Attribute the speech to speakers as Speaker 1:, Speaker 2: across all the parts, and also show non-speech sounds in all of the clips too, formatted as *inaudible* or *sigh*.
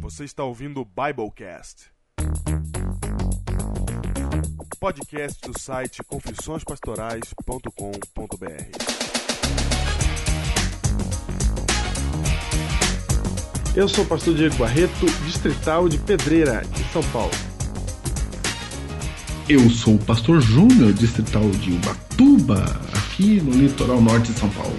Speaker 1: Você está ouvindo o Biblecast. Podcast do site confissõespastorais.com.br.
Speaker 2: Eu sou o pastor Diego Barreto, distrital de Pedreira, em São Paulo.
Speaker 3: Eu sou o pastor Júnior, distrital de Ubatuba, aqui no litoral norte de São Paulo.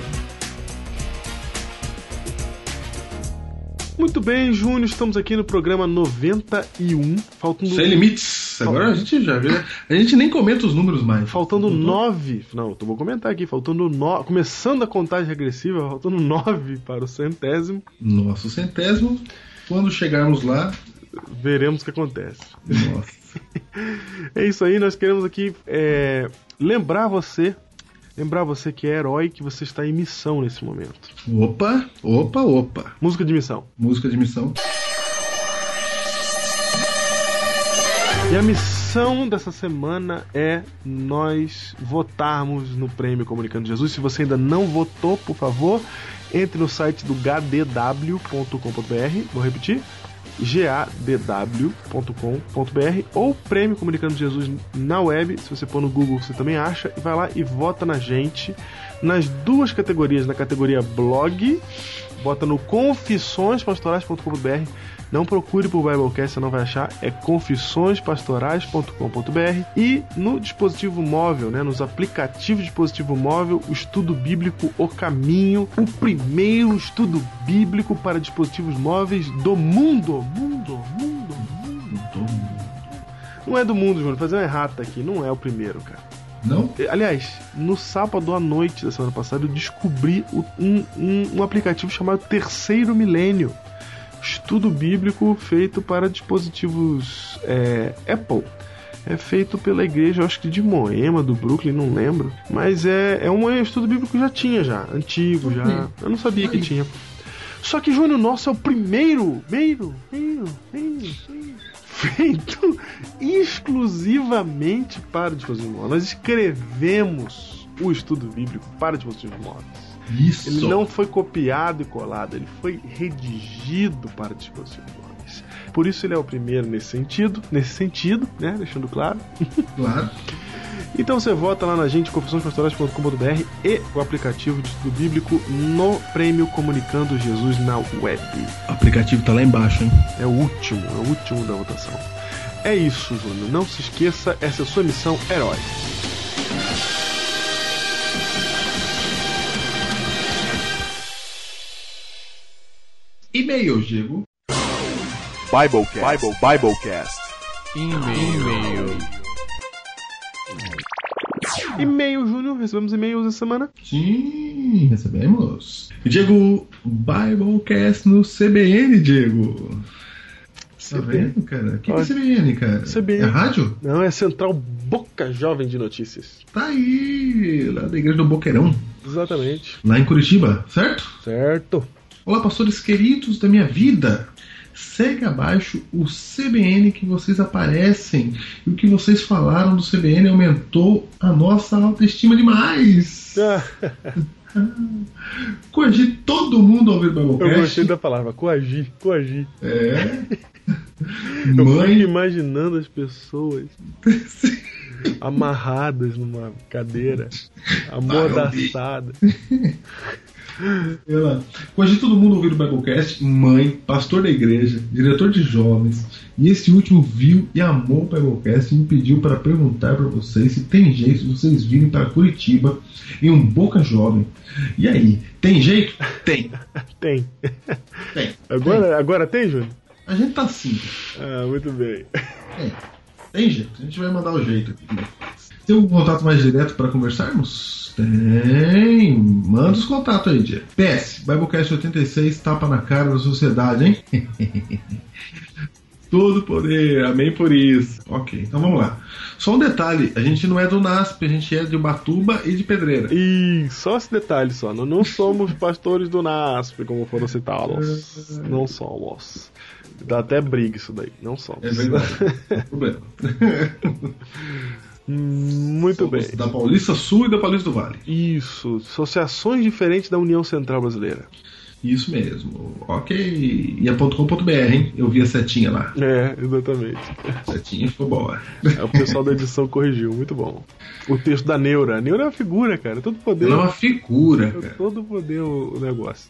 Speaker 2: Muito bem, Júnior, estamos aqui no programa 91, faltando
Speaker 3: Sem limites. Agora a gente já vê. né? A gente nem comenta os números mais.
Speaker 2: faltando nove. Não, eu vou comentar aqui, faltando nove. Começando a contagem regressiva, faltando nove para o centésimo,
Speaker 3: Nosso centésimo. Quando chegarmos lá,
Speaker 2: veremos o que acontece.
Speaker 3: nossa.
Speaker 2: É isso aí, nós queremos aqui é, lembrar você, lembrar você que é herói, que você está em missão nesse momento.
Speaker 3: Opa, opa, opa.
Speaker 2: Música de missão.
Speaker 3: Música de missão.
Speaker 2: E a missão dessa semana é nós votarmos no Prêmio Comunicando Jesus. Se você ainda não votou, por favor, entre no site do gadw.com.br. Vou repetir gadw.com.br ou Prêmio Comunicando Jesus na web. Se você pôr no Google, você também acha. E vai lá e vota na gente nas duas categorias, na categoria blog, bota no confissõespastorais.com.br. Não procure por Biblecast, você não vai achar. É confissõespastorais.com.br e no dispositivo móvel, né, nos aplicativos de dispositivo móvel, o estudo bíblico O Caminho, o primeiro estudo bíblico para dispositivos móveis do mundo. Mundo, mundo, mundo. Não é do mundo, Júnior. Fazer uma errata aqui. Não é o primeiro, cara.
Speaker 3: Não?
Speaker 2: Aliás, no sábado à noite da semana passada eu descobri o- um, um- um aplicativo chamado Terceiro Milênio. Estudo bíblico feito para dispositivos é, Apple. É feito pela igreja, eu acho que de Moema, do Brooklyn, não lembro. Mas é, é um estudo bíblico que já tinha, já. Antigo, já. Eu não sabia que tinha. Só que, Júnior, nosso é o primeiro, meiro, meiro, meiro, meiro, feito exclusivamente para dispositivos móveis. Nós escrevemos o estudo bíblico para dispositivos móveis.
Speaker 3: Isso.
Speaker 2: Ele não foi copiado e colado, ele foi redigido para dispositivos móveis. Por isso ele é o primeiro nesse sentido, nesse sentido, né? Deixando claro.
Speaker 3: Claro.
Speaker 2: Então você vota lá na gente, confissõespastorais.com.br e o aplicativo de estudo bíblico no Prêmio Comunicando Jesus na web.
Speaker 3: O aplicativo tá lá embaixo, hein?
Speaker 2: É o último, é o último da votação. É isso, Júnior. Não se esqueça, essa é a sua missão herói.
Speaker 3: E-mail, Diego.
Speaker 1: Biblecast. Bible, Biblecast.
Speaker 2: E-mail, Júnior. Recebemos e-mails essa semana.
Speaker 3: Sim, recebemos. Diego, Biblecast no CBN, Diego. Tá vendo, cara? O que, que é
Speaker 2: Olha.
Speaker 3: CBN, cara?
Speaker 2: CBN.
Speaker 3: É rádio?
Speaker 2: Não, é Central Boca Jovem de Notícias.
Speaker 3: Tá aí, lá da igreja do Boqueirão,
Speaker 2: Exatamente.
Speaker 3: lá em Curitiba, certo?
Speaker 2: Certo.
Speaker 3: Olá, pastores queridos da minha vida. Segue abaixo o CBN que vocês aparecem. E o que vocês falaram do CBN aumentou a nossa autoestima demais.
Speaker 2: Ah,
Speaker 3: Cogite todo mundo a ouvir
Speaker 2: eu
Speaker 3: Biblecast.
Speaker 2: gostei da palavra. Coagir, coagir.
Speaker 3: É.
Speaker 2: *laughs* Eu fico
Speaker 3: Mãe
Speaker 2: imaginando as pessoas
Speaker 3: *laughs*
Speaker 2: amarradas numa cadeira,
Speaker 3: Ah,
Speaker 2: amordaçadas.
Speaker 3: Ela. Hoje todo mundo ouviu o Biblecast, mãe, pastor da igreja, diretor de jovens, e esse último viu e amou o Biblecast e me pediu para perguntar para vocês se tem jeito de vocês virem para Curitiba em um Boca Jovem. E aí, tem jeito? Tem.
Speaker 2: Tem.
Speaker 3: Tem.
Speaker 2: Agora, agora tem, Júnior?
Speaker 3: A gente tá assim.
Speaker 2: Ah, muito bem.
Speaker 3: Tem. Tem jeito. A gente vai mandar o jeito aqui. Tem um contato mais direto para conversarmos? Tem. Manda os contatos aí, Diego. PS, Biblecast 86, tapa na cara da sociedade, hein? *laughs* Todo poder, amém por isso. Ok, então vamos lá. Só um detalhe, a gente não é do NASP, a gente é de Ubatuba e de Pedreira.
Speaker 2: E só esse detalhe só, nós não somos pastores do NASP, como foram citados. Não somos. Dá até briga isso daí, não somos. *laughs*
Speaker 3: É verdade. não tem problema.
Speaker 2: Muito bem.
Speaker 3: Da Paulista Sul e da Paulista do Vale.
Speaker 2: Isso, associações diferentes da União Central Brasileira.
Speaker 3: Isso mesmo. Ok. E é .com.br, hein? Eu vi a setinha lá.
Speaker 2: É, exatamente.
Speaker 3: A setinha ficou né? boa.
Speaker 2: Aí o pessoal da edição corrigiu, muito bom. O texto da Neura. A Neura é uma figura, cara. Todo poder.
Speaker 3: Ela é uma figura, cara.
Speaker 2: Todo poder o o negócio.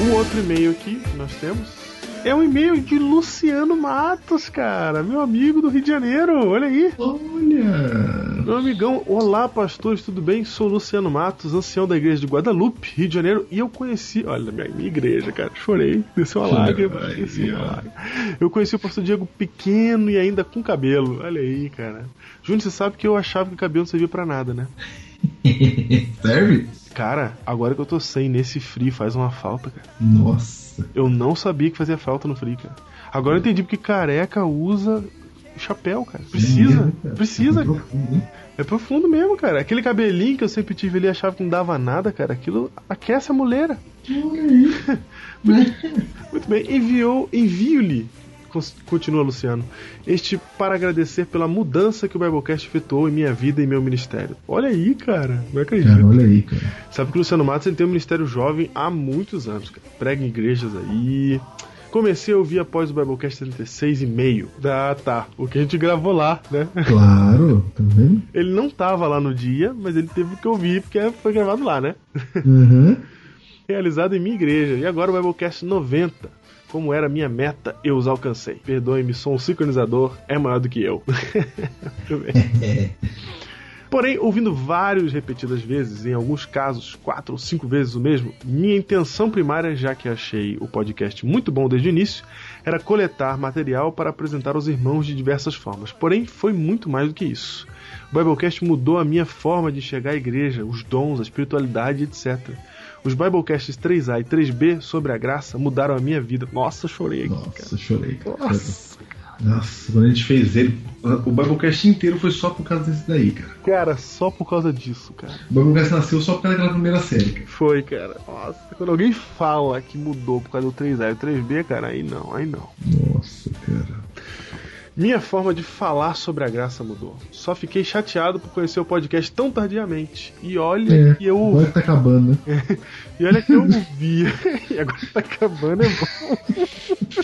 Speaker 2: O Um outro e-mail aqui que nós temos é um e-mail de Luciano Matos, cara, meu amigo do Rio de Janeiro. Olha aí. *laughs*
Speaker 3: Olha!
Speaker 2: Meu amigão, olá pastores, tudo bem? Sou Luciano Matos, ancião da igreja de Guadalupe, Rio de Janeiro, e eu conheci. Olha, minha, minha igreja, cara, chorei, desceu uma lágrima.
Speaker 3: Ai,
Speaker 2: desceu uma
Speaker 3: ai.
Speaker 2: lágrima. Eu conheci o pastor Diego pequeno e ainda com cabelo. Olha aí, cara. Júnior, você sabe que eu achava que cabelo não servia pra nada, né?
Speaker 3: Serve?
Speaker 2: Cara, agora que eu tô sem, nesse free faz uma falta, cara.
Speaker 3: Nossa.
Speaker 2: Eu não sabia que fazia falta no free, cara. Agora eu entendi porque careca usa chapéu, cara. Precisa,
Speaker 3: Sim, é, cara.
Speaker 2: precisa,
Speaker 3: É
Speaker 2: cara.
Speaker 3: profundo, hein?
Speaker 2: É profundo mesmo, cara. Aquele cabelinho que eu sempre tive ali, achava que não dava nada, cara. Aquilo aquece a mulher.
Speaker 3: Olha aí.
Speaker 2: Muito bem, enviou, envio-lhe, cons- continua Luciano, este para agradecer pela mudança que o Biblecast efetuou em minha vida e meu ministério. Olha aí, cara, é não acredito.
Speaker 3: *laughs* Cara, olha aí, cara.
Speaker 2: Sabe que o Luciano Matos ele tem um ministério jovem há muitos anos, cara. Prega em igrejas aí. Comecei a ouvir após o Biblecast 36 e meio. Ah, tá. O que a gente gravou lá, né?
Speaker 3: Claro, tá vendo?
Speaker 2: Ele não tava lá no dia, mas ele teve que ouvir porque foi gravado lá, né?
Speaker 3: Uhum.
Speaker 2: realizado em minha igreja. E agora o Biblecast 90. Como era minha meta, eu os alcancei. Perdoe-me, sou um sincronizador, é maior do que eu. *laughs* Muito bem. Porém, ouvindo vários repetidas vezes, em alguns casos quatro ou cinco vezes o mesmo, minha intenção primária, já que achei o podcast muito bom desde o início, era coletar material para apresentar aos irmãos de diversas formas. Porém, foi muito mais do que isso. O Biblecast mudou a minha forma de enxergar a igreja, os dons, a espiritualidade, etc. Os Biblecasts 3A e 3B sobre a graça mudaram a minha vida. Nossa, chorei aqui,
Speaker 3: Nossa, chorei.
Speaker 2: cara.
Speaker 3: cara.
Speaker 2: Nossa,
Speaker 3: Nossa, quando a gente fez ele, o Biblecast inteiro foi só por causa desse daí, cara.
Speaker 2: cara, só por causa disso, cara.
Speaker 3: O Biblecast nasceu só por causa daquela primeira série, cara.
Speaker 2: Foi, cara. Nossa, quando alguém fala que mudou por causa do 3A e 3B, cara, aí não, aí não.
Speaker 3: Nossa, cara.
Speaker 2: Minha forma de falar sobre a graça mudou. Só fiquei chateado por conhecer o podcast tão tardiamente. E olha
Speaker 3: É,
Speaker 2: que eu ouvi.
Speaker 3: agora que tá acabando, né?
Speaker 2: E olha que eu ouvi. *laughs* e agora tá acabando, é bom.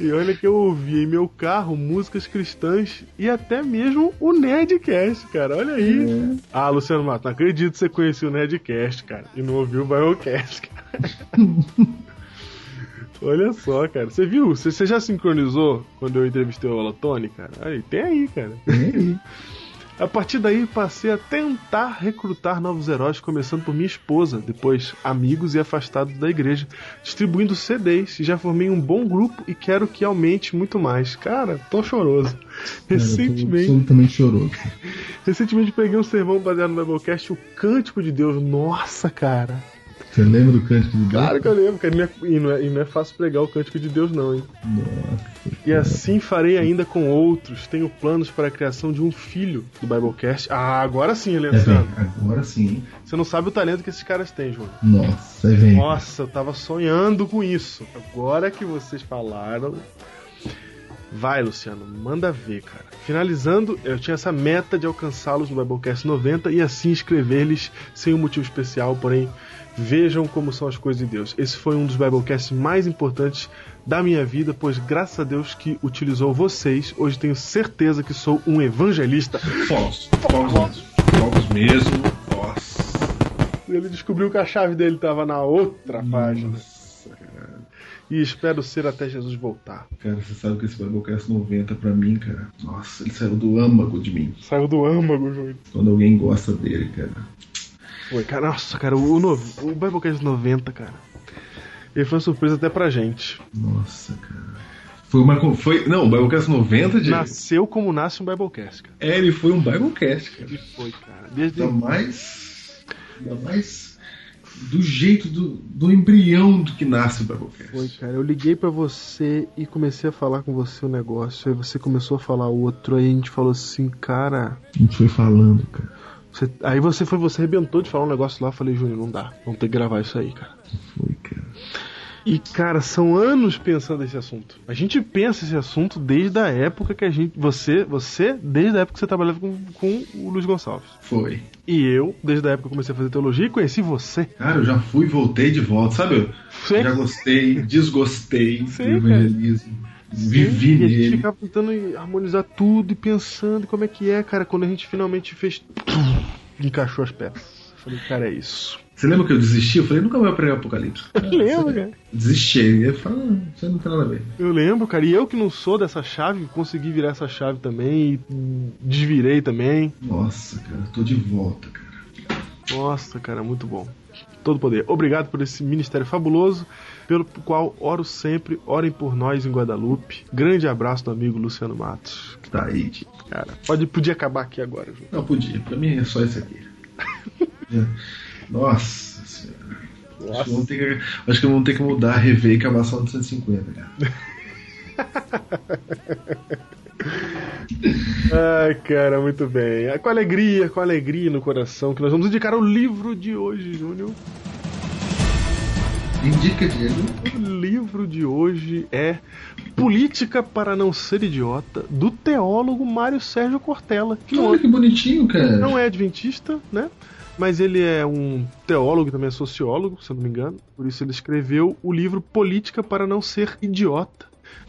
Speaker 2: E olha que eu ouvi em meu carro músicas cristãs e até mesmo o Nerdcast, cara. Olha aí. Ah, Luciano Mato, não acredito que você conhecia o Nerdcast, cara, e não ouviu o Biocast, cara. olha só, cara. Você viu? Você, você já sincronizou quando eu entrevistei o Alatone, cara? Aí, tem aí, cara. A partir daí passei a tentar recrutar novos heróis, começando por minha esposa, depois amigos e afastados da igreja, distribuindo CDs. Já formei um bom grupo e quero que aumente muito mais. Cara, tô choroso.
Speaker 3: Cara, eu
Speaker 2: Recentemente,
Speaker 3: tô absolutamente choroso.
Speaker 2: recentemente peguei um sermão baseado no Biblecast, o Cântico de Deus. Nossa, cara.
Speaker 3: Você lembra do cântico do
Speaker 2: Claro
Speaker 3: gato?
Speaker 2: que eu lembro, cara. E não é, e não é- e não é fácil pregar o Cântico de Deus, não, hein?
Speaker 3: Nossa.
Speaker 2: E assim farei ainda com outros. Tenho planos para a criação de um filho do Biblecast. Ah, agora sim,
Speaker 3: É,
Speaker 2: Alessandro.
Speaker 3: vem. Agora sim, hein?
Speaker 2: Você não sabe o talento que esses caras têm, Júnior.
Speaker 3: Nossa, é, vem.
Speaker 2: Nossa, eu tava sonhando com isso. Agora que vocês falaram. Vai, Luciano, manda ver, cara. Finalizando, eu tinha essa meta de alcançá-los no Biblecast 90 e assim escrever-lhes sem um motivo especial, porém, vejam como são as coisas de Deus. Esse foi um dos Biblecasts mais importantes da minha vida, pois graças a Deus que utilizou vocês, hoje tenho certeza que sou um evangelista.
Speaker 3: Fogos. Fogos mesmo. Fogos mesmo. Nossa.
Speaker 2: Ele descobriu que a chave dele tava na outra página.
Speaker 3: Nossa, cara.
Speaker 2: E espero ser até Jesus voltar.
Speaker 3: Cara, você sabe que esse Biblecast 90 pra mim, cara. Nossa, ele saiu do âmago de mim.
Speaker 2: Saiu do âmago, Júlio.
Speaker 3: Quando alguém gosta dele, cara.
Speaker 2: Foi, cara, nossa, cara, o, novo, o Biblecast 90, cara. Ele foi uma surpresa até pra gente.
Speaker 3: Nossa, cara. Foi uma. co- Foi, não, o Biblecast 90, de.
Speaker 2: Nasceu como nasce um Biblecast, cara.
Speaker 3: É, ele foi um Biblecast, cara.
Speaker 2: E foi, cara. Então, Desde
Speaker 3: Ainda mais. Ainda mais. Do jeito do, do embrião do que nasce o Biblecast.
Speaker 2: foi, cara. Eu liguei pra você e comecei a falar com você o negócio. Aí você começou a falar outro. Aí a gente falou assim, cara.
Speaker 3: A gente foi falando, cara.
Speaker 2: você- Aí você foi, você arrebentou de falar um negócio lá. Eu falei, Júnior, não dá. Vamos ter que gravar isso aí, cara.
Speaker 3: Foi, cara.
Speaker 2: E, cara, são anos pensando esse assunto. A gente pensa esse assunto desde a época que a gente. Você, você desde a época que você trabalhava com, com o Luiz Gonçalves.
Speaker 3: Foi.
Speaker 2: E eu, desde a época que eu comecei a fazer teologia, conheci você.
Speaker 3: Cara, eu já fui, voltei de volta, sabe? Eu
Speaker 2: Sim.
Speaker 3: já gostei, desgostei
Speaker 2: Sim,
Speaker 3: do evangelismo. Vivi
Speaker 2: e a gente
Speaker 3: nele.
Speaker 2: ficava tentando harmonizar tudo e pensando como é que é, cara, quando a gente finalmente fez. Encaixou as peças. Falei, cara, é isso.
Speaker 3: Você lembra que eu desisti? Eu falei, nunca vou pregar Apocalipse.
Speaker 2: Lembro, cara.
Speaker 3: Desisti. Ele falou, ah, você não tem nada a ver.
Speaker 2: Eu lembro, cara. E eu que não sou dessa chave, consegui virar essa chave também. E desvirei também.
Speaker 3: Nossa, cara, tô de volta, cara.
Speaker 2: Nossa, cara, muito bom. Todo poder. Obrigado por esse ministério fabuloso, pelo qual oro sempre. Orem por nós em Guadalupe. Grande abraço do amigo Luciano Matos.
Speaker 3: Tá aí. que-
Speaker 2: Cara, pode, podia acabar aqui agora, Ju.
Speaker 3: Não podia, pra mim é só isso aqui. *laughs* É. Nossa senhora. Acho, que vamos ter que, acho que vamos ter que mudar, rever e acabar só no 150, cara.
Speaker 2: Ai, cara, muito bem. Ah, Com alegria, com alegria no coração, que nós vamos indicar o livro de hoje, Júnior.
Speaker 3: Indica, Diego.
Speaker 2: O livro de hoje é Política para Não Ser Idiota, do teólogo Mário Sérgio Cortella, que não é
Speaker 3: Olha que bonitinho, cara.
Speaker 2: não é adventista, né? Mas ele é um teólogo, também é sociólogo, se eu não me engano. Por isso ele escreveu o livro Política para Não Ser Idiota,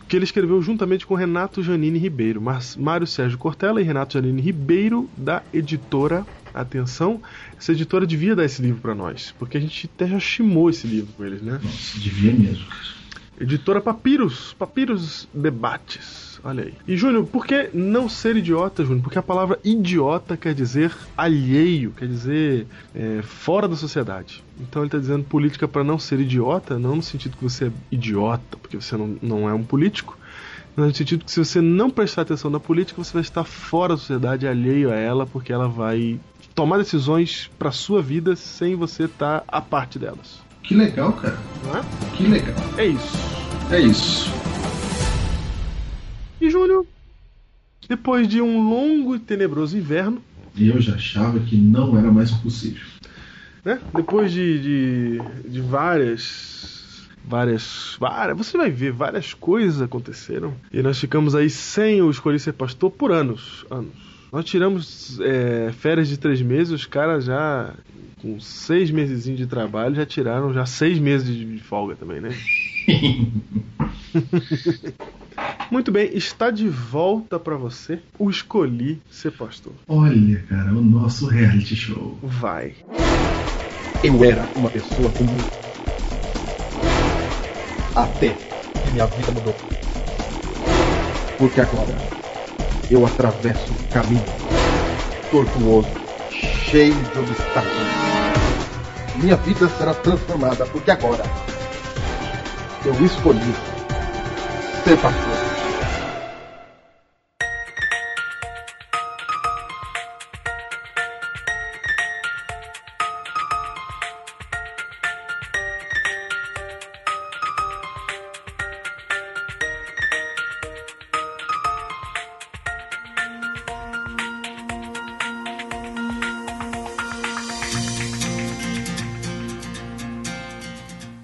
Speaker 2: que ele escreveu juntamente com Renato Janine Ribeiro, Mas- Mário Sérgio Cortella e Renato Janine Ribeiro, da editora. Atenção, essa editora devia dar esse livro para nós, porque a gente até já chimou esse livro com eles, né?
Speaker 3: Nossa, devia mesmo, cara.
Speaker 2: Editora Papyrus, Papyrus Debates. Olha aí. E Júnior, por que não ser idiota, Júnior? Porque a palavra idiota quer dizer alheio, quer dizer é, fora da sociedade. Então ele está dizendo política para não ser idiota, não no sentido que você é idiota, porque você não, não é um político, mas no sentido que se você não prestar atenção na política, você vai estar fora da sociedade, alheio a ela, porque ela vai tomar decisões para sua vida sem você estar a parte delas.
Speaker 3: Que legal, cara.
Speaker 2: Não é?
Speaker 3: Que legal.
Speaker 2: É isso.
Speaker 3: É isso.
Speaker 2: E Júnior, depois de um longo e tenebroso inverno,
Speaker 3: E eu já achava que não era mais possível.
Speaker 2: né? Depois de, de, de várias. Várias. Várias. Você vai ver, várias coisas aconteceram. E nós ficamos aí sem o escolher ser pastor por anos. Anos. Nós tiramos é, férias de três meses, os caras já. Com seis meses de trabalho, já tiraram já seis meses de folga também, né? Muito bem, está de volta para você o Escolhi Ser Pastor.
Speaker 3: Olha, cara, o nosso reality show.
Speaker 2: Vai.
Speaker 4: Eu era uma pessoa comum. Até que minha vida mudou. Porque agora eu atravesso um caminho tortuoso, cheio de obstáculos. Minha vida será transformada porque agora eu escolhi ser pastor.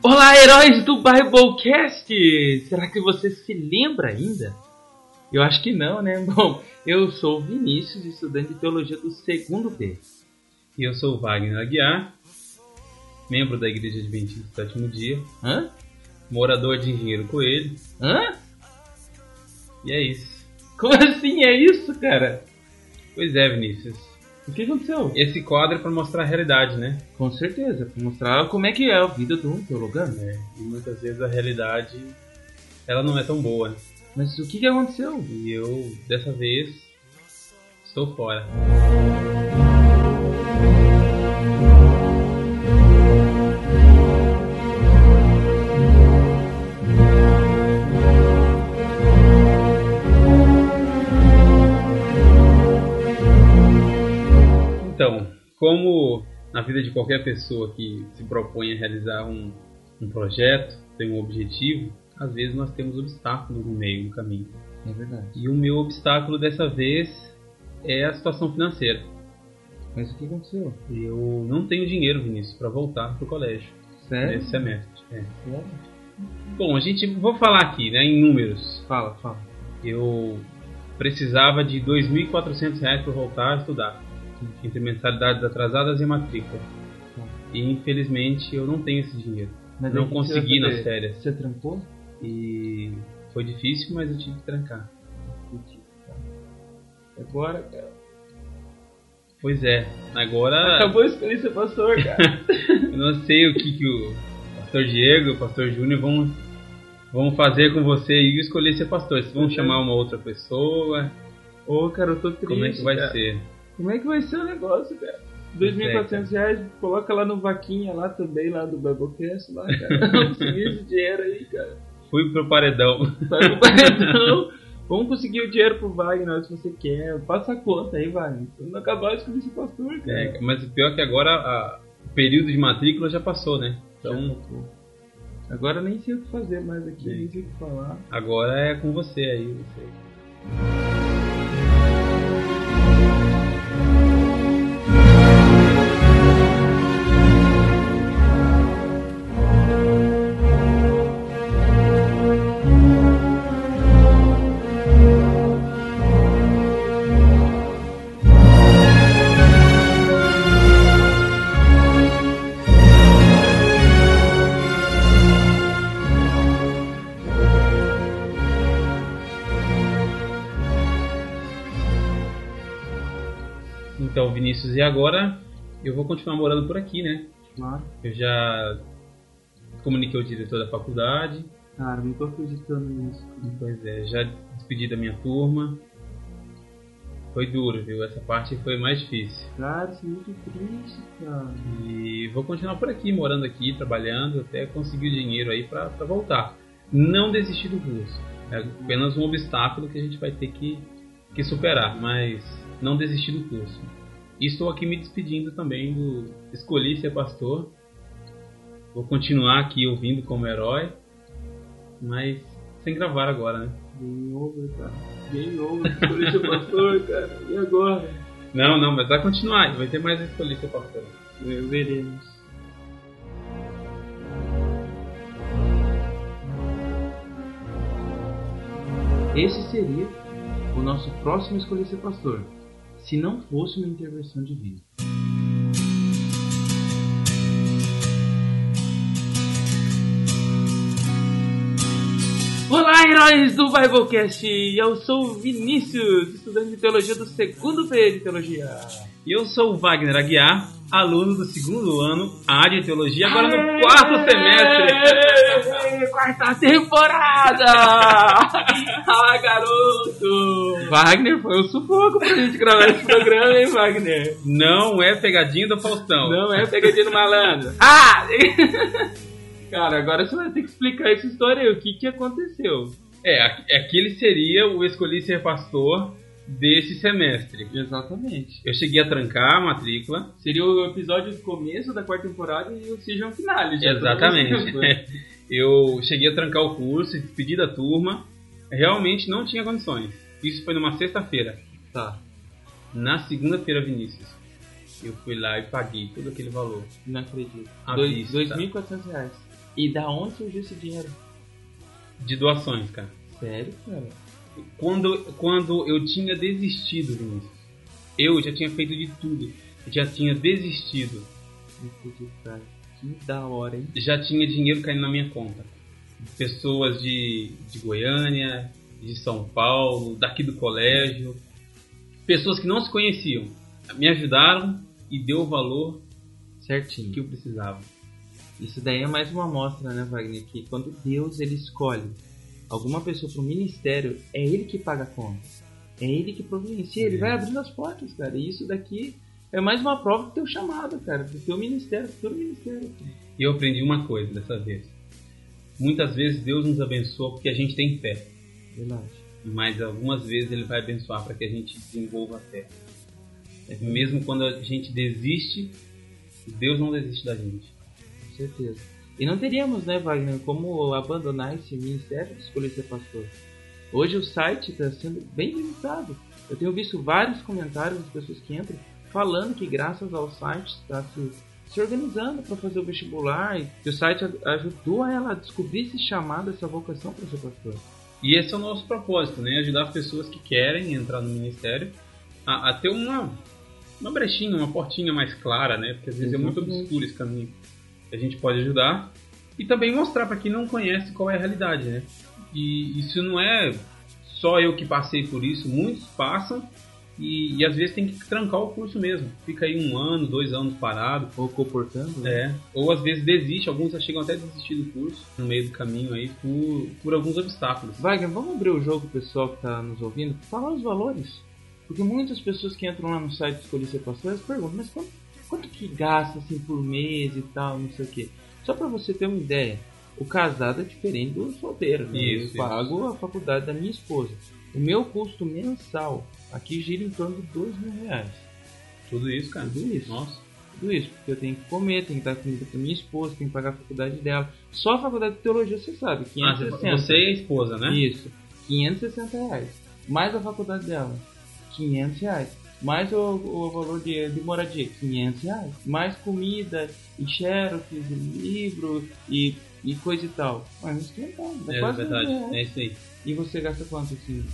Speaker 5: Olá, heróis do Biblecast! Será que você se lembra ainda? Eu acho que não, né? *laughs* Bom, eu sou o Vinícius, estudante de teologia do segundo P. E eu sou o Wagner Aguiar, membro da Igreja Adventista do Sétimo Dia. Hã? Morador de Engenheiro Coelho. Hã? E é isso. *laughs* Como assim é isso, cara? Pois é, Vinícius. O que aconteceu? Esse quadro é pra mostrar a realidade, né? Com certeza, pra mostrar como é que é a vida do um teologano, né? E muitas vezes a realidade, ela não é tão boa. né? Mas o que, que aconteceu? E eu, dessa vez, estou fora. Então, como na vida de qualquer pessoa que se propõe a realizar um, um projeto, tem um objetivo, às vezes nós temos obstáculos no meio do caminho.
Speaker 6: É verdade.
Speaker 5: E o meu obstáculo dessa vez é a situação financeira.
Speaker 6: Mas o que aconteceu?
Speaker 5: Eu não tenho dinheiro, Vinícius, para voltar pro colégio
Speaker 6: Sério?
Speaker 5: nesse semestre. É.
Speaker 6: Sério?
Speaker 5: Bom, a gente. Vou falar aqui, né? Em números. Fala, fala. Eu precisava de R$ 2.400 para voltar a estudar. Entre mensalidades atrasadas e matrícula. E infelizmente eu não tenho esse dinheiro.
Speaker 7: Mas aí
Speaker 5: não
Speaker 7: o que que você vai
Speaker 5: consegui nas
Speaker 7: fazer?
Speaker 5: férias.
Speaker 7: Você trampou?
Speaker 5: E foi difícil, mas eu tive que trancar.
Speaker 7: Agora, cara.
Speaker 5: Pois é, agora
Speaker 7: Acabou a experiência pastor, cara.
Speaker 5: eu não sei o que, que o pastor Diego e o pastor Júnior vão, vão fazer com você e escolher ser pastor. Se vão
Speaker 7: Pois é.
Speaker 5: chamar uma outra pessoa,
Speaker 7: Ô, cara, eu tô triste.
Speaker 5: como é que vai
Speaker 7: cara.
Speaker 5: ser?
Speaker 7: Como é que vai ser o negócio, cara?
Speaker 5: Pois é,
Speaker 7: 2.400 reais, coloca lá no vaquinha lá também, lá do Biblecast, lá, cara. *laughs* Conseguir esse dinheiro aí, cara.
Speaker 5: Fui pro paredão.
Speaker 7: Vai pro paredão. Vamos conseguir o dinheiro pro Wagner se você quer. Passa a conta aí, Wagner. Quando acabar, escolhi esse pastor, cara.
Speaker 5: É, mas o pior é que agora a- o período de matrícula já passou, né? Então
Speaker 7: Agora eu nem sei o que fazer mais
Speaker 5: É.
Speaker 7: aqui, nem sei o que falar.
Speaker 5: agora é com você aí. Você. Então, Vinícius, e agora eu vou continuar morando por aqui, né?
Speaker 7: Claro.
Speaker 5: Eu já comuniquei o diretor da faculdade.
Speaker 7: Cara, não tô acreditando nisso.
Speaker 5: Pois é, já despedi da minha turma. Foi duro, viu? Essa parte foi mais difícil.
Speaker 7: Cara, isso é muito triste, cara.
Speaker 5: E vou continuar por aqui, morando aqui, trabalhando, até conseguir o dinheiro aí pra, pra voltar. Não desistir do curso. É apenas um obstáculo que a gente vai ter que, que superar, mas não desistir do curso. E estou aqui me despedindo também do Escolhi Ser Pastor. Vou continuar aqui ouvindo como herói, mas sem gravar agora, né?
Speaker 7: Game over, cara. Game over. Escolhi seu pastor, cara. E agora?
Speaker 5: Não, não, mas vai continuar. Vai ter mais escolher seu pastor.
Speaker 7: Ve- Veremos. Esse seria o nosso próximo escolher ser pastor, se não fosse uma intervenção divina. Olá, heróis do Biblecast! Eu sou o Vinícius, estudante de teologia do segundo P de teologia.
Speaker 5: E eu sou o Wagner Aguiar, aluno do segundo ano, área de teologia, agora no quarto semestre.
Speaker 7: Ei, Quarta *laughs* temporada! ah, garoto! Wagner, foi um sufoco pra gente gravar esse programa, hein, Wagner?
Speaker 5: Não é pegadinha do Faustão.
Speaker 7: Não é pegadinha do malandro. Ah! Cara, agora você vai ter que explicar essa história aí, o que que aconteceu.
Speaker 5: É, aqu- aquele seria o escolhi ser pastor desse semestre.
Speaker 7: Exatamente.
Speaker 5: Eu cheguei a trancar a matrícula.
Speaker 7: Seria o episódio do começo da quarta temporada e o seja um finale. já.
Speaker 5: *laughs* Exatamente. Eu cheguei a trancar o curso, despedi da turma. Realmente não tinha condições. Isso foi numa sexta-feira.
Speaker 7: Tá.
Speaker 5: Na segunda-feira, Vinícius, eu fui lá e paguei todo aquele valor. Ah, tá.
Speaker 7: Não acredito.
Speaker 5: À
Speaker 7: Dois-
Speaker 5: vista.
Speaker 7: 2.400 reais. E da onde surgiu esse dinheiro?
Speaker 5: De doações, cara.
Speaker 7: Sério, cara?
Speaker 5: Quando, quando eu tinha desistido, Vinícius, eu já tinha feito de tudo. Eu já tinha desistido.
Speaker 7: Não acredito, cara. Que da hora, hein?
Speaker 5: Já tinha dinheiro caindo na minha conta. Pessoas de, de Goiânia, de São Paulo, daqui do colégio. Pessoas que não se conheciam. Me ajudaram e deu o valor
Speaker 7: Certinho.
Speaker 5: que eu precisava.
Speaker 7: Isso daí é mais uma amostra, né, Wagner? Que quando Deus ele escolhe alguma pessoa pro ministério, é ele que paga a conta. É ele que providencia, ele
Speaker 5: É.
Speaker 7: vai abrindo as portas, cara. E isso daqui é mais uma prova do teu chamado, cara. Do teu ministério, do teu ministério.
Speaker 5: E eu aprendi uma coisa dessa vez. Muitas vezes Deus nos abençoa porque a gente tem fé.
Speaker 7: Verdade.
Speaker 5: mas algumas vezes ele vai abençoar para que a gente desenvolva a fé. Mesmo quando a gente desiste, Deus não desiste da gente.
Speaker 7: Com certeza. E não teríamos, né, Wagner, como abandonar esse ministério de escolher ser pastor. Hoje o site está sendo bem visitado. Eu tenho visto vários comentários das pessoas que entram falando que graças ao site está se se organizando para fazer o vestibular. E o site ajudou ela a descobrir esse chamado, essa vocação para ser pastor.
Speaker 5: E esse é o nosso propósito, né? Ajudar pessoas que querem entrar no ministério a, a ter uma, uma brechinha, uma portinha mais clara, né? Porque às vezes é muito
Speaker 7: Exatamente.
Speaker 5: obscuro esse caminho. A gente pode ajudar e também mostrar para quem não conhece qual é a realidade, né? E isso não é só eu que passei por isso, muitos passam e, e às vezes tem que trancar o curso mesmo. Fica aí um ano, dois anos parado,
Speaker 7: Ou comportando, né?
Speaker 5: é, ou às vezes desiste, alguns já chegam até a desistir do curso no meio do caminho aí por, por alguns obstáculos.
Speaker 7: Wagner, vamos abrir o jogo pro pessoal que tá nos ouvindo, falar os valores. Porque muitas pessoas que entram lá no site Escolher Ser Pastor, elas perguntam, mas quanto, quanto que gasta assim por mês e tal, não sei o quê. Só pra você ter uma ideia, o casado é diferente do solteiro, né?
Speaker 5: Isso, isso.
Speaker 7: Eu pago a faculdade da minha esposa. O meu custo mensal aqui gira em torno de dois mil reais.
Speaker 5: Tudo isso, cara.
Speaker 7: Tudo isso.
Speaker 5: Nossa.
Speaker 7: Tudo isso, porque eu tenho que comer, tenho que dar comida pra minha esposa, tenho que pagar a faculdade dela. Só a faculdade de teologia, você sabe,
Speaker 5: Ah,
Speaker 7: 560.
Speaker 5: você e a esposa, né?
Speaker 7: Isso, 560 reais. Mais a faculdade dela, 500 reais. Mais o, o valor de, de moradia, 500 reais. Mais comida, e xerox, e livro, e, e coisa e tal. Mas não esquenta, dá
Speaker 5: É
Speaker 7: quase né?
Speaker 5: verdade,
Speaker 7: mil reais.
Speaker 5: é isso aí.
Speaker 7: E você gasta quanto assim?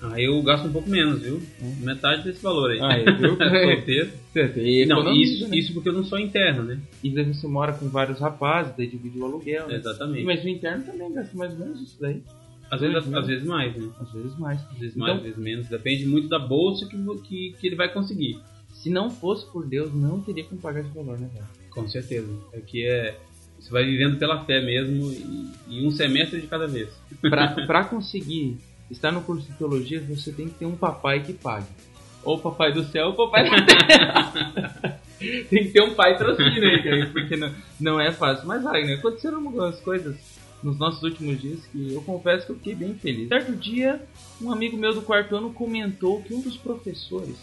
Speaker 5: Ah, eu gasto um pouco menos, viu? Metade desse valor *laughs* aí.
Speaker 7: Aí, Hum. Ah, *laughs* viu?
Speaker 5: Solteiro.
Speaker 7: Você tem
Speaker 5: Não,
Speaker 7: economiza,
Speaker 5: isso,
Speaker 7: né?
Speaker 5: isso porque eu não sou interno, né? É,
Speaker 7: E daí você mora com vários rapazes, daí divide o aluguel. né?
Speaker 5: Exatamente.
Speaker 7: Mas o interno também gasta mais ou menos isso daí.
Speaker 5: Às vezes,
Speaker 7: Dois mil.
Speaker 5: às vezes mais, né?
Speaker 7: Às vezes mais.
Speaker 5: Às vezes
Speaker 7: Então-
Speaker 5: mais, às vezes menos. Depende muito da bolsa que, vo- que, que ele vai conseguir.
Speaker 7: Se não fosse por Deus, não teria como pagar esse valor, né, velho?
Speaker 5: Com certeza. É que é. Você vai vivendo pela fé mesmo e, e um semestre de cada vez.
Speaker 7: Pra, pra conseguir estar no curso de teologia, você tem que ter um papai que pague. Ou o papai do céu ou o papai da terra. *laughs* tem que ter um pai trocínio aí, cara, porque não, não é fácil. Mas, Wagner, aconteceram algumas coisas nos nossos últimos dias que eu confesso que eu fiquei bem feliz. Certo dia, um amigo meu do quarto ano comentou que um dos professores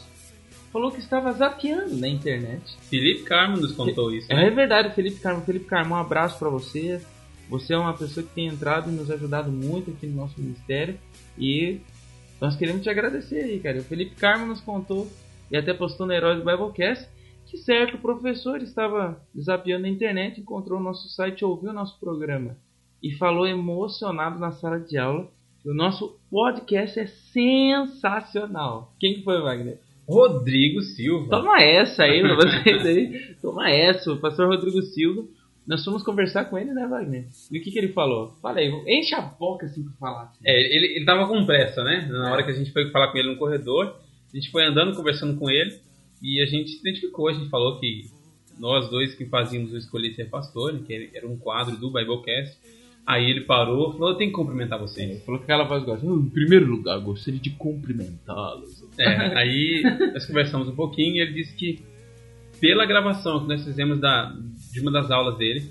Speaker 7: falou que estava zapeando na internet
Speaker 5: Felipe Carmo nos contou isso. né?
Speaker 7: É verdade, Felipe Carmo. Felipe Carmo, um abraço pra você. Você é uma pessoa que tem entrado e nos ajudado muito aqui no nosso ministério. E nós queremos te agradecer aí, cara. O Felipe Carmo nos contou e até postou no Herói do Biblecast que certo professor estava desafiando na internet, encontrou o nosso site, ouviu o nosso programa e falou emocionado na sala de aula que o nosso podcast é sensacional. Quem que foi, Wagner?
Speaker 5: Rodrigo Silva.
Speaker 7: Toma essa aí pra vocês aí. Toma essa, o pastor Rodrigo Silva. Nós fomos conversar com ele, né, Wagner? E o que, que ele falou? Fala aí, enche a boca assim pra falar. assim.
Speaker 5: É, ele, ele tava com pressa, né? Na hora que a gente foi falar com ele no corredor, a gente foi andando, conversando com ele, e a gente se identificou, a gente falou que nós dois que fazíamos o Escolher Ser Pastor, que era um quadro do Biblecast, aí ele parou, falou, eu tenho que cumprimentar
Speaker 7: Ele
Speaker 5: vocês.
Speaker 7: É, falou com aquela voz gosta. Em primeiro lugar, gostaria de cumprimentá-los.
Speaker 5: É, aí nós conversamos um pouquinho, e ele disse que pela gravação que nós fizemos da, de uma das aulas dele,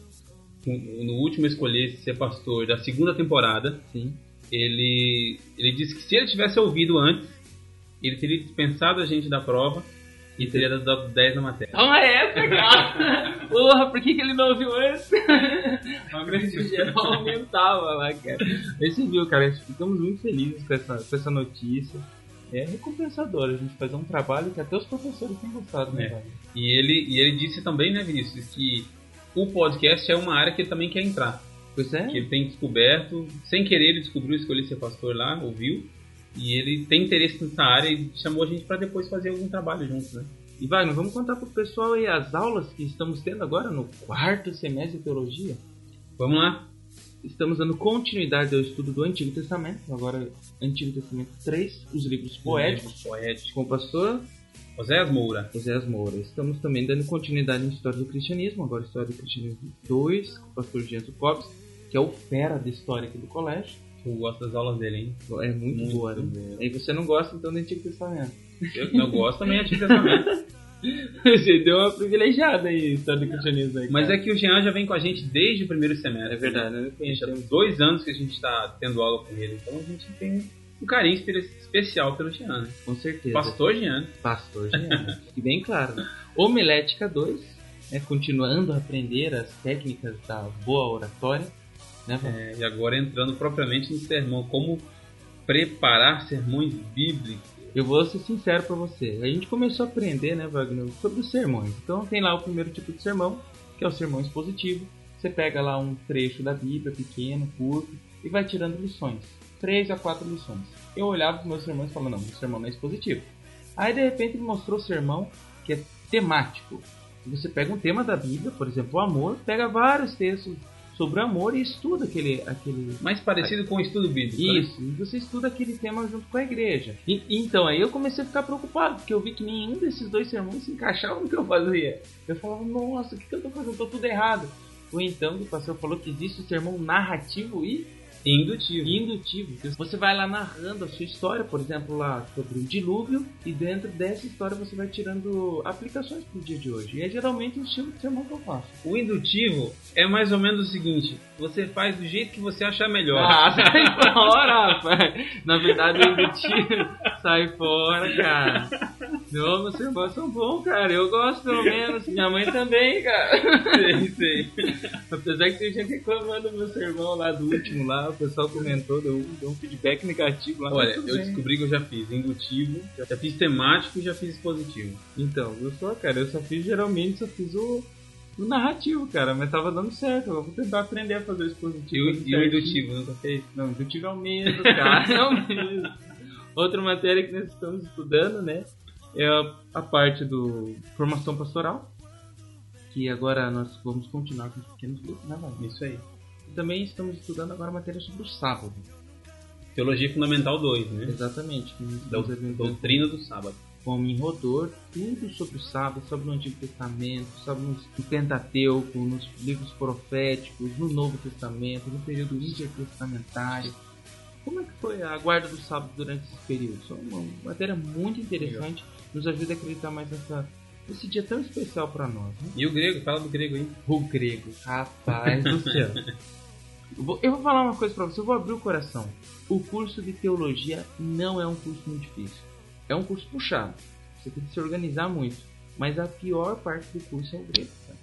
Speaker 5: no no último Escolher Ser Pastor da segunda temporada,
Speaker 7: Sim.
Speaker 5: ele, ele disse que se ele tivesse ouvido antes, ele teria dispensado a gente da prova e teria dado 10 na matéria.
Speaker 7: Toma essa, cara! Porra, por que, que ele não ouviu antes?
Speaker 5: Uma
Speaker 7: O geral aumentava um lá, cara. Mas você viu, cara, ficamos muito felizes com essa, com essa notícia. É recompensador a gente fazer um trabalho que até os professores têm gostado, né,
Speaker 5: É.
Speaker 7: Wagner?
Speaker 5: E ele, e ele disse também, né, Vinícius, que o podcast é uma área que ele também quer entrar.
Speaker 7: Pois é.
Speaker 5: Que ele tem descoberto, sem querer, ele descobriu, escolheu ser pastor lá, ouviu. E ele tem interesse nessa área e chamou a gente para depois fazer algum trabalho junto, né?
Speaker 7: E Wagner, vamos contar pro pessoal aí as aulas que estamos tendo agora no quarto semestre de teologia.
Speaker 5: Vamos lá.
Speaker 7: Estamos dando continuidade ao estudo do Antigo Testamento, agora Antigo Testamento 3, os livros
Speaker 5: Uhum.
Speaker 7: poéticos,
Speaker 5: Poético.
Speaker 7: com o pastor
Speaker 5: José Moura.
Speaker 7: José As Moura. Estamos também dando continuidade em História do Cristianismo, agora História do Cristianismo 2, com o pastor Gento Cobbs, que é o fera da história aqui do colégio.
Speaker 5: Eu gosto das aulas dele, hein?
Speaker 7: É muito,
Speaker 5: Muito
Speaker 7: boa, né? Aí você não gosta então do Antigo Testamento. *laughs*
Speaker 5: Eu, eu gosto também, é Antigo Testamento.
Speaker 7: você deu uma privilegiada aí, História do Cristianismo. Aí,
Speaker 5: Mas
Speaker 7: cara.
Speaker 5: é que o Jean já vem com a gente desde o primeiro semestre.
Speaker 7: É verdade, né?
Speaker 5: Tem já dois anos que a gente está tendo aula com ele, então a gente tem um carinho espe- especial pelo Jean. né?
Speaker 7: Com certeza.
Speaker 5: Pastor Jean.
Speaker 7: Pastor Jean. Fique bem claro. né? Homilética 2, né, continuando a aprender as técnicas da boa oratória. Né, Val?
Speaker 5: É, e agora entrando propriamente no sermão, como preparar sermões bíblicos.
Speaker 7: Eu vou ser sincero pra você. A gente começou a aprender, né, Wagner, sobre os sermões. Então tem lá o primeiro tipo de sermão, que é o sermão expositivo. Você pega lá um trecho da Bíblia, pequeno, curto, e vai tirando lições. Três a quatro lições. Eu olhava os meus sermões e falava, não, o sermão não é expositivo. Aí de repente me mostrou o sermão que é temático. Você pega um tema da Bíblia, por exemplo, o amor, pega vários textos sobre o amor e estuda aquele, aquele
Speaker 5: Mais parecido com o estudo bíblico. né?
Speaker 7: isso, e você estuda aquele tema junto com a igreja. E- então, aí eu comecei a ficar preocupado, porque eu vi que nenhum desses dois sermões se encaixava no que eu fazia. Eu falava, nossa, o que, que eu tô fazendo? Eu tô tudo errado. Ou então, o pastor falou que existe o sermão narrativo e
Speaker 5: Indutivo.
Speaker 7: indutivo. que Você vai lá narrando a sua história, por exemplo, lá sobre o dilúvio, e dentro dessa história você vai tirando aplicações pro dia de hoje. E é geralmente o estilo de sermão que eu faço.
Speaker 5: O indutivo é mais ou menos o seguinte: você faz do jeito que você achar É melhor.
Speaker 7: Ah,
Speaker 5: *laughs*
Speaker 7: sai fora, rapaz. Na verdade, eu indutivo. Sai fora, cara. Não, meus irmãos são bons, cara. Eu gosto, pelo menos. Minha mãe também, cara. Sei, sei. Apesar que tem gente reclamando do meu sermão lá do último lá. O pessoal comentou, deu, deu um feedback negativo lá. mas
Speaker 5: Olha,
Speaker 7: tudo
Speaker 5: eu
Speaker 7: bem.
Speaker 5: descobri que eu já fiz indutivo, já- já fiz temático e já fiz expositivo.
Speaker 7: Então, eu só, cara, eu só fiz geralmente, só fiz o, o narrativo, cara, mas tava dando certo. Eu vou tentar aprender a fazer o
Speaker 5: E
Speaker 7: expositivo.
Speaker 5: o, e o indutivo, nunca fez?
Speaker 7: Não, indutivo é o
Speaker 5: *laughs*
Speaker 7: mesmo, cara, é o mesmo. Outra matéria que nós estamos estudando, né, é a, a parte do formação pastoral, que agora nós vamos continuar com os pequenos grupos, né, Wagner?
Speaker 5: Isso aí.
Speaker 7: E também estamos estudando agora a matéria sobre o sábado.
Speaker 5: Teologia Fundamental 2, né?
Speaker 7: Exatamente. que nós
Speaker 5: Dou-
Speaker 7: estamos aprendendo
Speaker 5: Doutrina do Sábado.
Speaker 7: como em Rodor, tudo sobre o sábado, sobre o Antigo Testamento, sobre o Pentateuco, nos livros proféticos, no Novo Testamento, no período intertestamentário. Como é que foi a guarda do sábado durante esse período? Isso é uma matéria muito interessante, nos ajuda a acreditar mais nessa, nesse dia tão especial para nós. Né?
Speaker 5: E o grego? Fala do grego aí.
Speaker 7: O grego, rapaz do céu. Eu vou, eu vou falar uma coisa pra você, eu vou abrir o coração. O curso de teologia não é um curso muito difícil. É um curso puxado. Você tem que se organizar muito. Mas a pior parte do curso é o grego. cara.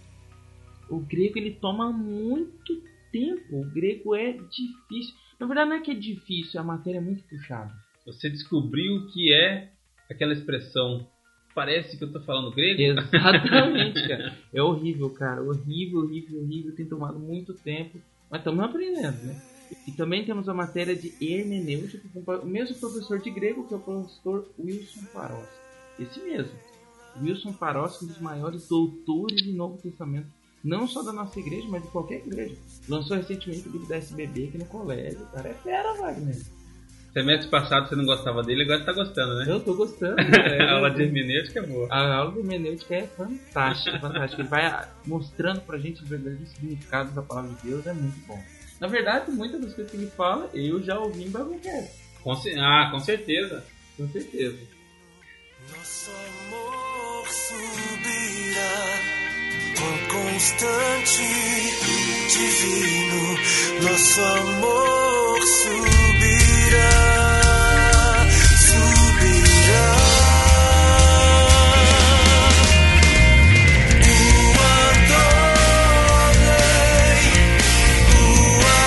Speaker 7: O grego ele toma muito tempo. O grego é difícil. Na verdade não é que é difícil, a matéria é muito puxada.
Speaker 5: Você descobriu o que é aquela expressão. Parece que eu tô falando grego?
Speaker 7: Exatamente, cara. É horrível, cara. Horrível, horrível, horrível. Tem tomado muito tempo. Mas estamos aprendendo, né? E também temos a matéria de hermenêutica com o mesmo professor de grego, que é o professor Wilson Paros. Esse mesmo. Wilson Paros, um dos maiores doutores do Novo Testamento, não só da nossa igreja, mas de qualquer igreja. Lançou recentemente o livro da SBB aqui no colégio. O cara é fera, Wagner.
Speaker 5: Semestre passado você não gostava dele, agora você tá gostando, né?
Speaker 7: Eu tô gostando.
Speaker 5: A *laughs*
Speaker 7: cara.
Speaker 5: aula de hermenêutica é boa.
Speaker 7: A aula do hermenêutica é fantástica, fantástica. Ele vai mostrando pra gente os verdadeiros significados da palavra de Deus, é muito bom. Na verdade, muitas das coisas que ele fala, eu já ouvi em Babelcast,
Speaker 5: Com ce- Ah, com certeza.
Speaker 7: com certeza.
Speaker 8: Nosso amor subirá com constante divino. Nosso amor subirá, subirá. O adorei, o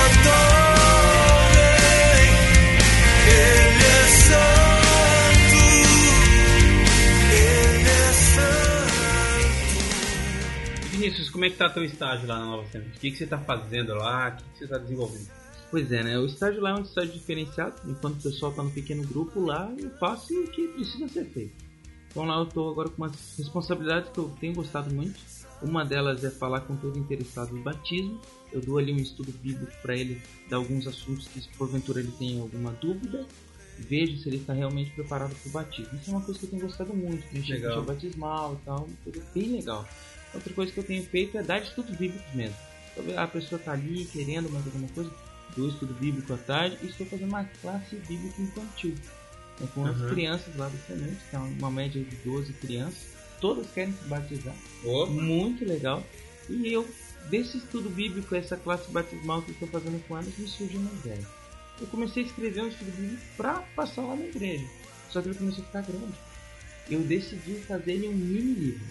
Speaker 8: adorei. Ele é santo. Ele é santo.
Speaker 5: Vinícius, como é que tá teu estágio lá na Nova Semente? O que, que você tá fazendo lá? O que, que você tá desenvolvendo?
Speaker 7: Pois é, né? O estágio lá é um estágio diferenciado. Enquanto o pessoal tá no pequeno grupo lá, eu faço o que precisa ser feito. Então lá eu tô agora com umas responsabilidades que eu tenho gostado muito. Uma delas é falar com todo interessado em batismo. Eu dou ali um estudo bíblico para ele de alguns assuntos que, se porventura ele tem alguma dúvida, vejo se ele está realmente preparado para o batismo. Isso é uma coisa que eu tenho gostado muito, preencher
Speaker 5: Legal.
Speaker 7: o é batismal e tal, uma coisa bem legal. Outra coisa que eu tenho feito é dar estudos bíblicos mesmo. Então, A pessoa está ali querendo mais alguma coisa, dou estudo bíblico à tarde e estou fazendo uma classe bíblica infantil. É com as
Speaker 5: Uhum.
Speaker 7: crianças lá do semente, que é uma média de 12 crianças, todas querem se batizar
Speaker 5: Opa.
Speaker 7: muito legal. E eu, desse estudo bíblico, essa classe batismal que eu estou fazendo com elas, me surgiu uma ideia. Eu comecei a escrever um estudo bíblico para passar lá na igreja. Só que ele começou a ficar grande. Eu decidi fazer ele um mini livro.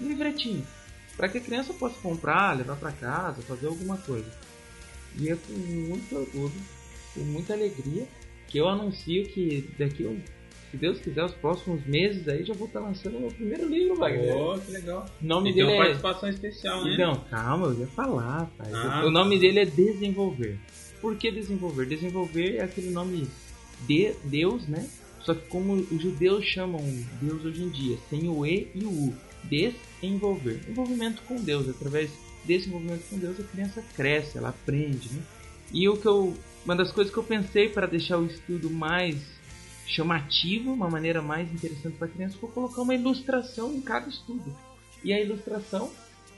Speaker 7: Um livretinho. Para que a criança possa comprar, levar para casa, fazer alguma coisa. E é com muito orgulho, com muita alegria, que eu anuncio que daqui a um Se Deus quiser, os próximos meses aí já vou estar lançando meu primeiro livro, Wagner.
Speaker 5: Pô, que legal.
Speaker 7: O nome
Speaker 5: E tem
Speaker 7: dele
Speaker 5: uma
Speaker 7: é.
Speaker 5: participação especial, né?
Speaker 7: Então, calma, eu ia falar, rapaz.
Speaker 5: Ah.
Speaker 7: O nome dele é Desenvolver. Por que desenvolver? Desenvolver é aquele nome de Deus, né? Só que como os judeus chamam Deus hoje em dia, sem o E e o U. Desenvolver. Envolvimento com Deus. Através desse envolvimento com Deus, a criança cresce, ela aprende, né? E o que eu, uma das coisas que eu pensei para deixar o estudo mais chamativo, uma maneira mais interessante para a criança, foi colocar uma ilustração em cada estudo. E a ilustração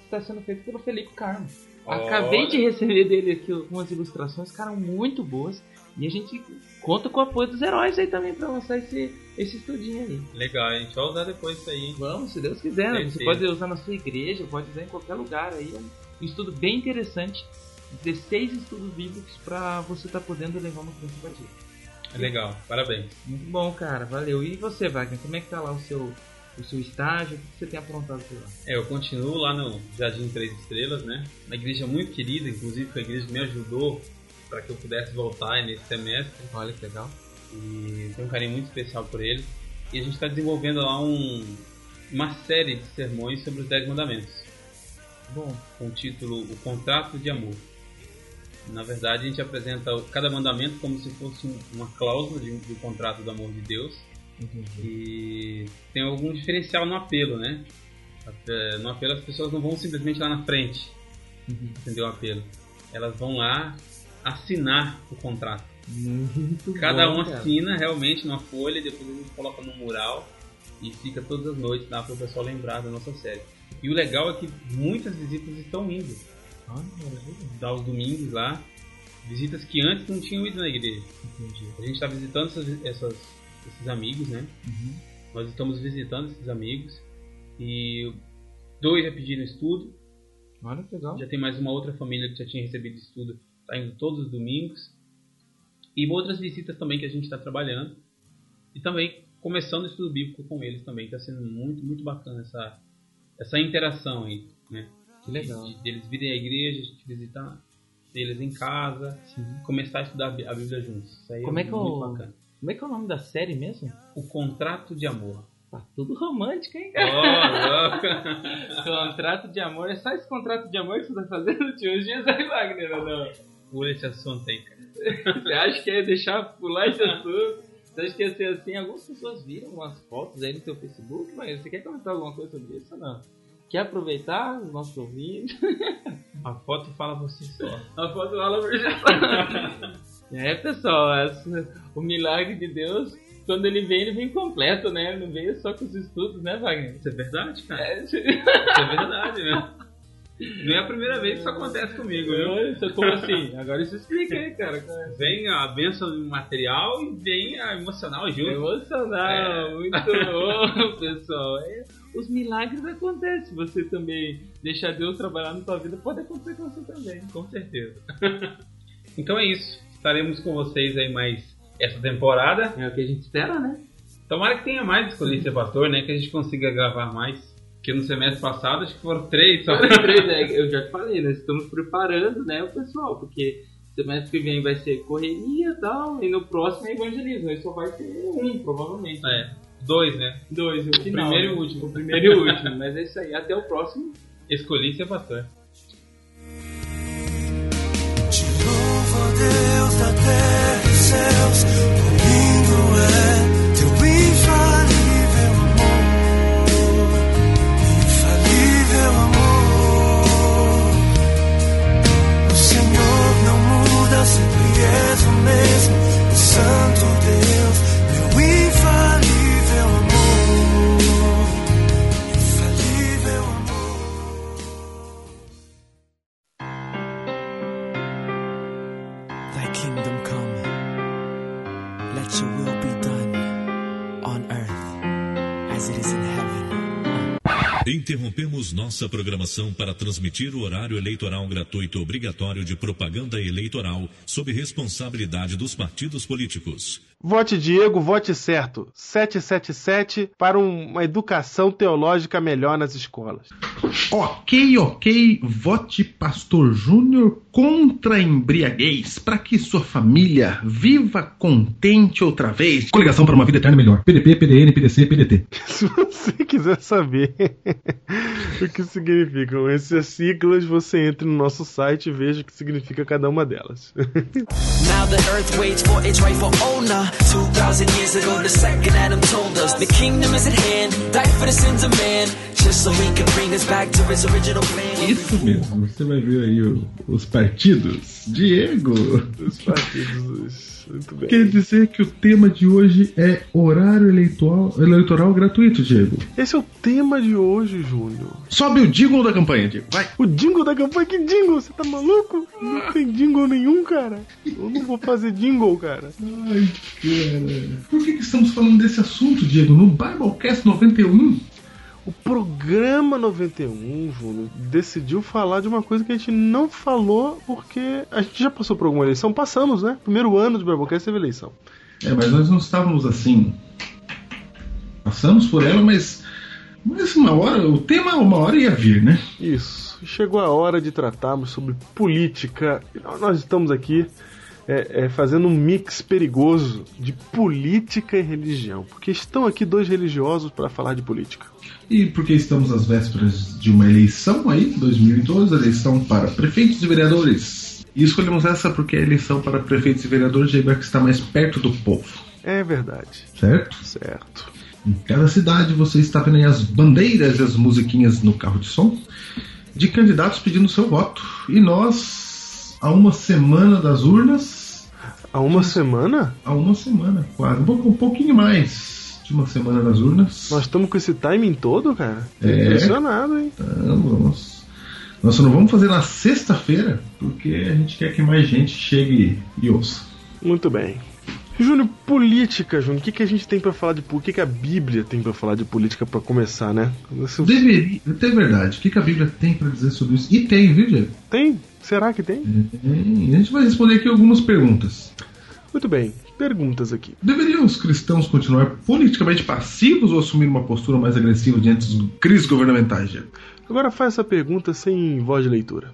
Speaker 7: está sendo feita pelo Felipe Carmo. Acabei
Speaker 5: Olha.
Speaker 7: de receber dele aqui algumas ilustrações, cara, muito boas. E a gente conta com o apoio dos heróis aí também para lançar esse, esse estudinho aí.
Speaker 5: Legal, a gente vai usar depois isso aí, hein?
Speaker 7: Vamos, se Deus quiser. né? Você
Speaker 5: Certeza.
Speaker 7: pode usar na sua igreja, pode usar em qualquer lugar aí. É um estudo bem interessante. 16 estudos bíblicos para você estar podendo levar uma criança pra gente.
Speaker 5: É Legal, parabéns.
Speaker 7: Muito bom, cara. Valeu. E você, Wagner, como é que tá lá o seu, o seu estágio? O que você tem aprontado por lá?
Speaker 5: É, eu continuo lá no Jardim Três Estrelas, né? Uma igreja muito querida, inclusive foi a igreja que me ajudou para que eu pudesse voltar nesse semestre.
Speaker 7: Olha que legal.
Speaker 5: E tenho um carinho muito especial por ele. E a gente está desenvolvendo lá um, uma série de sermões sobre os Dez Mandamentos.
Speaker 7: Bom,
Speaker 5: com o título O Contrato de Amor. Na verdade, a gente apresenta o- cada mandamento como se fosse um- uma cláusula de um, do contrato do amor de Deus. E tem algum diferencial no apelo, né? Até- No apelo, as pessoas não vão simplesmente lá na frente entender o apelo. Elas vão lá assinar o contrato.
Speaker 7: muito
Speaker 5: Cada
Speaker 7: bom,
Speaker 5: um
Speaker 7: cara.
Speaker 5: assina realmente numa folha, depois a gente coloca no mural e fica todas as noites lá para o pessoal lembrar da nossa série. E o legal é que muitas visitas estão indo dar os domingos lá. Visitas que antes não tinham ido na igreja. A gente está visitando essas, essas- esses amigos, né? Nós estamos visitando esses amigos. E dois já pediram estudo.
Speaker 7: Olha que legal.
Speaker 5: Já tem mais uma outra família que já tinha recebido estudo. Está indo todos os domingos. E outras visitas também que a gente está trabalhando. E também começando o estudo bíblico com eles também. Está sendo muito, muito bacana essa, essa interação aí, né?
Speaker 7: Que legal.
Speaker 5: De- Deles virem à igreja, a gente visitar eles em casa, começar a estudar a Bí- a Bíblia juntos. Isso aí
Speaker 7: Como
Speaker 5: é,
Speaker 7: é que
Speaker 5: muito
Speaker 7: eu-
Speaker 5: bacana.
Speaker 7: Como é que é o nome da série mesmo?
Speaker 5: O contrato de
Speaker 7: *laughs*
Speaker 5: amor.
Speaker 7: Tá tudo romântico, hein?
Speaker 5: Ó, louco.
Speaker 7: contrato de amor. É só esse contrato de amor que você tá fazendo de hoje, aí, né, Wagner, ou não?
Speaker 5: Pula esse assunto aí, cara. Ah.
Speaker 7: Você acha que é deixar pular esse assunto? Você acha que ia ser assim? Algumas pessoas viram umas fotos aí no seu Facebook, mas você quer comentar alguma coisa sobre isso ou não? Quer aproveitar o nosso ouvinte? *laughs*
Speaker 5: A foto fala você só.
Speaker 7: A foto fala por si *laughs* É, pessoal, essa- o milagre de Deus, quando ele vem, ele vem completo, né? Não veio só com os estudos, né, Wagner?
Speaker 5: Isso é verdade, cara.
Speaker 7: É, você-
Speaker 5: Isso é verdade mesmo. Não é a primeira vez que isso acontece comigo, viu?
Speaker 7: Então, como assim? Agora isso explica aí, cara.
Speaker 5: Vem a benção material e vem a emocional junto.
Speaker 7: Emocional,
Speaker 5: É.
Speaker 7: muito bom,
Speaker 5: *laughs*
Speaker 7: pessoal. É, os milagres acontecem. Você também deixar Deus trabalhar na sua vida pode acontecer com você também.
Speaker 5: Com certeza. Então é isso. Estaremos com vocês aí mais essa temporada.
Speaker 7: É o que a gente espera, né?
Speaker 5: Tomara que tenha mais escolhido ser pastor, né? Que a gente consiga gravar mais. Porque no semestre passado acho que foram três só.
Speaker 7: né? Eu já te falei, nós estamos preparando, né, o pessoal, porque semestre que vem vai ser correria e tal, e no próximo é evangelismo. Aí só vai ter um, provavelmente.
Speaker 5: É, dois, né?
Speaker 7: Dois, o final.
Speaker 5: primeiro e
Speaker 7: né?
Speaker 5: o último.
Speaker 7: O primeiro e o último, mas é isso aí. Até o próximo.
Speaker 5: Escolhi ser pastor.
Speaker 8: Te louvo, ó Deus da terra e céus, quão lindo é teu infalível amor, infalível amor. O Senhor não muda, sempre és o mesmo, o Santo Deus, meu infalível amor, infalível amor.
Speaker 9: Thy kingdom come. Let your will be done on earth as it is in heaven.
Speaker 10: Interrompemos nossa programação para transmitir o horário eleitoral gratuito obrigatório de propaganda eleitoral sob responsabilidade dos partidos políticos.
Speaker 2: Vote Diego, vote certo. 777 para um- uma educação teológica melhor nas escolas. *laughs*
Speaker 3: Ok, ok, vote Pastor Júnior contra a embriaguez para que sua família viva contente outra vez. Coligação para uma vida eterna melhor. PDP, PDN, PDC, PDT.
Speaker 2: Se você quiser saber *laughs* o que significam essas siglas, você entre no nosso site e veja o que significa cada uma delas. *laughs*
Speaker 9: Now the earth waits for its rightful owner. 2,000 years ago, the second Adam told us the kingdom is at hand. Died for the sins of man, just so he can bring us back to his original plan.
Speaker 3: Isso mesmo, você vai ver aí o- os partidos. Diego!
Speaker 2: Os partidos. Muito bem.
Speaker 3: Quer dizer que o tema de hoje é horário eleitoral, eleitoral gratuito, Diego.
Speaker 2: Esse é o tema de hoje, Júnior.
Speaker 3: Sobe o jingle da campanha, Diego. Vai!
Speaker 2: O jingle da campanha, que jingle? Você tá maluco? Não tem jingle nenhum, cara. Eu não vou fazer jingle, cara.
Speaker 3: Ai, cara. Por que, que estamos falando desse assunto, Diego? No Biblecast 91?
Speaker 2: O programa 91, Júnior, decidiu falar de uma coisa que a gente não falou porque a gente já passou por alguma eleição. Passamos, né? Primeiro ano de Biblecast teve eleição.
Speaker 3: É, mas nós não estávamos assim. Passamos por ela, mas. Mas uma hora. O tema uma hora ia vir, né?
Speaker 2: Isso. Chegou a hora de tratarmos sobre política. E nó- Nós estamos aqui é, é, fazendo um mix perigoso de política e religião. Porque estão aqui dois religiosos para falar de política.
Speaker 3: E porque estamos às vésperas de uma eleição aí, 2012, eleição para prefeitos e vereadores. E escolhemos essa porque é a eleição para prefeitos e vereadores de que está mais perto do povo,
Speaker 2: É verdade.
Speaker 3: certo?
Speaker 2: Certo.
Speaker 3: Em cada cidade você está vendo aí as bandeiras e as musiquinhas no carro de som de candidatos pedindo seu voto. E nós, a uma semana das urnas,
Speaker 2: Há uma semana,
Speaker 3: a uma semana quase, um pouco- um pouquinho mais de uma semana das urnas,
Speaker 2: nós estamos com esse timing todo, cara. Tô
Speaker 3: É.
Speaker 2: Impressionado, hein?
Speaker 3: Vamos, Nós, nós só não vamos fazer na sexta-feira, porque a gente quer que mais gente chegue e ouça.
Speaker 2: Muito bem. Júnior, política, Júnior, o que, que a gente tem pra falar de política? O que, que a Bíblia tem pra falar de política pra começar, né? Isso-
Speaker 3: Deveria, até verdade, o que, que a Bíblia tem pra dizer sobre isso? E tem, viu, Diego?
Speaker 2: Tem? Será que tem?
Speaker 3: Tem. A gente vai responder aqui algumas perguntas.
Speaker 2: Muito bem, perguntas aqui.
Speaker 3: Deveriam os cristãos continuar politicamente passivos ou assumir uma postura mais agressiva diante dos crises governamentais, Diego?
Speaker 2: Agora faz essa pergunta sem voz de leitura.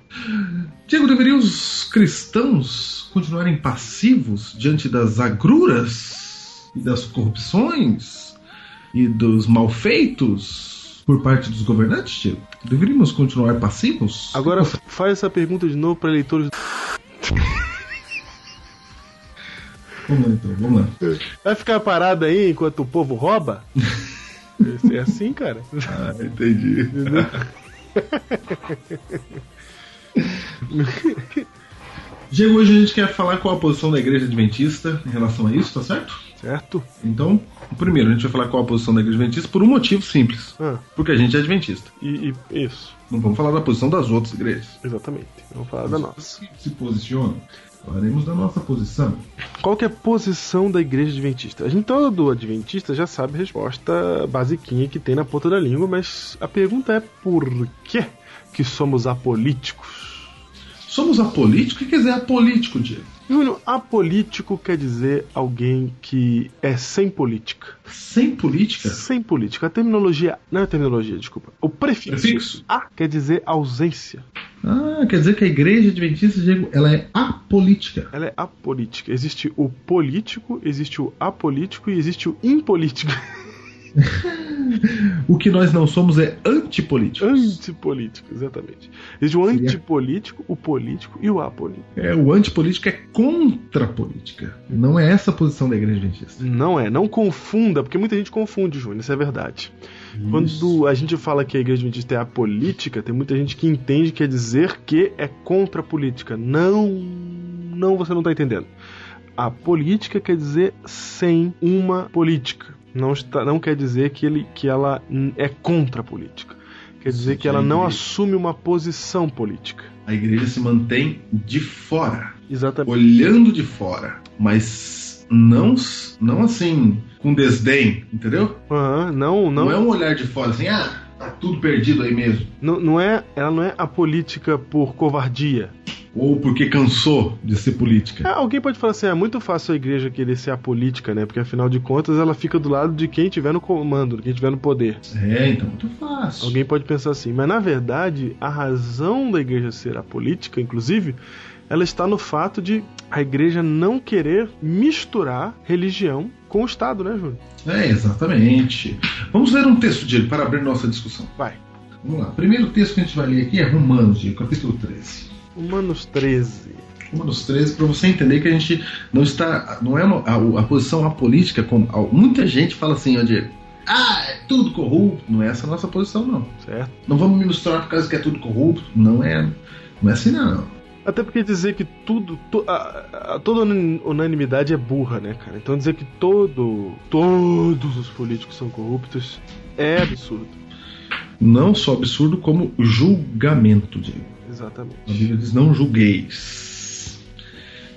Speaker 3: Diego, deveriam os cristãos continuarem passivos diante das agruras e das corrupções e dos malfeitos por parte dos governantes, Diego? Deveríamos continuar passivos?
Speaker 2: Agora *laughs* faz essa pergunta de novo pra leitores.
Speaker 3: Vamos lá, então, vamos lá.
Speaker 2: Vai ficar parado aí enquanto o povo rouba? Esse- É assim, cara.
Speaker 3: Ah, entendi. *laughs* Diego, hoje a gente quer falar qual a posição da igreja adventista em relação a isso, tá certo?
Speaker 2: Certo?
Speaker 3: Então, primeiro, a gente vai falar qual a posição da igreja adventista por um motivo simples.
Speaker 2: Ah,
Speaker 3: Porque a gente é adventista.
Speaker 2: e, e- isso,
Speaker 3: Não vamos falar da posição das outras igrejas.
Speaker 2: exatamente. Vamos falar da nossa.
Speaker 3: Que se posicionam, falaremos da nossa posição.
Speaker 2: Qual que é a posição da igreja adventista? A gente todo adventista já sabe a resposta basiquinha que tem na ponta da língua, mas a pergunta é por que que somos apolíticos?
Speaker 3: Somos apolítico? O que quer dizer apolítico, Diego?
Speaker 2: Júnior, apolítico quer dizer alguém que é sem política.
Speaker 3: Sem política?
Speaker 2: Sem política. A terminologia. Não é a terminologia, desculpa. O prefixo.
Speaker 3: Prefixo.
Speaker 2: A quer dizer ausência.
Speaker 3: Ah, quer dizer que a igreja adventista, Diego, ela é apolítica.
Speaker 2: Ela é apolítica. Existe o político, existe o apolítico e existe o impolítico.
Speaker 3: O que nós não somos é antipolítico.
Speaker 2: Antipolítico, exatamente. Existe o antipolítico, o político e o apolítico.
Speaker 3: É, o antipolítico é contra a política. Não é essa a posição da igreja adventista.
Speaker 2: Não é, não confunda, porque muita gente confunde, Júnior, isso é verdade. Quando a gente fala que a igreja adventista é apolítica, tem muita gente que entende que quer dizer que é contra a política. Não, não, você não está entendendo. A política quer dizer sem uma política. Não, está, não quer dizer que, ele, que ela hum, é contra a política. Quer dizer que ela não assume uma posição política.
Speaker 3: A igreja se mantém de fora.
Speaker 2: Exatamente.
Speaker 3: olhando de fora, mas não, não assim, com desdém, entendeu?
Speaker 2: Aham, não, não.
Speaker 3: Não, é um é olhar de fora assim, ah, Tá tudo perdido aí mesmo.
Speaker 2: Não, não é, ela não é a política por covardia.
Speaker 3: Ou porque cansou de ser política.
Speaker 2: Ah, alguém pode falar assim, é muito fácil a igreja querer ser a política, né? Porque afinal de contas ela fica do lado de quem tiver no comando, de quem tiver no poder.
Speaker 3: É, então muito fácil.
Speaker 2: Alguém pode pensar assim, mas na verdade a razão da igreja ser a política, inclusive, ela está no fato de a igreja não querer misturar religião com o Estado, né, Júlio?
Speaker 3: É, exatamente. Vamos ler um texto, Diego, para abrir nossa discussão.
Speaker 2: Vai.
Speaker 3: Vamos lá. Primeiro texto que a gente vai ler aqui é Romanos, Diego, capítulo 13.
Speaker 2: Humanos 13.
Speaker 3: Romanos 13, para você entender que a gente não está. Não é uma- a, a posição apolítica, como a- muita gente fala assim, ó, Diego. Ah, é tudo corrupto. Não é essa a nossa posição, não.
Speaker 2: Certo?
Speaker 3: Não vamos me misturar por causa que é tudo corrupto. Não é. Não é assim, não.
Speaker 2: Até porque dizer que tudo. to- a- a- toda unan- unanimidade é burra, né, cara? Então dizer que todo. Todos os políticos são corruptos é absurdo.
Speaker 3: Não só absurdo, como julgamento, Diego. A
Speaker 2: Exatamente.
Speaker 3: Bíblia diz: não julgueis.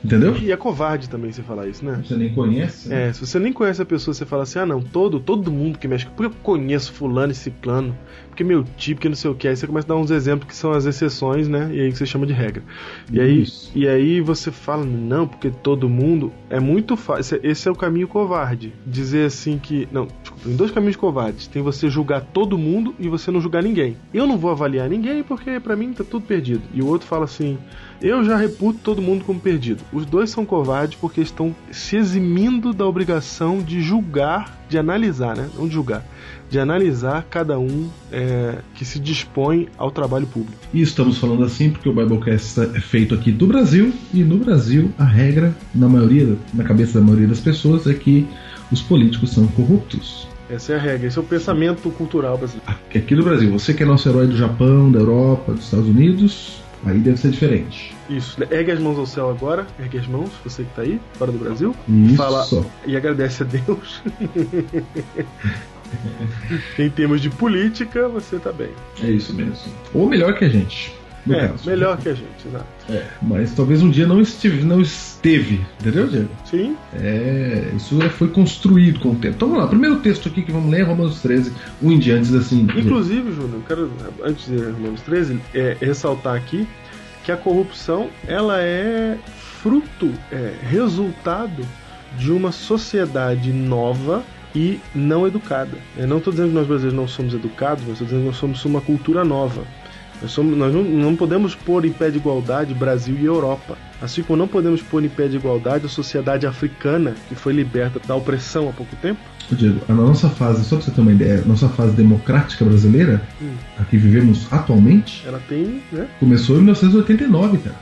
Speaker 3: Entendeu?
Speaker 2: E é covarde também você falar isso, né?
Speaker 3: Você nem conhece?
Speaker 2: É, se você nem conhece a pessoa, você fala assim, ah não, todo, todo mundo que mexe, porque eu conheço fulano e ciclano, porque meu tio, porque não sei o que, aí você começa a dar uns exemplos que são as exceções, né? E aí que você chama de regra. E aí,
Speaker 3: Isso.
Speaker 2: e aí você fala, não, porque todo mundo é muito fácil. Esse é o caminho covarde. Dizer assim que. Não, desculpa, tem dois caminhos covardes. Tem você julgar todo mundo e você não julgar ninguém. Eu não vou avaliar ninguém porque pra mim tá tudo perdido. E o outro fala assim. Eu já reputo todo mundo como perdido. Os dois são covardes porque estão se eximindo da obrigação de julgar, de analisar, né? Não de julgar. De analisar cada um é, que se dispõe ao trabalho público.
Speaker 3: E estamos falando assim porque o Biblecast é feito aqui do Brasil e no Brasil a regra, na maioria, na cabeça da maioria das pessoas, é que os políticos são corruptos.
Speaker 2: Essa é a regra, esse é o pensamento cultural brasileiro.
Speaker 3: Aqui, aqui no Brasil, você que é nosso herói do Japão, da Europa, dos Estados Unidos, aí deve ser diferente.
Speaker 2: Isso. né? Ergue as mãos ao céu agora. Ergue as mãos, você que tá aí, fora do Brasil.
Speaker 3: Isso.
Speaker 2: Fala e agradece a Deus. *laughs* em termos de política, você tá bem.
Speaker 3: É isso mesmo. Ou melhor que a gente. No
Speaker 2: é,
Speaker 3: caso.
Speaker 2: melhor que a gente, exato.
Speaker 3: Mas talvez um dia não estive, não esteve, entendeu, Diego?
Speaker 2: Sim,
Speaker 3: É, isso é- foi construído com o tempo. Então vamos lá, primeiro texto aqui que vamos ler é Romanos 13, o em diante diz assim.
Speaker 2: Inclusive, Júnior, eu quero, antes de ler Romanos 13, é, ressaltar aqui que a corrupção ela é fruto, é resultado de uma sociedade nova e não educada. Eu não estou dizendo que nós brasileiros não somos educados, mas estou dizendo que nós somos uma cultura nova. Nós, somos- nós não, não podemos pôr em pé de igualdade Brasil e Europa. Assim como não podemos pôr em pé de igualdade a sociedade africana, que foi liberta da opressão há pouco tempo.
Speaker 3: Ô, Diego, a nossa fase, só pra você ter uma ideia, a nossa fase democrática brasileira,
Speaker 2: Hum.
Speaker 3: a que vivemos atualmente,
Speaker 2: Ela tem, né?
Speaker 3: começou em 1989, cara.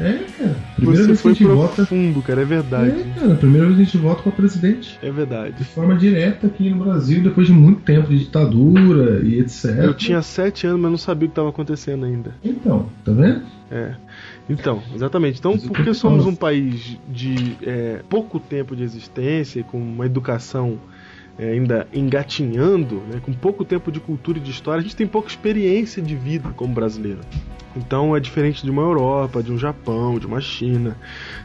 Speaker 3: É, cara. Primeira
Speaker 2: Você
Speaker 3: vez que a
Speaker 2: foi
Speaker 3: gente vota.
Speaker 2: profundo, cara, é verdade.
Speaker 3: É, cara, primeira vez que a gente vota com a presidente.
Speaker 2: É
Speaker 3: De
Speaker 2: verdade.
Speaker 3: forma direta aqui no Brasil, depois de muito tempo de ditadura e etc.
Speaker 2: Eu tinha sete anos, mas não sabia o que estava acontecendo ainda.
Speaker 3: Então, tá vendo?
Speaker 2: É. Então, exatamente. Então,
Speaker 3: Mas o
Speaker 2: porque
Speaker 3: que
Speaker 2: somos
Speaker 3: fala?
Speaker 2: um país de é, pouco tempo de existência, e com uma educação é, ainda engatinhando, né, com pouco tempo de cultura e de história, a gente tem pouca experiência de vida como brasileiro. Então, é diferente de uma Europa, de um Japão, de uma China,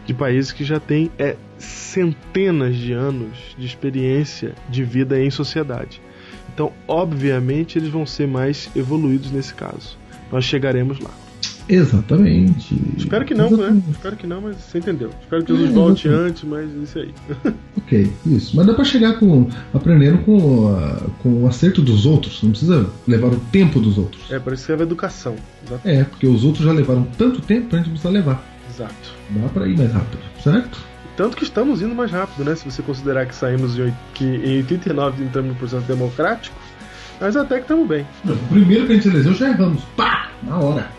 Speaker 2: de países que já têm é, centenas de anos de experiência de vida em sociedade. Então, obviamente, eles vão ser mais evoluídos nesse caso. Nós chegaremos lá.
Speaker 3: Exatamente.
Speaker 2: Espero que não, né?
Speaker 3: Exatamente.
Speaker 2: Espero que não, mas você entendeu. Espero que Jesus
Speaker 3: É,
Speaker 2: *laughs* volte
Speaker 3: exatamente.
Speaker 2: antes, mas isso aí.
Speaker 3: Ok, isso. Mas dá pra chegar com. aprendendo com, a- com o acerto dos outros. Não precisa levar o tempo dos outros.
Speaker 2: É, para isso serve a educação. Exato.
Speaker 3: É, porque os outros já levaram tanto tempo que a gente precisa levar.
Speaker 2: Exato.
Speaker 3: Dá pra ir mais rápido, certo?
Speaker 2: Tanto que estamos indo mais rápido, né? Se você considerar que saímos em, oit- que em 89 entramos no processo democrático, mas até que estamos bem.
Speaker 3: O primeiro que a gente elegeu já erramos. Pá! Na hora.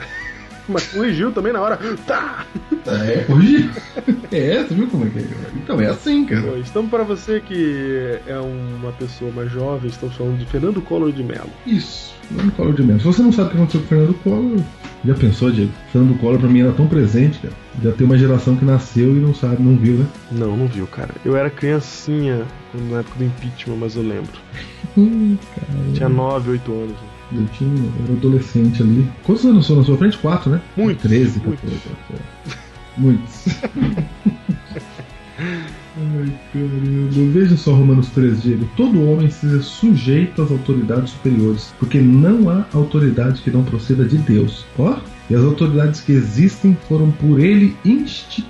Speaker 2: Mas corrigiu também na hora. Tá!
Speaker 3: É, corrigir. *laughs* É, você viu como é que é? Então é assim, cara.
Speaker 2: Bom, estamos para você que é uma pessoa mais jovem, estamos falando de Fernando Collor de Mello.
Speaker 3: Isso. Fernando Collor de Mello. Se você não sabe o que aconteceu com o Fernando Collor, já pensou, Diego? Fernando Collor pra mim era tão presente, cara. Já tem uma geração que nasceu e não sabe, não viu, né?
Speaker 2: Não, não viu, cara. Eu era criancinha quando- na época do impeachment, mas eu lembro.
Speaker 3: Hum,
Speaker 2: Tinha 9, 8 anos.
Speaker 3: Eu tinha, eu era adolescente ali. Quantos anos são na sua frente? Quatro, né?
Speaker 2: Muitos,
Speaker 3: 13,
Speaker 2: muitos.
Speaker 3: 14. é. Muitos. Ai, caramba. Veja só Romanos 3, Diego. Todo homem seja sujeito às autoridades superiores, porque não há autoridade que não proceda de Deus. Ó, e as autoridades que existem foram por ele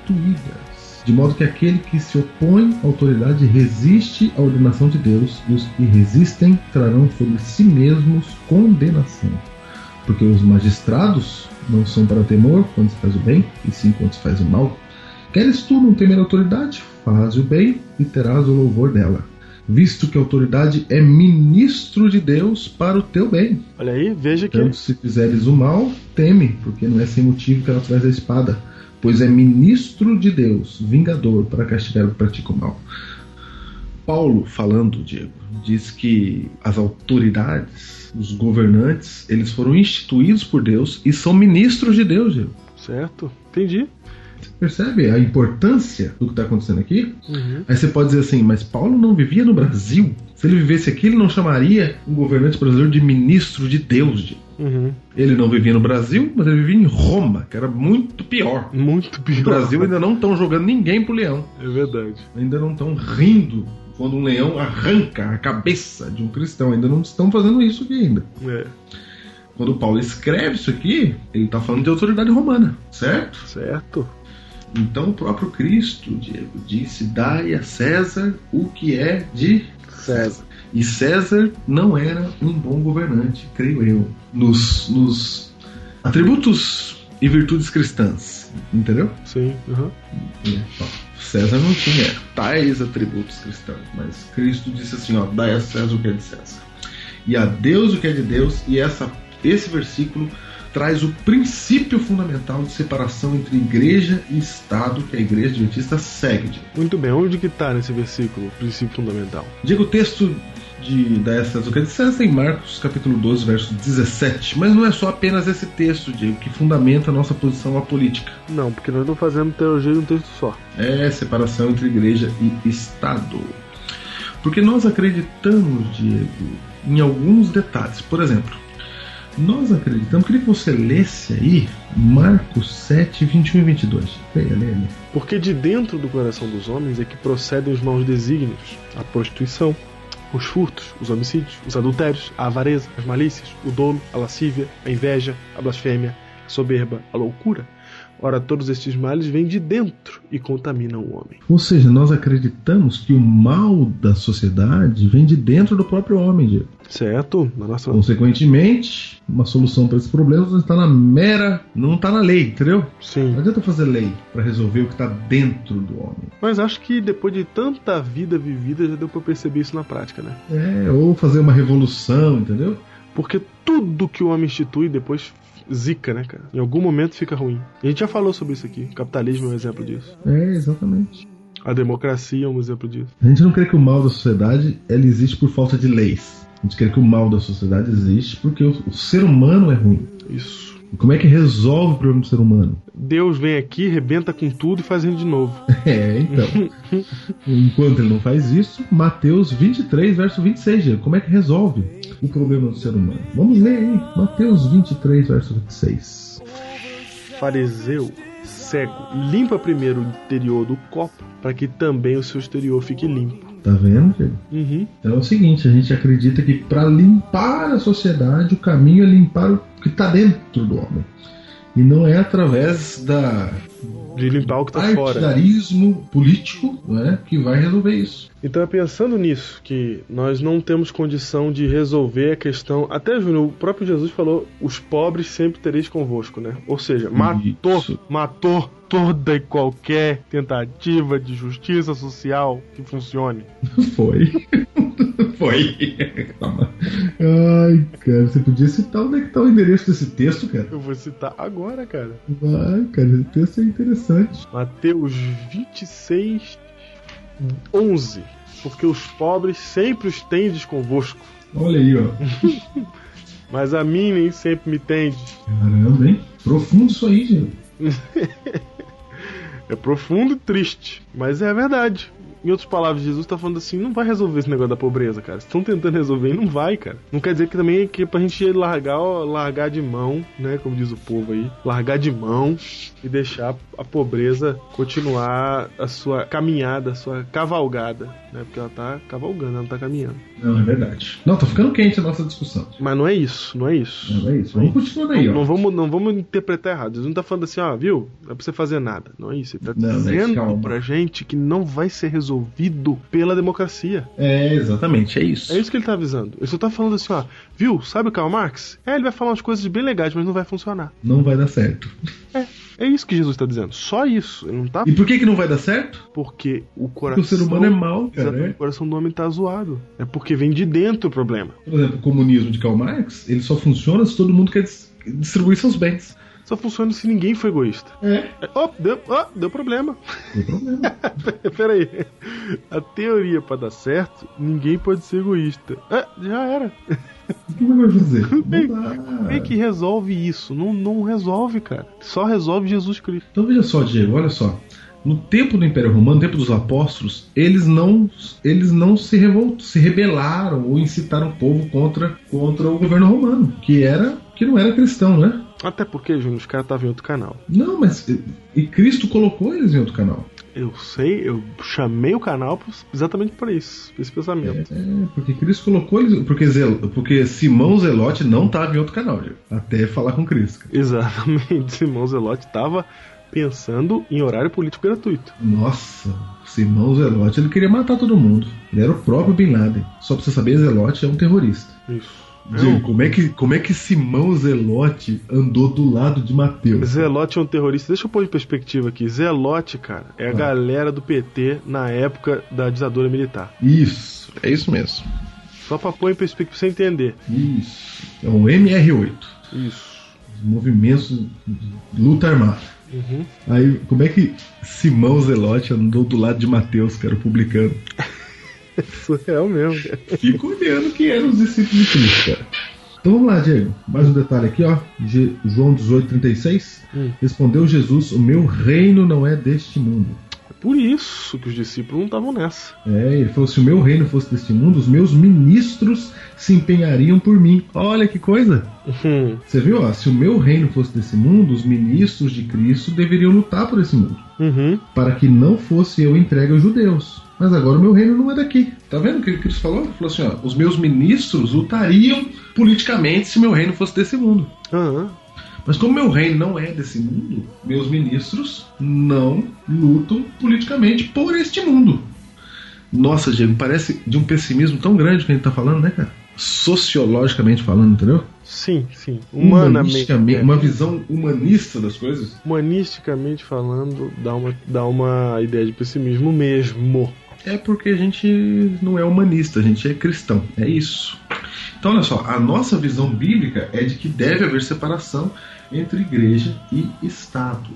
Speaker 3: instituídas. De modo que aquele que se opõe à autoridade resiste à ordenação de Deus, e os que resistem trarão sobre si mesmos condenação. Porque os magistrados não são para temor quando se faz o bem, e sim quando se faz o mal. Queres tu não temer a autoridade? Faz o bem e terás o louvor dela. Visto que a autoridade é ministro de Deus para o teu bem.
Speaker 2: Olha aí, veja que.
Speaker 3: Então, se fizeres o mal, teme, porque não é sem motivo que ela traz a espada, pois é ministro de Deus, vingador, para castigar o que pratica o mal. Paulo, falando, Diego, diz que as autoridades, os governantes, eles foram instituídos por Deus e são ministros de Deus, Diego.
Speaker 2: Certo? Entendi.
Speaker 3: Você percebe a importância do que está acontecendo aqui? Aí você pode dizer assim, mas Paulo não vivia no Brasil. Se ele vivesse aqui, ele não chamaria um governante brasileiro de ministro de Deus, Diego.
Speaker 2: Uhum.
Speaker 3: Ele não vivia no Brasil, mas ele vivia em Roma, que era muito pior.
Speaker 2: Muito pior.
Speaker 3: No Brasil ainda não estão jogando ninguém pro leão.
Speaker 2: É verdade.
Speaker 3: Ainda não estão rindo quando um leão arranca a cabeça de um cristão. Ainda não estão fazendo isso aqui ainda.
Speaker 2: É,
Speaker 3: Quando Paulo escreve isso aqui, ele está falando de autoridade romana, certo?
Speaker 2: certo.
Speaker 3: Então o próprio Cristo, Diego, disse: Dai a César o que é de César. E César não era um bom governante, creio eu, nos, nos atributos e virtudes cristãs, entendeu?
Speaker 2: Sim. Uhum.
Speaker 3: Né? César não tinha tais atributos cristãos, mas Cristo disse assim, ó, dai a César o que é de César. E a Deus o que é de Deus, e essa, esse versículo traz o princípio fundamental de separação entre igreja e Estado que a igreja adventista segue. Diego.
Speaker 2: Muito bem, onde que tá nesse versículo? o Princípio fundamental.
Speaker 3: Diga o texto de da essa do que é de César em Marcos capítulo 12, verso 17, mas não é só apenas esse texto, Diego, que fundamenta a nossa posição apolítica.
Speaker 2: Não, porque nós não fazemos teologia em um texto só.
Speaker 3: É separação entre igreja e Estado. Porque nós acreditamos, Diego, em alguns detalhes. Por exemplo, nós acreditamos, queria que você lesse aí Marcos 7, 21 e 22. Leia, leia, leia.
Speaker 2: Porque de dentro do coração dos homens é que procedem os maus desígnios, a prostituição, os furtos, os homicídios, os adultérios, a avareza, as malícias, o dolo, a lascívia, a inveja, a blasfêmia, a soberba, a loucura. Ora, todos estes males vêm de dentro e contaminam o homem.
Speaker 3: Ou seja, nós acreditamos que o mal da sociedade vem de dentro do próprio homem, Diego.
Speaker 2: Certo? Na nossa.
Speaker 3: Consequentemente, uma solução para esses problemas não está na mera, não está na lei, entendeu? Não
Speaker 2: Sim.
Speaker 3: adianta fazer lei para resolver o que está dentro do homem.
Speaker 2: Mas acho que depois de tanta vida vivida já deu pra perceber isso na prática, né?
Speaker 3: É, ou fazer uma revolução, entendeu?
Speaker 2: Porque tudo que o homem institui depois zica, né, cara? Em algum momento fica ruim. A gente já falou sobre isso aqui. O capitalismo é um exemplo disso.
Speaker 3: É, exatamente.
Speaker 2: A democracia é um exemplo disso.
Speaker 3: A gente não crê que o mal da sociedade ela existe por falta de leis. A gente crê que o mal da sociedade existe porque o, o ser humano é ruim.
Speaker 2: Isso.
Speaker 3: E como é que resolve o problema do ser humano? *laughs*
Speaker 2: Deus vem aqui, rebenta com tudo e faz ele de novo.
Speaker 3: É, então. Enquanto ele não faz isso, Mateus 23, verso 26, Diego, como é que resolve o problema do ser humano? Vamos ler aí, Mateus 23, verso 26.
Speaker 2: fariseu, cego, limpa primeiro o interior do copo, para que também o seu exterior fique limpo.
Speaker 3: Tá vendo, Diego?
Speaker 2: Uhum.
Speaker 3: Então é o seguinte, a gente acredita que para limpar a sociedade, o caminho é limpar o que está dentro do homem. E não é através da
Speaker 2: De limpar o que tá fora.
Speaker 3: partidarismo político né, que vai resolver isso. *laughs*
Speaker 2: Então é pensando nisso, que nós não temos condição de resolver a questão. Até Júnior, o próprio Jesus falou: os pobres sempre tereis convosco, né? Ou seja, matou,
Speaker 3: Isso.
Speaker 2: matou toda e qualquer tentativa de justiça social que funcione.
Speaker 3: Foi. *laughs* Foi. Calma. Ai, cara, você podia citar onde é que tá o endereço desse texto, cara?
Speaker 2: Eu vou citar agora, cara.
Speaker 3: Vai, cara, esse texto é interessante.
Speaker 2: Mateus 26, 11. Porque os pobres sempre os tendes convosco,
Speaker 3: Olha aí, ó.
Speaker 2: mas a mim nem sempre me tendes.
Speaker 3: Caramba, hein? Profundo isso aí, Diego.
Speaker 2: É profundo e triste, mas é a verdade. em outras palavras, Jesus tá falando assim: não vai resolver esse negócio da pobreza, cara. Estão tentando resolver e não vai, cara. Não quer dizer que também é que é pra gente largar, ó, largar de mão, né? Como diz o povo aí, largar de mão e deixar a pobreza continuar a sua caminhada, a sua cavalgada, né? Porque ela tá cavalgando, ela não tá caminhando.
Speaker 3: Não, é verdade. Não, tá ficando quente a nossa discussão.
Speaker 2: Mas não é isso, não é isso.
Speaker 3: Não é isso. Vamos continuar aí, ó.
Speaker 2: Não vamos, não vamos interpretar errado. Ele não tá falando assim, ó, viu? Não é pra você fazer nada. Não é isso. Ele tá
Speaker 3: Não, mas
Speaker 2: dizendo
Speaker 3: calma.
Speaker 2: pra gente que não vai ser resolvido pela democracia.
Speaker 3: É, exatamente, é isso.
Speaker 2: É isso que ele tá avisando. Ele só tá falando assim, ó, viu? Sabe o Karl Marx? É, ele vai falar umas coisas bem legais, mas não vai funcionar.
Speaker 3: Não vai dar certo.
Speaker 2: É isso que Jesus tá dizendo. Só isso. Ele não tá
Speaker 3: E por que que não vai dar certo?
Speaker 2: porque o coração.
Speaker 3: Porque o ser humano é mau,
Speaker 2: Exato,
Speaker 3: cara.
Speaker 2: O
Speaker 3: é.
Speaker 2: coração do homem tá zoado. É porque vem de dentro o problema.
Speaker 3: Por exemplo, o comunismo de Karl Marx, ele só funciona se todo mundo quer dis- distribuir seus bens.
Speaker 2: Só funciona se ninguém for egoísta.
Speaker 3: É,
Speaker 2: É, Ó, deu, ó, deu problema.
Speaker 3: não tem problema.
Speaker 2: *laughs* Peraí. A teoria pra dar certo, ninguém pode ser egoísta. É, já era.
Speaker 3: O que vai fazer?
Speaker 2: *laughs* Bem-
Speaker 3: Não
Speaker 2: Como é
Speaker 3: dá.
Speaker 2: que resolve isso? Não, não resolve, cara. Só resolve Jesus Cristo.
Speaker 3: Então veja só, Diego, olha só. No tempo do Império Romano, no tempo dos apóstolos, eles não, eles não se, revolt, se rebelaram ou incitaram o povo contra, contra o governo romano, que era que não era cristão, né?
Speaker 2: Até porque, Júnior, os caras estavam em outro canal.
Speaker 3: Não, mas e- e Cristo colocou eles em outro canal.
Speaker 2: Eu sei, eu chamei o canal pra- exatamente por isso, pra esse pensamento.
Speaker 3: É, porque Cristo colocou eles, porque Zel- porque Simão Zelote não estava em outro canal, Diego, até falar com Cristo.
Speaker 2: É.
Speaker 3: cara.
Speaker 2: Exatamente, *laughs* Simão Zelote tava pensando em horário político gratuito.
Speaker 3: Nossa, Simão Zelote, ele queria matar todo mundo. Ele era o próprio Bin Laden. Só pra você saber, Zelote é um terrorista.
Speaker 2: Isso.
Speaker 3: Digo, como é, que, como é que Simão Zelote andou do lado de Mateus?
Speaker 2: Zelote é um terrorista. Deixa eu pôr em perspectiva aqui. Zelote, cara, é a galera do PT na época da ditadura militar.
Speaker 3: Isso, é isso mesmo.
Speaker 2: Só pra pôr em perspectiva pra você entender.
Speaker 3: Isso. É um MR8.
Speaker 2: Isso.
Speaker 3: os Movimentos de luta armada.
Speaker 2: Uhum.
Speaker 3: Aí, como é que Simão Zelote andou do lado de Mateus, cara, o publicano?
Speaker 2: Surreal mesmo, cara.
Speaker 3: Fico olhando quem eram os discípulos de Cristo, cara. Então vamos lá, Diego. Mais um detalhe aqui, ó. Je- João 18, 36.
Speaker 2: Hum.
Speaker 3: Respondeu Jesus: O meu reino não é deste mundo.
Speaker 2: Por isso que os discípulos não estavam nessa.
Speaker 3: É, ele falou: se o meu reino fosse deste mundo, os meus ministros se empenhariam por mim. Olha que coisa!
Speaker 2: Hum.
Speaker 3: Você viu? Ó, se o meu reino fosse desse mundo, os ministros de Cristo deveriam lutar por esse mundo,
Speaker 2: Uhum.
Speaker 3: para que não fosse eu entregue aos judeus. Mas agora o meu reino não é daqui. Tá vendo o que Cristo falou? Ele falou assim: ó, os meus ministros lutariam politicamente se meu reino fosse desse mundo.
Speaker 2: Aham.
Speaker 3: Mas como meu reino não é desse mundo, meus ministros não lutam politicamente por este mundo. Nossa, Diego, parece de um pessimismo tão grande que a gente tá falando, né, cara? Sociologicamente falando, entendeu?
Speaker 2: Sim, sim. Humanamente. né?
Speaker 3: Humanisticamente, Uma visão humanista das coisas.
Speaker 2: Humanisticamente falando, dá uma, dá uma ideia de pessimismo mesmo.
Speaker 3: É porque a gente não é humanista, a gente é cristão. É isso. Então, olha só, a nossa visão bíblica é de que deve haver separação entre igreja e Estado.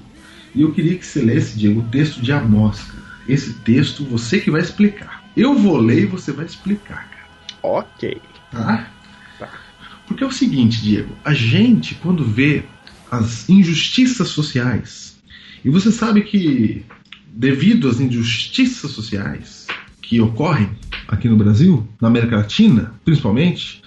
Speaker 3: E eu queria que você lesse, Diego, o texto de Amós. cara. Esse texto você que vai explicar. Eu vou ler e você vai explicar, cara.
Speaker 2: Ok.
Speaker 3: Tá? Porque é o seguinte, Diego, a gente quando vê as injustiças sociais, e você sabe que devido às injustiças sociais que ocorrem aqui no Brasil, na América Latina, principalmente,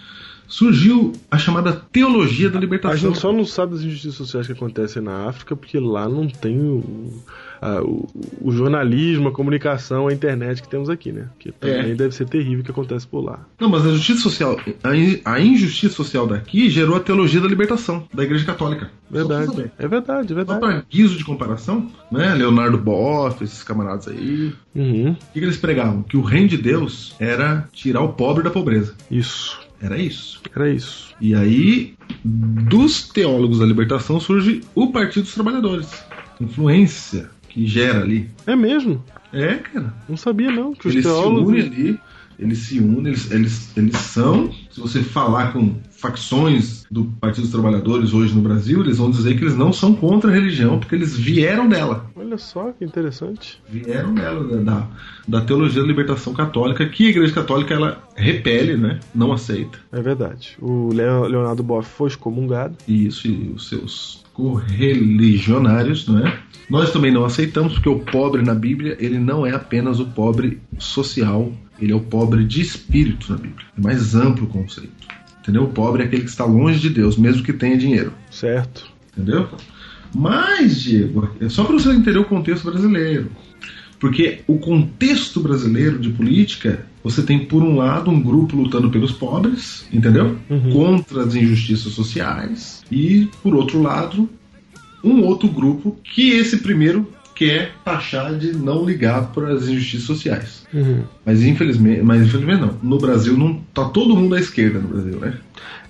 Speaker 3: surgiu a chamada teologia da
Speaker 2: A
Speaker 3: libertação.
Speaker 2: gente só não sabe das injustiças sociais que acontecem na África porque lá não tem o, a- o- o jornalismo, a comunicação, a internet que temos aqui, né? Que
Speaker 3: É.
Speaker 2: também deve ser terrível o que acontece por lá.
Speaker 3: Não, mas a justiça social, a in- a injustiça social daqui gerou a teologia da libertação da Igreja Católica. Só pra você saber.
Speaker 2: Verdade. É verdade, é
Speaker 3: Só
Speaker 2: verdade.
Speaker 3: para guiso de comparação, né? Leonardo Boff, esses camaradas aí.
Speaker 2: Uhum.
Speaker 3: O que, que eles pregavam? Que o reino de Deus era tirar o pobre da pobreza.
Speaker 2: Isso.
Speaker 3: Era isso.
Speaker 2: Era isso.
Speaker 3: E aí, dos teólogos da libertação surge o Partido dos Trabalhadores. Influência que gera ali.
Speaker 2: É mesmo.
Speaker 3: É, cara.
Speaker 2: Não sabia não que os
Speaker 3: Eles se
Speaker 2: teólogos...
Speaker 3: unem ali. Eles se unem, eles, eles, eles são. Se você falar com facções do Partido dos Trabalhadores hoje no Brasil, eles vão dizer que eles não são contra a religião, porque eles vieram dela.
Speaker 2: Olha Olha só que interessante.
Speaker 3: vieram dela, né, da, da teologia da libertação católica, que a igreja católica ela repele, né? Não aceita.
Speaker 2: É verdade. O Leo- Leonardo Boff foi excomungado.
Speaker 3: E isso e os seus correligionários, não é? Nós também não aceitamos, porque o pobre na Bíblia, ele não é apenas o pobre social, ele é o pobre de espírito na Bíblia. É mais amplo o conceito. Entendeu? O pobre é aquele que está longe de Deus, mesmo que tenha dinheiro.
Speaker 2: Certo.
Speaker 3: Entendeu? Mas, Diego, é só para você entender o contexto brasileiro. Porque o contexto brasileiro de política, você tem, por um lado, um grupo lutando pelos pobres, entendeu? Contra as injustiças sociais. E, por outro lado, um outro grupo que esse primeiro quer taxar de não ligar para as injustiças sociais. Mas, infelizmente, mas infelizmente não. No Brasil, não tá todo mundo à esquerda no Brasil, né?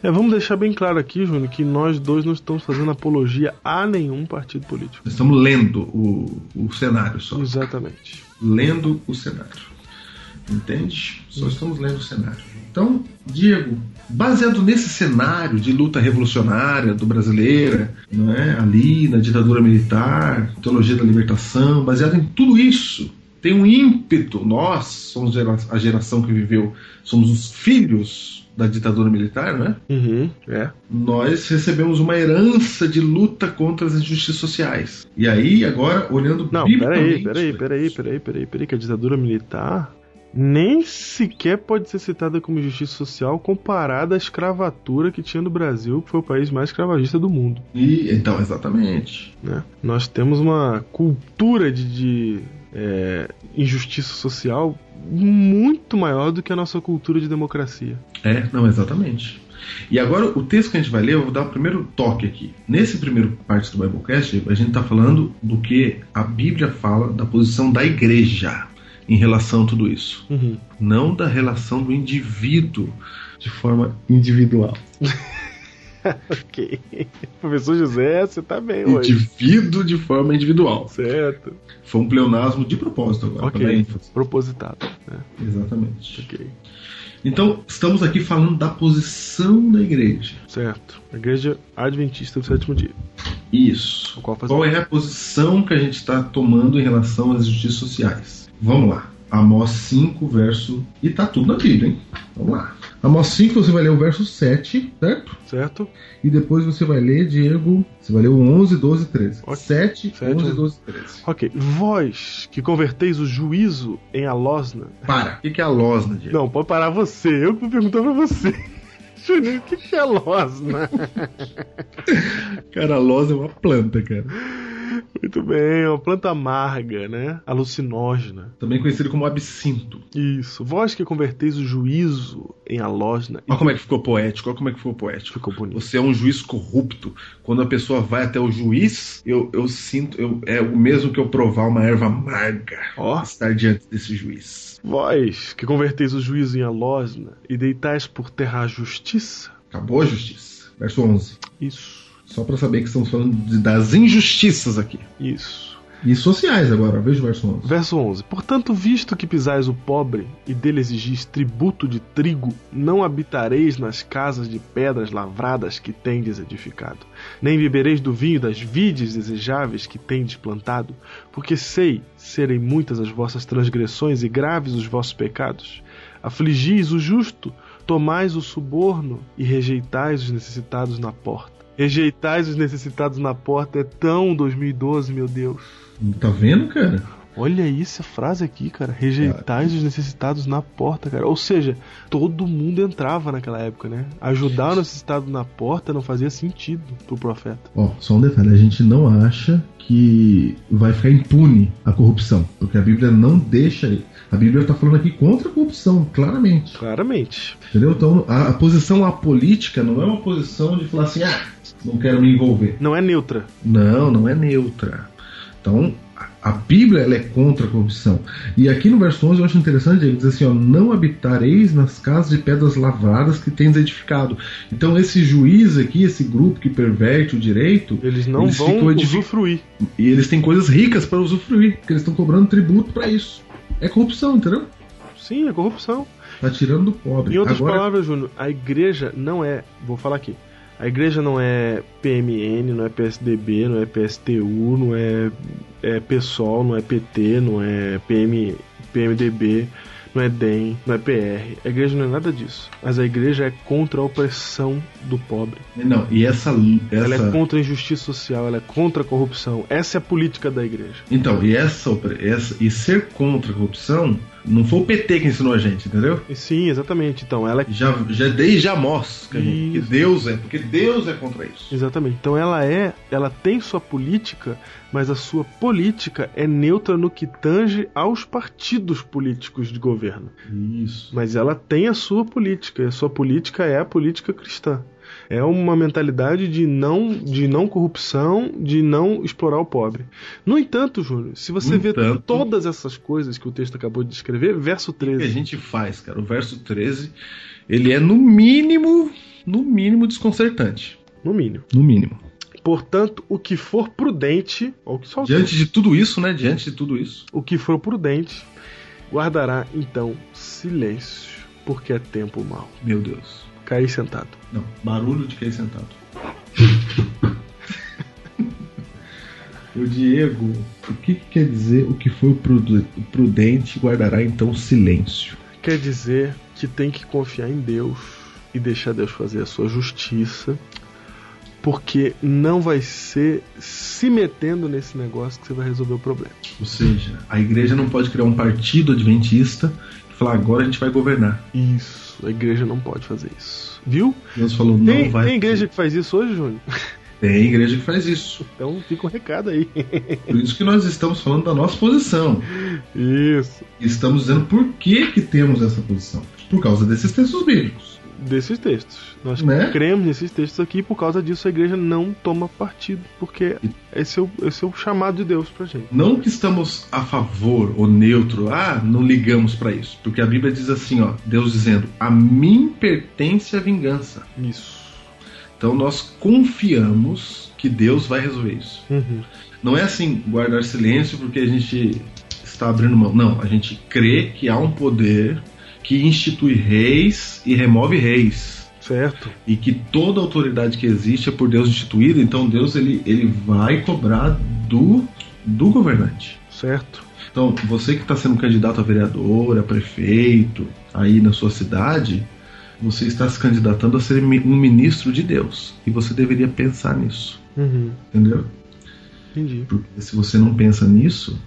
Speaker 2: É, vamos deixar bem claro aqui, Júnior, que nós dois não estamos fazendo apologia a nenhum partido político.
Speaker 3: Nós estamos lendo o, o cenário só.
Speaker 2: Exatamente.
Speaker 3: lendo o cenário. Entende? Só estamos lendo o cenário. Então, Diego, baseado nesse cenário de luta revolucionária do brasileira, não é? ali na ditadura militar, teologia da libertação, baseado em tudo isso, tem um ímpeto. Nós somos gera- a geração que viveu, somos os filhos da ditadura militar, né?
Speaker 2: Uhum. É.
Speaker 3: nós recebemos uma herança de luta contra as injustiças sociais. E aí, agora, olhando
Speaker 2: Não, peraí,
Speaker 3: biblicamente-
Speaker 2: peraí, peraí, peraí, peraí, peraí, que a ditadura militar nem sequer pode ser citada como injustiça social comparada à escravatura que tinha no Brasil, que foi o país mais escravagista do mundo.
Speaker 3: E, então, exatamente.
Speaker 2: né? Nós temos uma cultura de, de, é, injustiça social muito maior do que a nossa cultura de democracia.
Speaker 3: É, não, exatamente. E agora, o texto que a gente vai ler, eu vou dar o primeiro toque aqui. Nesse primeiro parte do Biblecast, a gente está falando do que a Bíblia fala da posição da igreja em relação a tudo isso. Não da relação do indivíduo de forma individual.
Speaker 2: *laughs* Ok. Professor José, você tá bem hoje.
Speaker 3: Indivíduo de forma individual.
Speaker 2: Certo.
Speaker 3: Foi um pleonasmo de propósito agora,
Speaker 2: Ok.
Speaker 3: pra ênfase.
Speaker 2: Propositado. né?
Speaker 3: Exatamente.
Speaker 2: Ok.
Speaker 3: Então, estamos aqui falando da posição da igreja.
Speaker 2: Certo. A igreja adventista do sétimo dia.
Speaker 3: Isso.
Speaker 2: O qual faz-
Speaker 3: Qual é a posição que a gente está tomando em relação às justiças sociais? Vamos lá. Amós 5, verso. E tá tudo na Bíblia, hein? Vamos lá. Amós 5, você vai ler o verso 7, certo?
Speaker 2: Certo?
Speaker 3: E depois você vai ler, Diego. Você vai ler o 11, 12 e 13.
Speaker 2: Ok.
Speaker 3: 7,
Speaker 2: Sete,
Speaker 3: 11,
Speaker 2: onze.
Speaker 3: 12 e 13.
Speaker 2: Ok. Vós que converteis o juízo em alosna.
Speaker 3: Para. O que que é a losna, Diego?
Speaker 2: Não, pode parar você. Eu que vou perguntar pra você. *laughs* Juninho, o que que é alosna?
Speaker 3: Cara, a losna é uma planta, cara.
Speaker 2: Muito bem, é uma planta amarga, né? Alucinógena.
Speaker 3: Também conhecido como absinto.
Speaker 2: Isso. Vós que converteis o juízo em alosna.
Speaker 3: Olha como é que ficou poético, olha como é que ficou poético.
Speaker 2: Ficou bonito.
Speaker 3: Você é um juiz corrupto. Quando a pessoa vai até o juiz, eu, eu sinto, eu, é o mesmo que eu provar uma erva amarga.
Speaker 2: Ó.
Speaker 3: Estar diante desse juiz.
Speaker 2: Vós que converteis o juízo em alosna e deitais por terra a justiça.
Speaker 3: Acabou a justiça. Verso 11.
Speaker 2: Isso.
Speaker 3: Só pra saber que estamos falando de- das injustiças aqui.
Speaker 2: Isso.
Speaker 3: E sociais agora, veja o verso 11.
Speaker 2: Verso 11. Portanto, visto que pisais o pobre e dele exigis tributo de trigo, não habitareis nas casas de pedras lavradas que tendes edificado, nem bebereis do vinho das vides desejáveis que tendes plantado, porque sei serem muitas as vossas transgressões e graves os vossos pecados. Afligis o justo, tomais o suborno e rejeitais os necessitados na porta. Rejeitais os necessitados na porta é tão 2012, meu Deus.
Speaker 3: Tá vendo, cara?
Speaker 2: Olha isso, a frase aqui, cara. Rejeitais os necessitados na porta, cara. Ou seja, todo mundo entrava naquela época, né? Ajudar o necessitado na porta não fazia sentido pro profeta.
Speaker 3: Ó, só um detalhe, a gente não acha que vai ficar impune a corrupção, porque a Bíblia não deixa. A Bíblia tá falando aqui contra a corrupção, claramente.
Speaker 2: Claramente.
Speaker 3: Entendeu? Então a, a posição apolítica não é uma posição de falar assim, ah, não quero me envolver.
Speaker 2: Não é neutra.
Speaker 3: Não, não é neutra. Então a, a Bíblia ela é contra a corrupção. E aqui no verso 11 eu acho interessante, ele diz assim: ó, não habitareis nas casas de pedras lavadas que tens edificado. Então esse juiz aqui, esse grupo que perverte o direito,
Speaker 2: Eles não
Speaker 3: Eles
Speaker 2: vão
Speaker 3: ficam edifi-
Speaker 2: usufruir.
Speaker 3: e eles têm coisas ricas para usufruir, porque eles estão cobrando tributo para isso. É corrupção, entendeu?
Speaker 2: Sim, é corrupção.
Speaker 3: Tá tirando do pobre.
Speaker 2: Em outras
Speaker 3: Agora,
Speaker 2: palavras, Júnior, a igreja não é. Vou falar aqui. A A igreja não é PMN, não é PSDB, não é PSTU, não é, é PSOL, não é PT, não é PM, PMDB, não é DEM, não é PR. A igreja não é nada disso. Mas a igreja é contra a opressão do pobre.
Speaker 3: Não, e essa.
Speaker 2: Ela é
Speaker 3: essa
Speaker 2: contra a injustiça social, ela é contra a corrupção. Essa é a política da igreja.
Speaker 3: Então, e essa, opre- essa- e ser contra a corrupção não foi o PT que ensinou a gente, entendeu?
Speaker 2: E sim, exatamente. Então, ela é
Speaker 3: Já, já desde Amós, que, a gente, que
Speaker 2: Isso.
Speaker 3: Deus é, porque Deus é contra isso.
Speaker 2: Exatamente. Então ela é, ela tem sua política, mas a sua política é neutra no que tange aos partidos políticos de governo.
Speaker 3: Isso.
Speaker 2: Mas ela tem a sua política, e a sua política é a política cristã. É uma mentalidade de não, de não corrupção, de não explorar o pobre. No entanto, Júnior, se você
Speaker 3: No
Speaker 2: vê
Speaker 3: entanto-
Speaker 2: todas essas coisas que o texto acabou de descrever, verso
Speaker 3: O que a
Speaker 2: 13.
Speaker 3: gente faz, cara? O verso 13, ele é no mínimo, no mínimo desconcertante.
Speaker 2: No mínimo.
Speaker 3: No mínimo.
Speaker 2: Portanto, o que for prudente, ou que é só
Speaker 3: Diante de tudo isso, né? Diante de tudo isso.
Speaker 2: O que for prudente guardará então silêncio, porque é tempo mau.
Speaker 3: Meu Deus.
Speaker 2: Caí sentado.
Speaker 3: Não, barulho de quem sentado. *laughs* o Diego, o que, que quer dizer o que for prudu- prudente guardará então silêncio?
Speaker 2: Quer dizer que tem que confiar em Deus e deixar Deus fazer a sua justiça, porque não vai ser se metendo nesse negócio que você vai resolver o problema.
Speaker 3: Ou seja, a igreja não pode criar um partido adventista e falar agora a gente vai governar.
Speaker 2: Isso, a igreja não pode fazer isso. Viu?
Speaker 3: Deus falou, não
Speaker 2: Tem,
Speaker 3: vai.
Speaker 2: tem igreja que faz isso hoje, Júnior?
Speaker 3: Tem igreja que faz isso.
Speaker 2: Então fica um recado aí.
Speaker 3: Por isso que nós estamos falando da nossa posição.
Speaker 2: Isso.
Speaker 3: E estamos dizendo por que, que temos essa posição. Por causa desses textos bíblicos.
Speaker 2: desses textos. Nós
Speaker 3: Né?
Speaker 2: cremos nesses textos aqui e por causa disso a igreja não toma partido, porque esse é o, esse é o chamado de Deus pra gente.
Speaker 3: Não que estamos a favor ou neutro, ah, não ligamos pra isso. Porque a Bíblia diz assim, ó, Deus dizendo, a mim pertence a vingança.
Speaker 2: Isso.
Speaker 3: Então nós confiamos que Deus vai resolver isso.
Speaker 2: Uhum.
Speaker 3: Não é assim guardar silêncio porque a gente está abrindo mão. Não, a gente crê que há um poder que institui reis e remove reis.
Speaker 2: Certo?
Speaker 3: E que toda autoridade que existe é por Deus instituída, então Deus ele, ele vai cobrar do, do governante.
Speaker 2: Certo.
Speaker 3: Então, você que está sendo candidato a vereador, a prefeito, aí na sua cidade, você está se candidatando a ser mi- um ministro de Deus. E você deveria pensar nisso,
Speaker 2: Uhum.
Speaker 3: entendeu?
Speaker 2: Entendi.
Speaker 3: Porque se você não pensa nisso,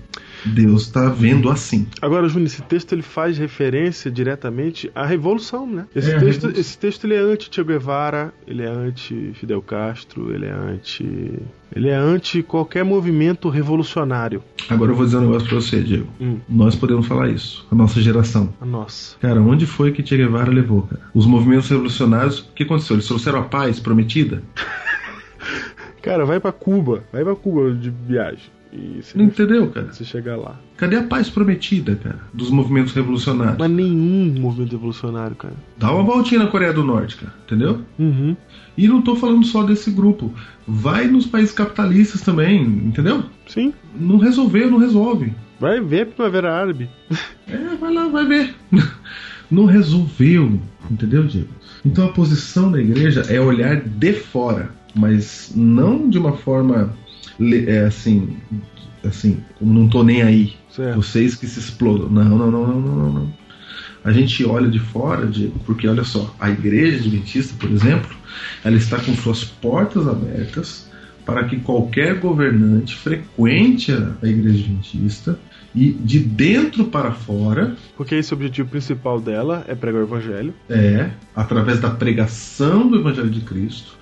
Speaker 3: Deus está vendo assim.
Speaker 2: Agora, Júnior, esse texto ele faz referência diretamente à revolução, né? Esse
Speaker 3: É, a
Speaker 2: texto,
Speaker 3: revolução.
Speaker 2: esse texto ele é anti Che Guevara, ele é anti Fidel Castro, ele é anti ele é anti qualquer movimento revolucionário.
Speaker 3: Agora eu vou dizer um negócio para você, Diego.
Speaker 2: Hum.
Speaker 3: Nós podemos falar isso, a nossa geração.
Speaker 2: A nossa.
Speaker 3: Cara, onde foi que Che Guevara levou, cara? Os movimentos revolucionários, o que aconteceu? Eles trouxeram a paz prometida?
Speaker 2: Cara, vai pra Cuba, vai pra Cuba de viagem. E se
Speaker 3: Não entendeu, cara?
Speaker 2: você chegar lá,
Speaker 3: Cadê a paz prometida, cara? Dos movimentos revolucionários?
Speaker 2: Mas nenhum movimento revolucionário, cara.
Speaker 3: Dá uma voltinha na Coreia do Norte, cara, entendeu?
Speaker 2: Uhum.
Speaker 3: E não tô falando só desse grupo. Vai nos países capitalistas também, entendeu?
Speaker 2: Sim.
Speaker 3: Não resolveu, não resolve.
Speaker 2: Vai ver a Primavera Árabe.
Speaker 3: É, vai lá, vai ver. *laughs* Não resolveu, entendeu, Diego? Então a posição da igreja é olhar de fora, mas não de uma forma le- é, assim, assim, como não tô nem aí.
Speaker 2: Certo.
Speaker 3: Vocês que se explodam. Não, não, não, não, não, não, não. A gente olha de fora, Diego, porque olha só, a igreja adventista, por exemplo, ela está com suas portas abertas para que qualquer governante frequente a a igreja adventista e de dentro para fora,
Speaker 2: Porque esse é o objetivo principal dela é pregar o evangelho.
Speaker 3: é, através da pregação do Evangelho de Cristo,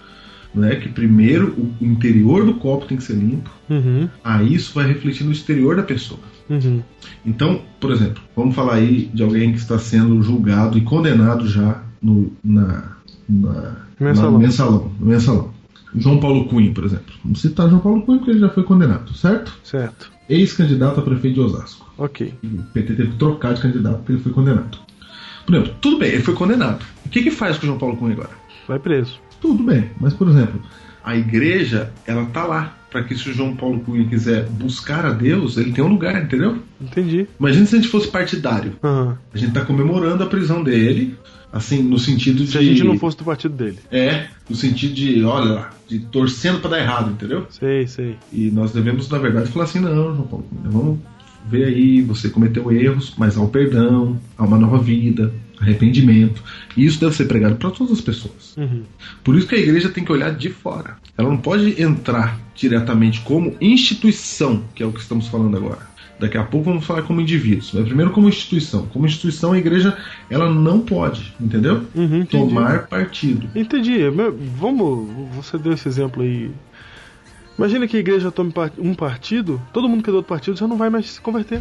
Speaker 3: né, que primeiro o interior do copo tem que ser limpo,
Speaker 2: Uhum.
Speaker 3: aí isso vai refletir no exterior da pessoa.
Speaker 2: Uhum.
Speaker 3: Então, por exemplo, vamos falar aí de alguém que está sendo julgado e condenado já no, na, na,
Speaker 2: Mensalão.
Speaker 3: na- mensalão, no mensalão. João Paulo Cunha, por exemplo. Vamos citar João Paulo Cunha porque ele já foi condenado, certo?
Speaker 2: Certo.
Speaker 3: Ex-candidato a prefeito de Osasco.
Speaker 2: Ok.
Speaker 3: O PT teve que trocar de candidato porque ele foi condenado. Por exemplo, tudo bem, ele foi condenado. O que, que faz com o João Paulo Cunha agora?
Speaker 2: Vai preso.
Speaker 3: Tudo bem, mas por exemplo, a igreja, ela tá lá. Para que se o João Paulo Cunha quiser buscar a Deus, ele tem um lugar, entendeu?
Speaker 2: Entendi.
Speaker 3: Imagina se a gente fosse partidário.
Speaker 2: Aham.
Speaker 3: A gente tá comemorando a prisão dele, assim, no sentido de.
Speaker 2: Se a gente não fosse do partido dele.
Speaker 3: É, no sentido de, olha lá, de torcendo pra dar errado, entendeu?
Speaker 2: Sei, sei.
Speaker 3: E nós devemos, na verdade, falar assim: não, João Paulo, Cunha, vamos ver aí, você cometeu erros, mas há um perdão, há uma nova vida, arrependimento. E isso deve ser pregado para todas as pessoas.
Speaker 2: Uhum.
Speaker 3: Por isso que a igreja tem que olhar de fora. Ela não pode entrar diretamente como instituição, que é o que estamos falando agora. Daqui a pouco vamos falar como indivíduos, mas primeiro como instituição. Como instituição, a igreja ela não pode, entendeu?
Speaker 2: Uhum, entendi.
Speaker 3: Tomar partido.
Speaker 2: Entendi. É, Meu, Vamos. Você deu esse exemplo aí. Imagina que a igreja tome par- um partido, todo mundo que é do outro partido já não vai mais se converter.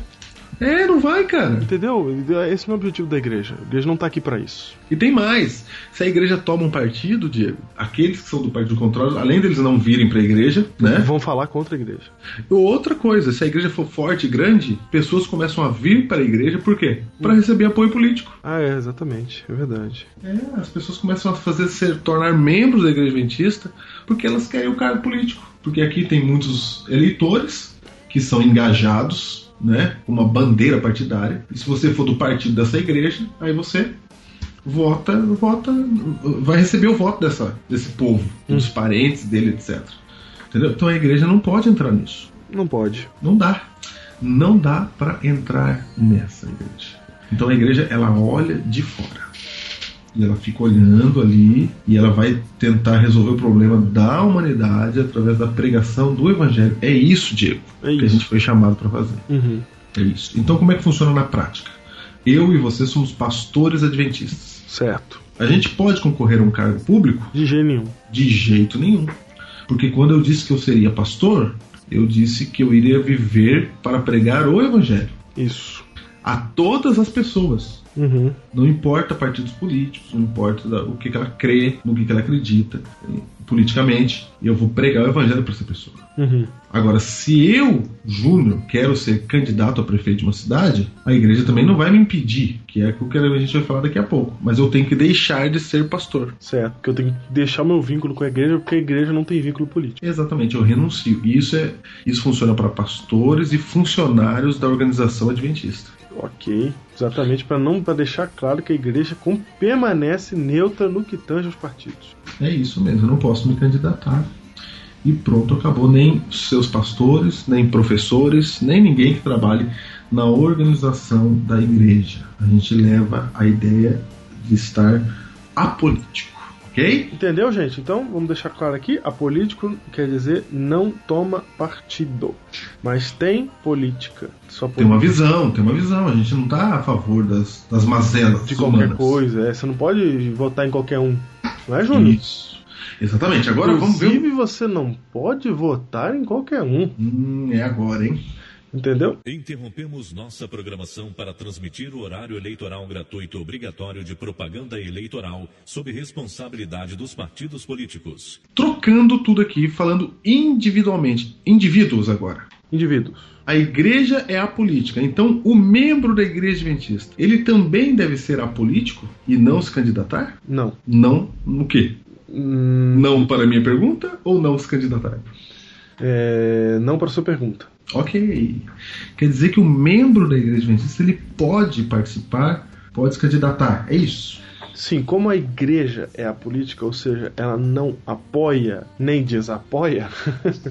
Speaker 3: É, não vai, cara.
Speaker 2: Entendeu? Esse não é o objetivo da igreja. A igreja não tá aqui pra isso.
Speaker 3: E tem mais. Se a igreja toma um partido, Diego, aqueles que são do partido contrário, além deles não virem pra igreja, né?
Speaker 2: Vão falar contra a igreja.
Speaker 3: Outra coisa, se a igreja for forte e grande, pessoas começam a vir para a igreja por quê? Para receber apoio político.
Speaker 2: Ah, é, exatamente. É verdade.
Speaker 3: É, as pessoas começam a fazer se tornar membros da igreja adventista porque elas querem o cargo político. Porque aqui tem muitos eleitores que são engajados, né, com uma bandeira partidária. E se você for do partido dessa igreja, aí você vota, vota, vai receber o voto dessa, desse povo, dos parentes dele, etc. Entendeu? Então a igreja não pode entrar nisso.
Speaker 2: Não pode.
Speaker 3: Não dá. Não dá para entrar nessa igreja. Então a igreja ela olha de fora. E ela fica olhando ali e ela vai tentar resolver o problema da humanidade através da pregação do evangelho. É isso, Diego,
Speaker 2: É
Speaker 3: que a
Speaker 2: isso.
Speaker 3: gente foi chamado para fazer.
Speaker 2: Uhum.
Speaker 3: É isso. Então como é que funciona na prática? Eu e você somos pastores adventistas.
Speaker 2: Certo.
Speaker 3: A gente pode concorrer a um cargo público?
Speaker 2: De jeito nenhum.
Speaker 3: De jeito nenhum. Porque quando eu disse que eu seria pastor, eu disse que eu iria viver para pregar o evangelho
Speaker 2: Isso.
Speaker 3: a todas as pessoas.
Speaker 2: Uhum.
Speaker 3: Não importa partidos políticos, não importa da- o que, que ela crê, no que, que ela acredita eh, politicamente, eu vou pregar o evangelho para essa pessoa.
Speaker 2: Uhum.
Speaker 3: Agora, se eu, Júnior, quero ser candidato a prefeito de uma cidade, a igreja também não vai me impedir, que é o que a gente vai falar daqui a pouco. Mas eu tenho que deixar de ser pastor.
Speaker 2: Certo. Porque eu tenho que deixar meu vínculo com a igreja, porque a igreja não tem vínculo político.
Speaker 3: Exatamente, eu renuncio. E isso, é, isso funciona para pastores e funcionários da organização adventista.
Speaker 2: Ok. Exatamente para não pra deixar claro que a igreja com- permanece neutra no que tange aos partidos.
Speaker 3: É isso mesmo, eu não posso me candidatar. E pronto, acabou. Nem seus pastores, nem professores, nem ninguém que trabalhe na organização da igreja. A gente leva a ideia de estar apolítico, ok?
Speaker 2: Entendeu, gente? Então, vamos deixar claro aqui: apolítico quer dizer não toma partido. Mas tem política. Só
Speaker 3: Tem uma
Speaker 2: política
Speaker 3: visão, tem uma visão. A gente não está a favor das, das mazelas
Speaker 2: de qualquer
Speaker 3: humanas.
Speaker 2: coisa. é. Você não pode votar em qualquer um. Não é, Júnior?
Speaker 3: Isso. Exatamente. Agora vamos ver. o-
Speaker 2: Inclusive, você não pode votar em qualquer um.
Speaker 3: Hum, é agora, hein?
Speaker 2: Entendeu?
Speaker 10: Interrompemos nossa programação para transmitir o horário eleitoral gratuito obrigatório de propaganda eleitoral sob responsabilidade dos partidos políticos.
Speaker 3: Trocando tudo aqui, falando individualmente. Indivíduos agora.
Speaker 2: Indivíduos.
Speaker 3: A igreja é apolítica, então o membro da igreja adventista, ele também deve ser apolítico e não se candidatar?
Speaker 2: Não.
Speaker 3: Não no quê?
Speaker 2: Hum,
Speaker 3: Não para a minha pergunta ou não se candidatar?
Speaker 2: é, não para sua pergunta.
Speaker 3: Ok. Quer dizer que o membro da igreja adventista, ele pode participar, pode se candidatar, é isso?
Speaker 2: Sim, como a igreja é a política, ou seja, ela não apoia nem desapoia, *laughs*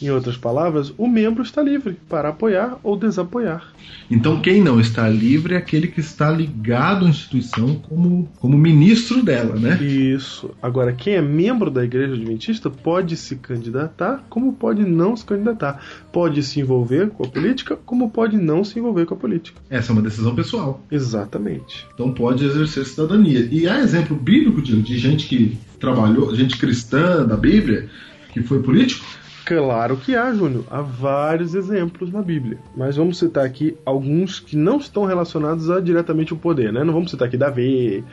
Speaker 2: em outras palavras, o membro está livre para apoiar ou desapoiar.
Speaker 3: Então quem não está livre é aquele que está ligado à instituição como, como ministro dela, né?
Speaker 2: Isso. Agora, quem é membro da igreja adventista pode se candidatar, como pode não se candidatar. Pode se envolver com a política, como pode não se envolver com a política.
Speaker 3: Essa é uma decisão pessoal.
Speaker 2: Exatamente.
Speaker 3: Então pode exercer cidadania. E há exemplo bíblico de, de gente que trabalhou, gente cristã da Bíblia, que foi político,
Speaker 2: Claro que há, Júnior. Há vários exemplos na Bíblia. Mas vamos citar aqui alguns que não estão relacionados a diretamente o poder, né? Não vamos citar aqui Davi,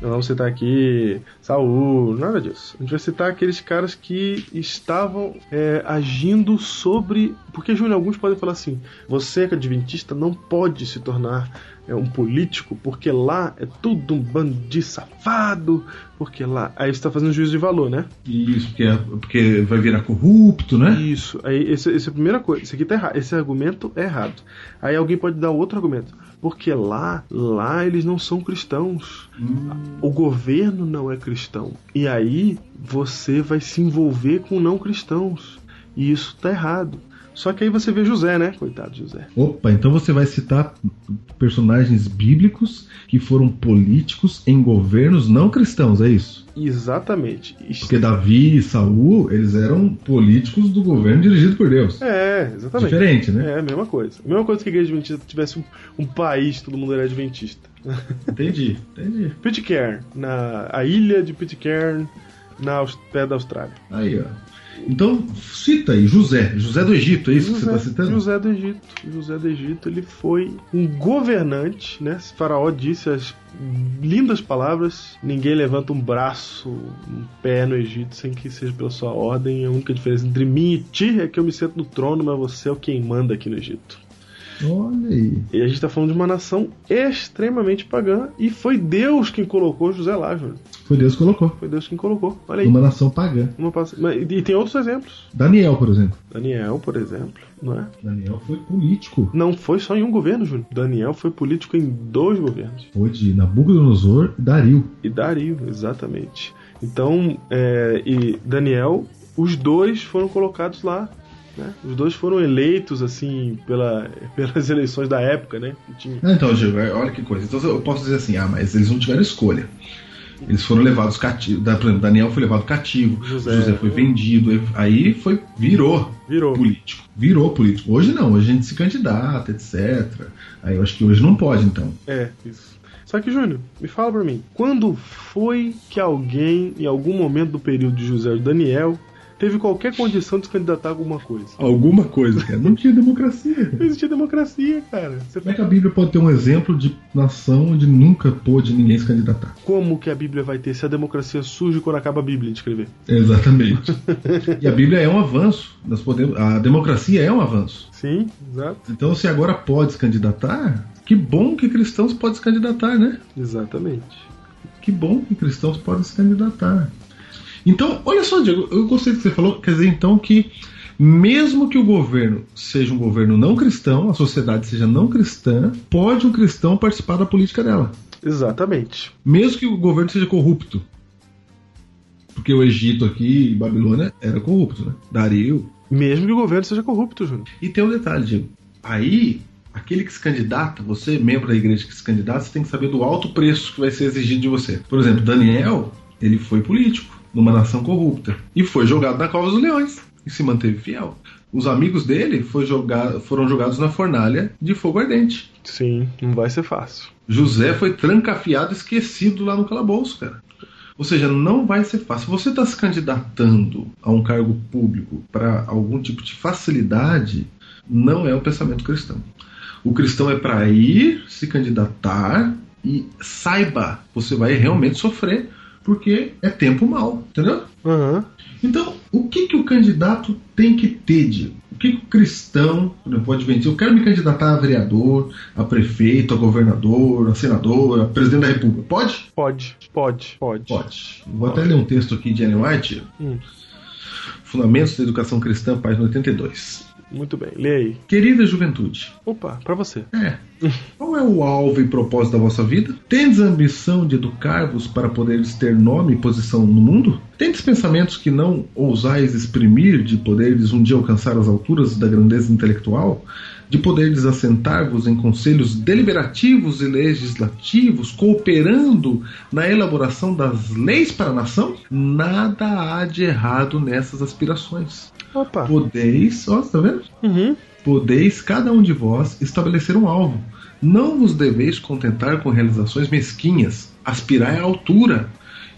Speaker 2: não vamos citar aqui Saul, nada disso. A gente vai citar aqueles caras que estavam é, agindo sobre. Porque, Júnior, alguns podem falar assim: você que é adventista não pode se tornar é, um político, porque lá é tudo um bando de safado, porque lá. Aí você está fazendo juízo de valor, né?
Speaker 3: Isso, porque, é- porque vai virar corrupto, né?
Speaker 2: Isso, aí esse, esse é a primeira coisa. Isso aqui tá errado. Esse argumento é errado. Aí alguém pode dar outro argumento. Porque lá, lá eles não são cristãos.
Speaker 3: Hum.
Speaker 2: O governo não é cristão. E aí você vai se envolver com não cristãos. E isso tá errado. Só que aí você vê José, né? Coitado de José.
Speaker 3: Opa, então você vai citar personagens bíblicos que foram políticos em governos não cristãos, é isso?
Speaker 2: Exatamente. Isso-
Speaker 3: Porque Davi e Saul, eles eram políticos do governo dirigido por Deus.
Speaker 2: É, exatamente.
Speaker 3: Diferente, né?
Speaker 2: É, a mesma coisa. A mesma coisa que a igreja adventista tivesse um, um país, todo mundo era adventista.
Speaker 3: É. Entendi, entendi.
Speaker 2: Pitcairn, na a ilha de Pitcairn, na Aus- pé da Austrália.
Speaker 3: Aí, ó. Então, cita aí, José. José do Egito, é isso que você está citando?
Speaker 2: José do Egito. José do Egito, ele foi um governante, né? Esse faraó disse as lindas palavras: ninguém levanta um braço, um pé no Egito sem que seja pela sua ordem. A única diferença entre mim e ti é que eu me sento no trono, mas você é o quem manda aqui no Egito.
Speaker 3: Olha aí.
Speaker 2: E a gente tá falando de uma nação extremamente pagã e foi Deus quem colocou José lá, Júlio.
Speaker 3: Foi Deus que colocou.
Speaker 2: Foi Deus quem colocou. Olha aí.
Speaker 3: Uma nação pagã.
Speaker 2: Uma passa- mas- E tem outros exemplos.
Speaker 3: Daniel, por exemplo.
Speaker 2: Daniel, por exemplo, não é?
Speaker 3: Daniel foi político.
Speaker 2: Não foi só em um governo, Júlio. Daniel foi político em dois governos.
Speaker 3: Foi de Nabucodonosor e Dario.
Speaker 2: E Dario, exatamente. Então, é, e Daniel, os dois foram colocados lá. Né? Os dois foram eleitos, assim, pela, *laughs* pelas eleições da época, né? Que tinha.
Speaker 3: Ah, então, Diego, é- olha que coisa. Então eu posso dizer assim, ah, mas eles não tiveram escolha. Eles foram levados cativos. Por exemplo, Daniel foi levado cativo,
Speaker 2: José.
Speaker 3: José, foi vendido. Aí foi, virou
Speaker 2: Virou.
Speaker 3: político. Virou político. Hoje não, hoje a gente se candidata, etc. Aí eu acho que hoje não pode, então.
Speaker 2: É, isso. Só que, Júnior, me fala pra mim, quando foi que alguém, em algum momento do período de José e Daniel, teve qualquer condição de se candidatar a alguma coisa?
Speaker 3: Alguma coisa, cara. É, Não tinha
Speaker 2: *laughs*
Speaker 3: democracia.
Speaker 2: Não existia democracia, cara. Você
Speaker 3: Como é que a Bíblia pode ter um exemplo de nação onde nunca pôde ninguém se candidatar?
Speaker 2: Como que a Bíblia vai ter se a democracia surge quando acaba a Bíblia de escrever?
Speaker 3: Exatamente. e a Bíblia é um avanço. Nós podemos, a democracia é um avanço.
Speaker 2: Sim, exato.
Speaker 3: Então, se agora pode se candidatar, que bom que cristãos podem se candidatar, né?
Speaker 2: Exatamente.
Speaker 3: Que bom que cristãos podem se candidatar. Então, olha só, Diego, eu gostei do que você falou. Quer dizer, então, que mesmo que o governo seja um governo não cristão, a sociedade seja não cristã, pode um cristão participar da política dela.
Speaker 2: Exatamente.
Speaker 3: Mesmo que o governo seja corrupto. Porque o Egito aqui e Babilônia era corrupto, né? Dario.
Speaker 2: Mesmo que o governo seja corrupto, Júnior.
Speaker 3: E tem um detalhe, Diego. Aí, aquele que se candidata, você, membro da igreja que se candidata, você tem que saber do alto preço que vai ser exigido de você. Por exemplo, Daniel, ele foi político numa nação corrupta e foi jogado na cova dos leões e se manteve fiel. Os amigos dele foi joga- foram jogados na fornalha de fogo ardente.
Speaker 2: Sim, não vai ser fácil.
Speaker 3: José foi trancafiado, esquecido lá no calabouço, cara. Ou seja, não vai ser fácil. Você está se candidatando a um cargo público para algum tipo de facilidade, não é o pensamento cristão. O cristão é para ir se candidatar e saiba, você vai realmente sofrer, porque é tempo mal, entendeu?
Speaker 2: Aham.
Speaker 3: Então, o que, que o candidato tem que ter, Diego? O que, que o cristão por exemplo, pode vencer? Eu quero me candidatar a vereador, a prefeito, a governador, a senador, a presidente da república. Pode?
Speaker 2: Pode, pode, pode.
Speaker 3: Pode. Vou até ler um texto aqui de Ellen White.
Speaker 2: Hum.
Speaker 3: Fundamentos da Educação Cristã, página 82.
Speaker 2: Muito bem, lê aí.
Speaker 3: Querida juventude,
Speaker 2: Opa, pra você.
Speaker 3: é. Qual é o alvo e propósito da vossa vida? Tendes a ambição de educar-vos para poderes ter nome e posição no mundo? Tendes pensamentos que não ousais exprimir de poderes um dia alcançar as alturas da grandeza intelectual? De poderes assentar-vos em conselhos deliberativos e legislativos, cooperando na elaboração das leis para a nação? Nada há de errado nessas aspirações.
Speaker 2: Opa.
Speaker 3: Podeis, ó, tá vendo?
Speaker 2: Uhum.
Speaker 3: Podeis, cada um de vós, estabelecer um alvo. Não vos deveis contentar com realizações mesquinhas. Aspirai à altura.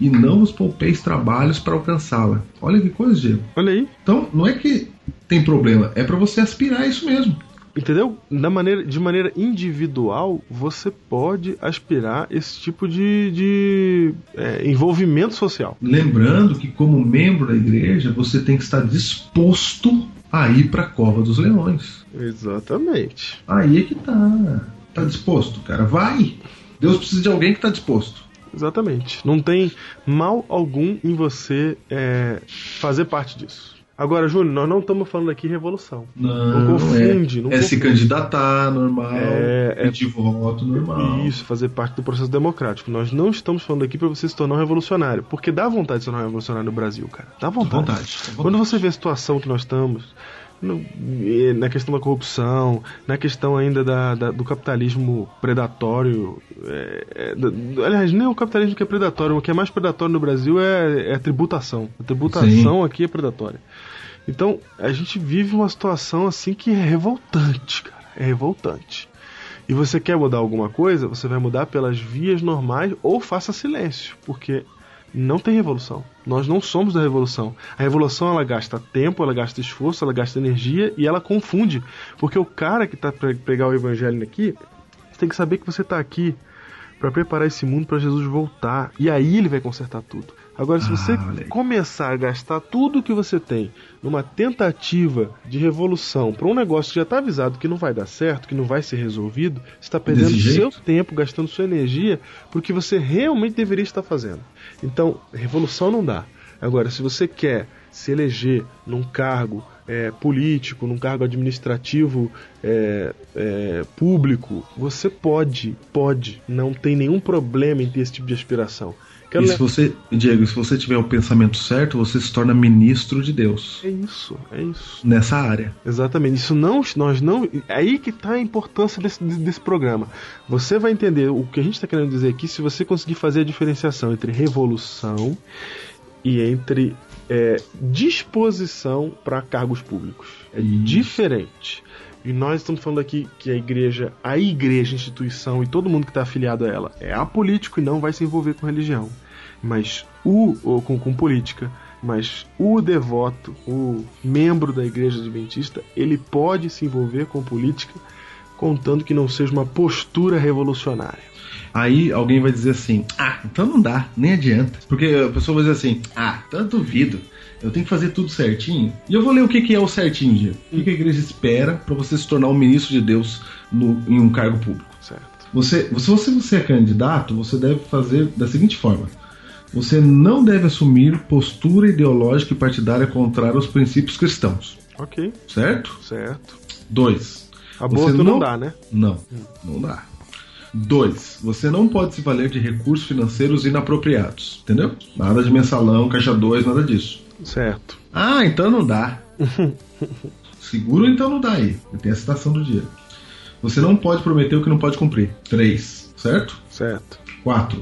Speaker 3: E não vos poupeis trabalhos para alcançá-la. Olha que coisa, Diego.
Speaker 2: Olha aí.
Speaker 3: Então, não é que tem problema, é para você aspirar a isso mesmo.
Speaker 2: Entendeu? Da maneira, de maneira individual, você pode aspirar esse tipo de, de é, envolvimento social.
Speaker 3: Lembrando que, como membro da igreja, você tem que estar disposto a ir para a cova dos leões.
Speaker 2: Exatamente.
Speaker 3: Aí é que tá. Tá disposto, cara. Vai! Deus precisa de alguém que tá disposto.
Speaker 2: Exatamente. Não tem mal algum em você é, fazer parte disso. Agora, Júnior, nós não estamos falando aqui revolução.
Speaker 3: Não,
Speaker 2: Não confunde,
Speaker 3: é.
Speaker 2: não
Speaker 3: é se
Speaker 2: confunde.
Speaker 3: candidatar normal,
Speaker 2: É, é-
Speaker 3: pedir voto normal.
Speaker 2: Isso, fazer parte do processo democrático. Nós não estamos falando aqui para você se tornar um revolucionário. Porque dá vontade de se tornar um revolucionário no Brasil, cara. Dá
Speaker 3: Com
Speaker 2: vontade.
Speaker 3: vontade. com vontade.
Speaker 2: Quando você vê a situação que nós estamos, no- eh, na questão da corrupção, na questão ainda da- da- do capitalismo predatório. eh, eh, da- do- aliás, nem o capitalismo que é predatório, o que é mais predatório no Brasil é, é a tributação. A tributação aqui é predatória. Então, a gente vive uma situação assim que é revoltante, cara. É revoltante. E você quer mudar alguma coisa, você vai mudar pelas vias normais ou faça silêncio, porque não tem revolução. Nós não somos da revolução. A revolução ela gasta tempo, ela gasta esforço, ela gasta energia e ela confunde, porque o cara que tá para pregar o evangelho aqui, você tem que saber que você tá aqui para preparar esse mundo para Jesus voltar e aí ele vai consertar tudo. Agora se você
Speaker 3: Ah, olha aí.
Speaker 2: começar a gastar tudo que você tem numa tentativa de revolução para um negócio que já tá avisado que não vai dar certo, que não vai ser resolvido, você está perdendo
Speaker 3: Desse jeito?
Speaker 2: seu tempo, gastando sua energia pro que você realmente deveria estar fazendo. Então, revolução não dá. Agora, se você quer se eleger num cargo é, político, num cargo administrativo é, é, público, você pode, pode. Não tem nenhum problema em ter esse tipo de aspiração. Quero
Speaker 3: E se você, Diego, se você tiver o pensamento certo, você se torna ministro de Deus
Speaker 2: le- É isso, é isso.
Speaker 3: nessa área.
Speaker 2: Exatamente. Isso não, nós não. Aí que tá a importância desse, desse programa. Você vai entender o que a gente está querendo dizer aqui se você conseguir fazer a diferenciação entre revolução e entre é, disposição para cargos públicos. É
Speaker 3: Isso.
Speaker 2: diferente. E nós estamos falando aqui que a igreja, a igreja, a instituição e todo mundo que está afiliado a ela é apolítico e não vai se envolver com religião. Mas o, ou com, com política, mas o devoto, o membro da igreja adventista, ele pode se envolver com política, contando que não seja uma postura revolucionária.
Speaker 3: Aí alguém vai dizer assim: ah, então não dá, nem adianta. Porque a pessoa vai dizer assim: ah, tanto duvido, eu tenho que fazer tudo certinho. E eu vou ler o que, que é o certinho, Diego. O que, que a igreja espera para você se tornar um ministro de Deus no- em um cargo público?
Speaker 2: Certo.
Speaker 3: Você, se você, você é candidato, você deve fazer da seguinte forma: você não deve assumir postura ideológica e partidária contrária aos princípios cristãos,
Speaker 2: Ok,
Speaker 3: certo?
Speaker 2: certo.
Speaker 3: Dois.
Speaker 2: Aborto
Speaker 3: Você
Speaker 2: não...
Speaker 3: não-
Speaker 2: dá, né?
Speaker 3: Não, não dá. Dois, você não pode se valer de recursos financeiros inapropriados, entendeu? Nada de mensalão, caixa 2, nada disso.
Speaker 2: Certo.
Speaker 3: Ah, então
Speaker 2: *laughs*
Speaker 3: não dá. Seguro então não dá aí. Tem a citação do dia. Você não pode prometer o que não pode cumprir. Três, certo?
Speaker 2: Certo.
Speaker 3: 4.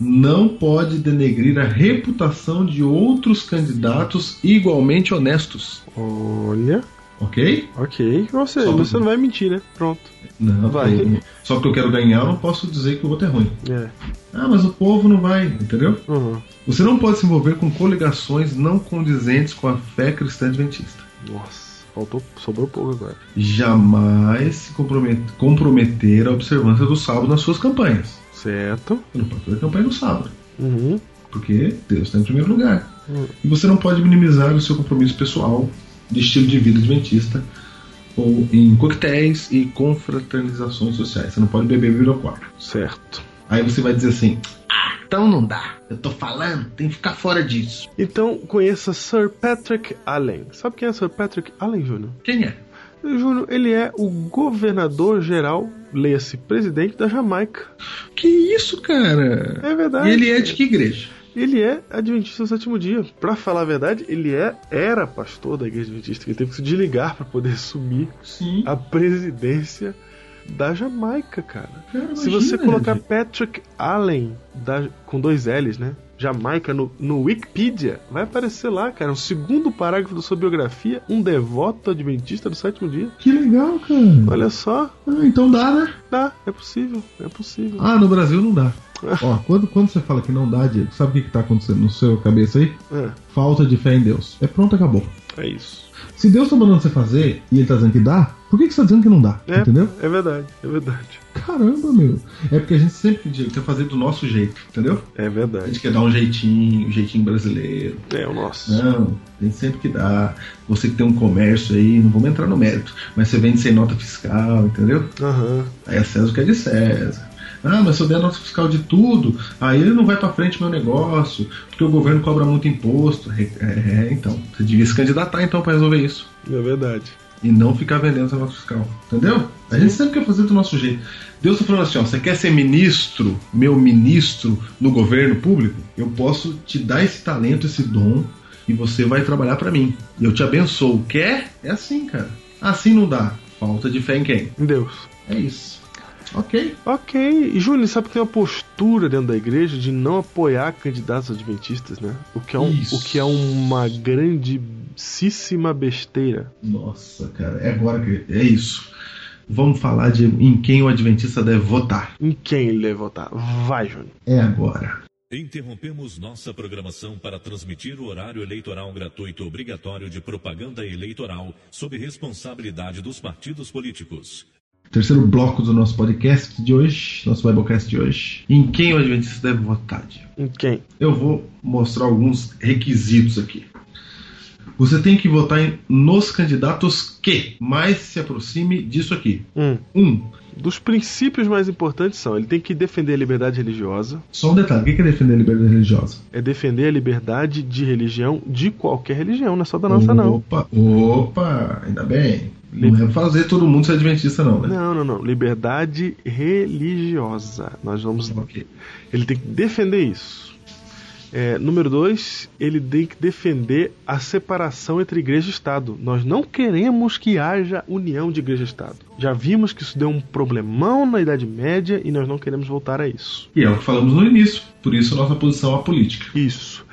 Speaker 3: Não pode denegrir a reputação de outros candidatos igualmente honestos.
Speaker 2: Olha.
Speaker 3: Ok?
Speaker 2: Ok. Ou seja,
Speaker 3: Só
Speaker 2: você
Speaker 3: um.
Speaker 2: não vai mentir, né? Pronto.
Speaker 3: Não,
Speaker 2: Vai.
Speaker 3: eu- só porque eu quero ganhar, eu não posso dizer que o voto é ruim.
Speaker 2: É.
Speaker 3: Ah, mas o povo não vai, entendeu?
Speaker 2: Uhum.
Speaker 3: Você não pode se envolver com coligações não condizentes com a fé cristã adventista.
Speaker 2: Nossa, faltou, sobrou pouco agora.
Speaker 3: Jamais se compromet- comprometer a observância do sábado nas suas campanhas.
Speaker 2: Certo.
Speaker 3: Você não pode fazer campanha no sábado.
Speaker 2: Uhum.
Speaker 3: porque Deus está em primeiro lugar. E você não pode minimizar o seu compromisso pessoal de estilo de vida adventista ou em coquetéis e confraternizações sociais. Você não pode beber bebida aquática.
Speaker 2: Certo.
Speaker 3: Aí você vai dizer assim: Ah, então não dá. Eu tô falando, tem que ficar fora disso.
Speaker 2: Então conheça Sir Patrick Allen. Sabe quem é Sir Patrick Allen, Júnior?
Speaker 3: Quem é?
Speaker 2: Júnior, ele é o governador geral, leia-se, presidente da Jamaica.
Speaker 3: Que isso, cara?
Speaker 2: É verdade.
Speaker 3: E ele é de que igreja?
Speaker 2: Ele é adventista do sétimo dia. Pra falar a verdade, ele é era pastor da igreja adventista, que ele teve que se desligar pra poder assumir
Speaker 3: Sim.
Speaker 2: a presidência da Jamaica, cara.
Speaker 3: Cara,
Speaker 2: Se
Speaker 3: imagina,
Speaker 2: você colocar
Speaker 3: gente.
Speaker 2: Patrick Allen da- com dois L's, né? Jamaica no, no Wikipedia, vai aparecer lá, cara, um segundo parágrafo da sua biografia, um devoto adventista do sétimo dia.
Speaker 3: Que legal, cara.
Speaker 2: Olha só,
Speaker 3: Ah, então dá, né?
Speaker 2: dá, é possível, é possível.
Speaker 3: Ah, no Brasil não dá. Ó, quando, quando você fala que não dá, Diego, sabe o que, que tá acontecendo no seu cabeça aí?
Speaker 2: Ah,
Speaker 3: Falta de fé em Deus. É pronto, acabou.
Speaker 2: É isso.
Speaker 3: Se Deus tá mandando você fazer e ele tá dizendo que dá, por que, que você tá dizendo que não dá?
Speaker 2: É,
Speaker 3: Entendeu?
Speaker 2: é verdade, é verdade.
Speaker 3: Caramba, meu. É porque a gente sempre quer fazer do nosso jeito, entendeu?
Speaker 2: É
Speaker 3: A
Speaker 2: verdade.
Speaker 3: gente quer dar um jeitinho, um jeitinho brasileiro.
Speaker 2: É o nosso.
Speaker 3: Não, tem sempre que dar. Você que tem um comércio aí, não vamos entrar no mérito, mas você vende sem nota fiscal, entendeu?
Speaker 2: Aham.
Speaker 3: Aí é César o que é de César. Ah, mas se eu der nota fiscal de tudo, aí ele não vai pra frente meu negócio, porque o governo cobra muito imposto. É, é, é, então, você devia se candidatar então pra resolver isso.
Speaker 2: É verdade.
Speaker 3: E não ficar vendendo essa nota fiscal, entendeu? A gente sempre quer fazer do nosso jeito. Deus tá falando assim, ó, você quer ser ministro, meu ministro no governo público? Eu posso te dar esse talento, esse dom, e você vai trabalhar pra mim. E eu te abençoo. Quer? É assim, cara. Assim não dá. Falta de fé em quem?
Speaker 2: Deus.
Speaker 3: É isso. Ok.
Speaker 2: Ok. E Júnior, sabe que tem uma postura dentro da igreja de não apoiar candidatos adventistas, né? O que é, um,
Speaker 3: Isso.
Speaker 2: o que é uma grandíssima besteira.
Speaker 3: Nossa, cara, é agora que. É isso. Vamos falar de em quem o Adventista deve votar.
Speaker 2: Em quem ele deve votar? Vai, Júnior.
Speaker 3: É agora.
Speaker 10: Interrompemos nossa programação para transmitir o horário eleitoral gratuito obrigatório de propaganda eleitoral sob responsabilidade dos partidos políticos.
Speaker 3: Terceiro bloco do nosso podcast de hoje, nosso Biblecast de hoje. Em quem o Adventista deve votar, Diego?
Speaker 2: Em quem?
Speaker 3: Eu vou mostrar alguns requisitos aqui. Você tem que votar em- nos candidatos que mais se aproxime disso aqui.
Speaker 2: Hum.
Speaker 3: Um,
Speaker 2: Dos princípios mais importantes são: ele tem que defender a liberdade religiosa,
Speaker 3: só um detalhe: o que que é defender a liberdade religiosa?
Speaker 2: é defender a liberdade de religião de qualquer religião, não é só da
Speaker 3: Uhum.
Speaker 2: nossa, não.
Speaker 3: Opa, opa, ainda bem. Não é fazer todo mundo ser adventista, não, né?
Speaker 2: Não, não, não. Liberdade religiosa. Nós vamos.
Speaker 3: Ok.
Speaker 2: Ele tem que defender isso. É, número dois, ele tem que defender a separação entre igreja e Estado. Nós não queremos que haja união de igreja e Estado. Já vimos que isso deu um problemão na Idade Média e nós não queremos voltar a isso.
Speaker 3: E é o que falamos no início, por isso a nossa posição apolítica.
Speaker 2: Isso.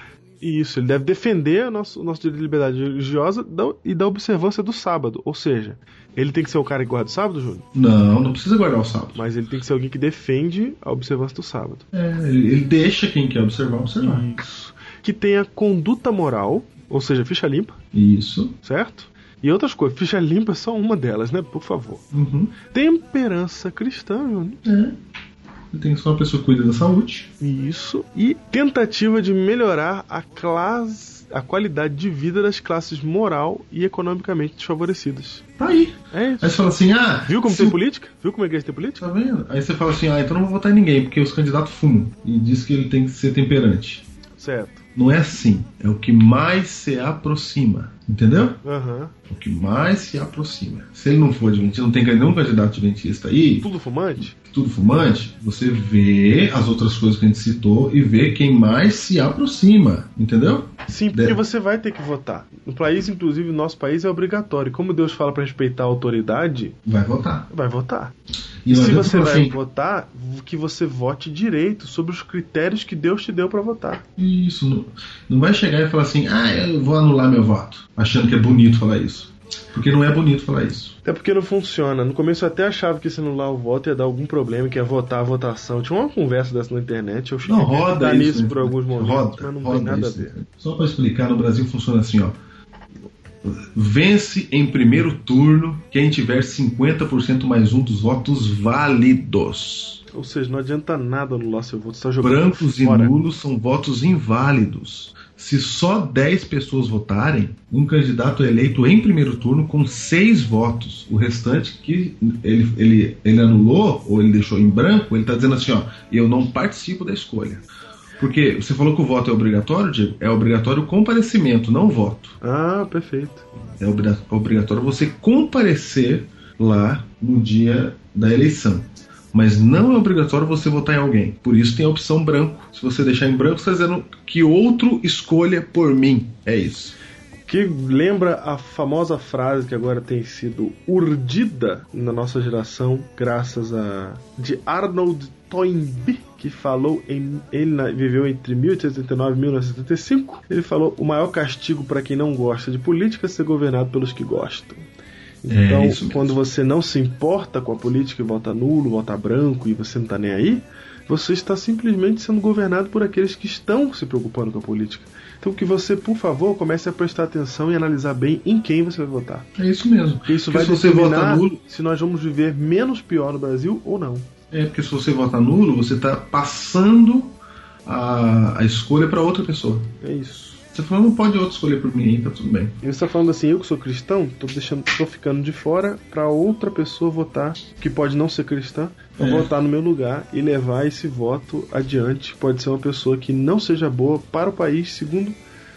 Speaker 2: Isso, ele deve defender o nosso, o nosso direito de liberdade religiosa da- e da observância do sábado. Ou seja, ele tem que ser o cara que guarda o sábado, Júnior,
Speaker 3: Não, não precisa guardar o sábado.
Speaker 2: mas ele tem que ser alguém que defende a observância do sábado.
Speaker 3: É, ele, ele deixa quem quer observar, observar.
Speaker 2: Isso. Que tenha conduta moral, ou seja, ficha limpa,
Speaker 3: Isso.
Speaker 2: certo? E outras coisas, ficha limpa é só uma delas, né? Por favor.
Speaker 3: Uhum.
Speaker 2: Temperança cristã, Júnior.
Speaker 3: É. Ele tem que ser uma pessoa que cuida da saúde.
Speaker 2: Isso. E tentativa de melhorar a classe, a qualidade de vida das classes moral e economicamente desfavorecidas.
Speaker 3: Tá aí.
Speaker 2: É isso.
Speaker 3: Aí você fala assim, ah.
Speaker 2: Viu como
Speaker 3: se-
Speaker 2: tem política? Viu como a igreja tem política?
Speaker 3: Tá vendo? Aí você fala assim, ah, então não vou votar em ninguém, porque os candidatos fumam. E diz que ele tem que ser temperante.
Speaker 2: Certo.
Speaker 3: Não é assim. É o que mais se aproxima. Entendeu?
Speaker 2: Aham.
Speaker 3: O que mais se aproxima. Se ele não for adventista, não tem nenhum candidato adventista aí,
Speaker 2: Tudo fumante?
Speaker 3: tudo fumante, você vê as outras coisas que a gente citou e vê quem mais se aproxima, entendeu?
Speaker 2: Sim, porque
Speaker 3: Deve.
Speaker 2: você vai ter que votar. No país, inclusive, o nosso país é obrigatório. Como Deus fala pra respeitar a autoridade,
Speaker 3: Vai votar.
Speaker 2: vai votar.
Speaker 3: E
Speaker 2: E
Speaker 3: não
Speaker 2: se
Speaker 3: adianta
Speaker 2: você
Speaker 3: falar
Speaker 2: vai
Speaker 3: assim,
Speaker 2: votar, que você vote direito sobre os critérios que Deus te deu pra votar.
Speaker 3: isso, não, não vai chegar e falar assim, ah, eu vou anular meu voto, achando que é bonito falar isso. Porque não é bonito falar isso.
Speaker 2: Até porque não funciona. No começo eu até achava que se anular o voto ia dar algum problema, que ia votar a votação. Tinha uma conversa dessa na internet, eu cheguei
Speaker 3: Não,
Speaker 2: a
Speaker 3: roda
Speaker 2: acreditar
Speaker 3: isso.
Speaker 2: tá nisso
Speaker 3: né?
Speaker 2: por alguns momentos,
Speaker 3: roda,
Speaker 2: mas não
Speaker 3: roda
Speaker 2: tem nada
Speaker 3: isso.
Speaker 2: a ver.
Speaker 3: Só pra explicar, no Brasil funciona assim, ó. Vence em primeiro turno quem tiver 50% mais um dos votos válidos.
Speaker 2: Ou seja, não adianta nada anular seu voto, você tá jogando
Speaker 3: Brancos e
Speaker 2: fora.
Speaker 3: nulos são votos inválidos. Se só 10 pessoas votarem, um candidato é eleito em primeiro turno com 6 votos. O restante que ele, ele, ele anulou ou ele deixou em branco, ele está dizendo assim: ó, eu não participo da escolha. Porque você falou que o voto é obrigatório, Diego? É obrigatório o comparecimento, não o voto.
Speaker 2: Ah, perfeito.
Speaker 3: É obriga- obrigatório você comparecer lá no dia da eleição. Mas não é obrigatório você votar em alguém. Por isso tem a opção branco. Se você deixar em branco, você está dizendo que outro escolha por mim. É isso.
Speaker 2: Que lembra a famosa frase que agora tem sido urdida na nossa geração, graças a. de Arnold Toynbee, que falou em. ele na- viveu entre 1889 e 1975. Ele falou: o maior castigo para quem não gosta de política é ser governado pelos que gostam.
Speaker 3: É,
Speaker 2: Então,
Speaker 3: isso mesmo.
Speaker 2: quando você não se importa com a política e vota nulo, vota branco e você não tá nem aí, Você está simplesmente sendo governado por aqueles que estão se preocupando com a política. Então que você, por favor, comece a prestar atenção e analisar bem em quem você vai votar.
Speaker 3: É isso mesmo.
Speaker 2: Porque isso vai
Speaker 3: se você vota
Speaker 2: determinar
Speaker 3: nulo,
Speaker 2: se nós vamos viver menos pior no Brasil ou não.
Speaker 3: é porque se você vota nulo, você está passando a, a escolha para outra pessoa.
Speaker 2: É isso.
Speaker 3: Você falou, não pode outro escolher por mim, então tudo bem.
Speaker 2: E você tá falando assim, eu que sou cristão, tô deixando, tô ficando de fora pra outra pessoa votar, que pode não ser cristã, pra
Speaker 3: É.
Speaker 2: votar no meu lugar e levar esse voto adiante. Pode ser uma pessoa que não seja boa para o país, segundo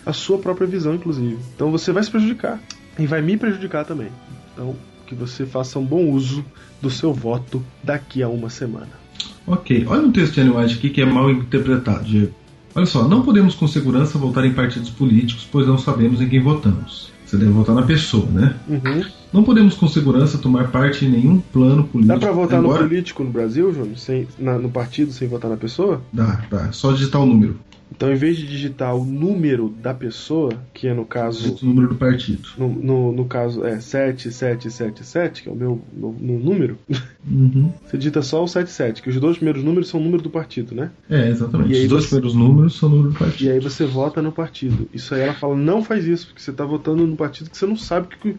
Speaker 2: a sua própria visão, inclusive. Então você vai se prejudicar e vai me prejudicar também. Então, que você faça um bom uso do seu voto daqui a uma semana.
Speaker 3: Ok, olha um texto de Ellen White aqui que é mal interpretado, Diego. Olha só, não podemos com segurança votar em partidos políticos, pois não sabemos em quem votamos. Você deve votar na pessoa, né?
Speaker 2: Uhum.
Speaker 3: Não podemos com segurança tomar parte em nenhum plano político.
Speaker 2: Dá pra votar no
Speaker 3: Agora,
Speaker 2: político no Brasil, Júnior? Sem, na- no partido sem votar na pessoa?
Speaker 3: Dá, dá. Só digitar o número.
Speaker 2: Então, em vez de digitar o número da pessoa, que é no caso.
Speaker 3: O número do partido.
Speaker 2: No, no, no caso é 7777, que é o meu, meu, meu número, *laughs*
Speaker 3: Uhum.
Speaker 2: você digita só o 77, que os dois primeiros números são o número do partido, né?
Speaker 3: É,
Speaker 2: E
Speaker 3: exatamente.
Speaker 2: aí
Speaker 3: Os dois
Speaker 2: você-
Speaker 3: primeiros números são o número do partido.
Speaker 2: E aí você vota no partido. Isso aí ela fala, não faz isso, porque você tá votando no partido que você não sabe que. que-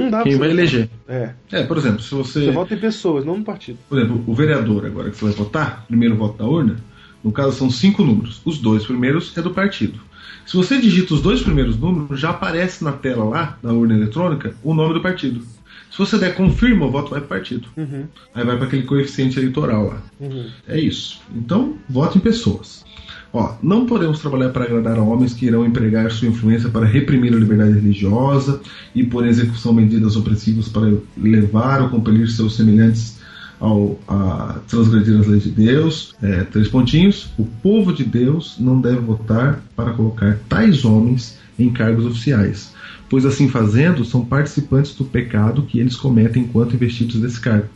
Speaker 2: Não dá pra
Speaker 3: Quem
Speaker 2: você-
Speaker 3: vai eleger?
Speaker 2: É.
Speaker 3: É, por exemplo, se
Speaker 2: Você
Speaker 3: você.
Speaker 2: vota em pessoas, não no partido.
Speaker 3: Por exemplo, o vereador agora que você vai votar, primeiro voto na urna, no caso são cinco números. Os dois primeiros é do partido. Se você digita os dois primeiros números, já aparece na tela lá, na urna eletrônica, o nome do partido. Se você der confirma, o voto vai pro partido. Aí vai para aquele coeficiente eleitoral lá. É isso. Então, vote em pessoas. Ó, não podemos trabalhar para agradar a homens que irão empregar sua influência para reprimir a liberdade religiosa e pôr em execução medidas opressivas para levar ou compelir seus semelhantes ao, a transgredir as leis de Deus. É, três pontinhos. O povo de Deus não deve votar para colocar tais homens em cargos oficiais, pois assim fazendo são participantes do pecado que eles cometem enquanto investidos desse cargo.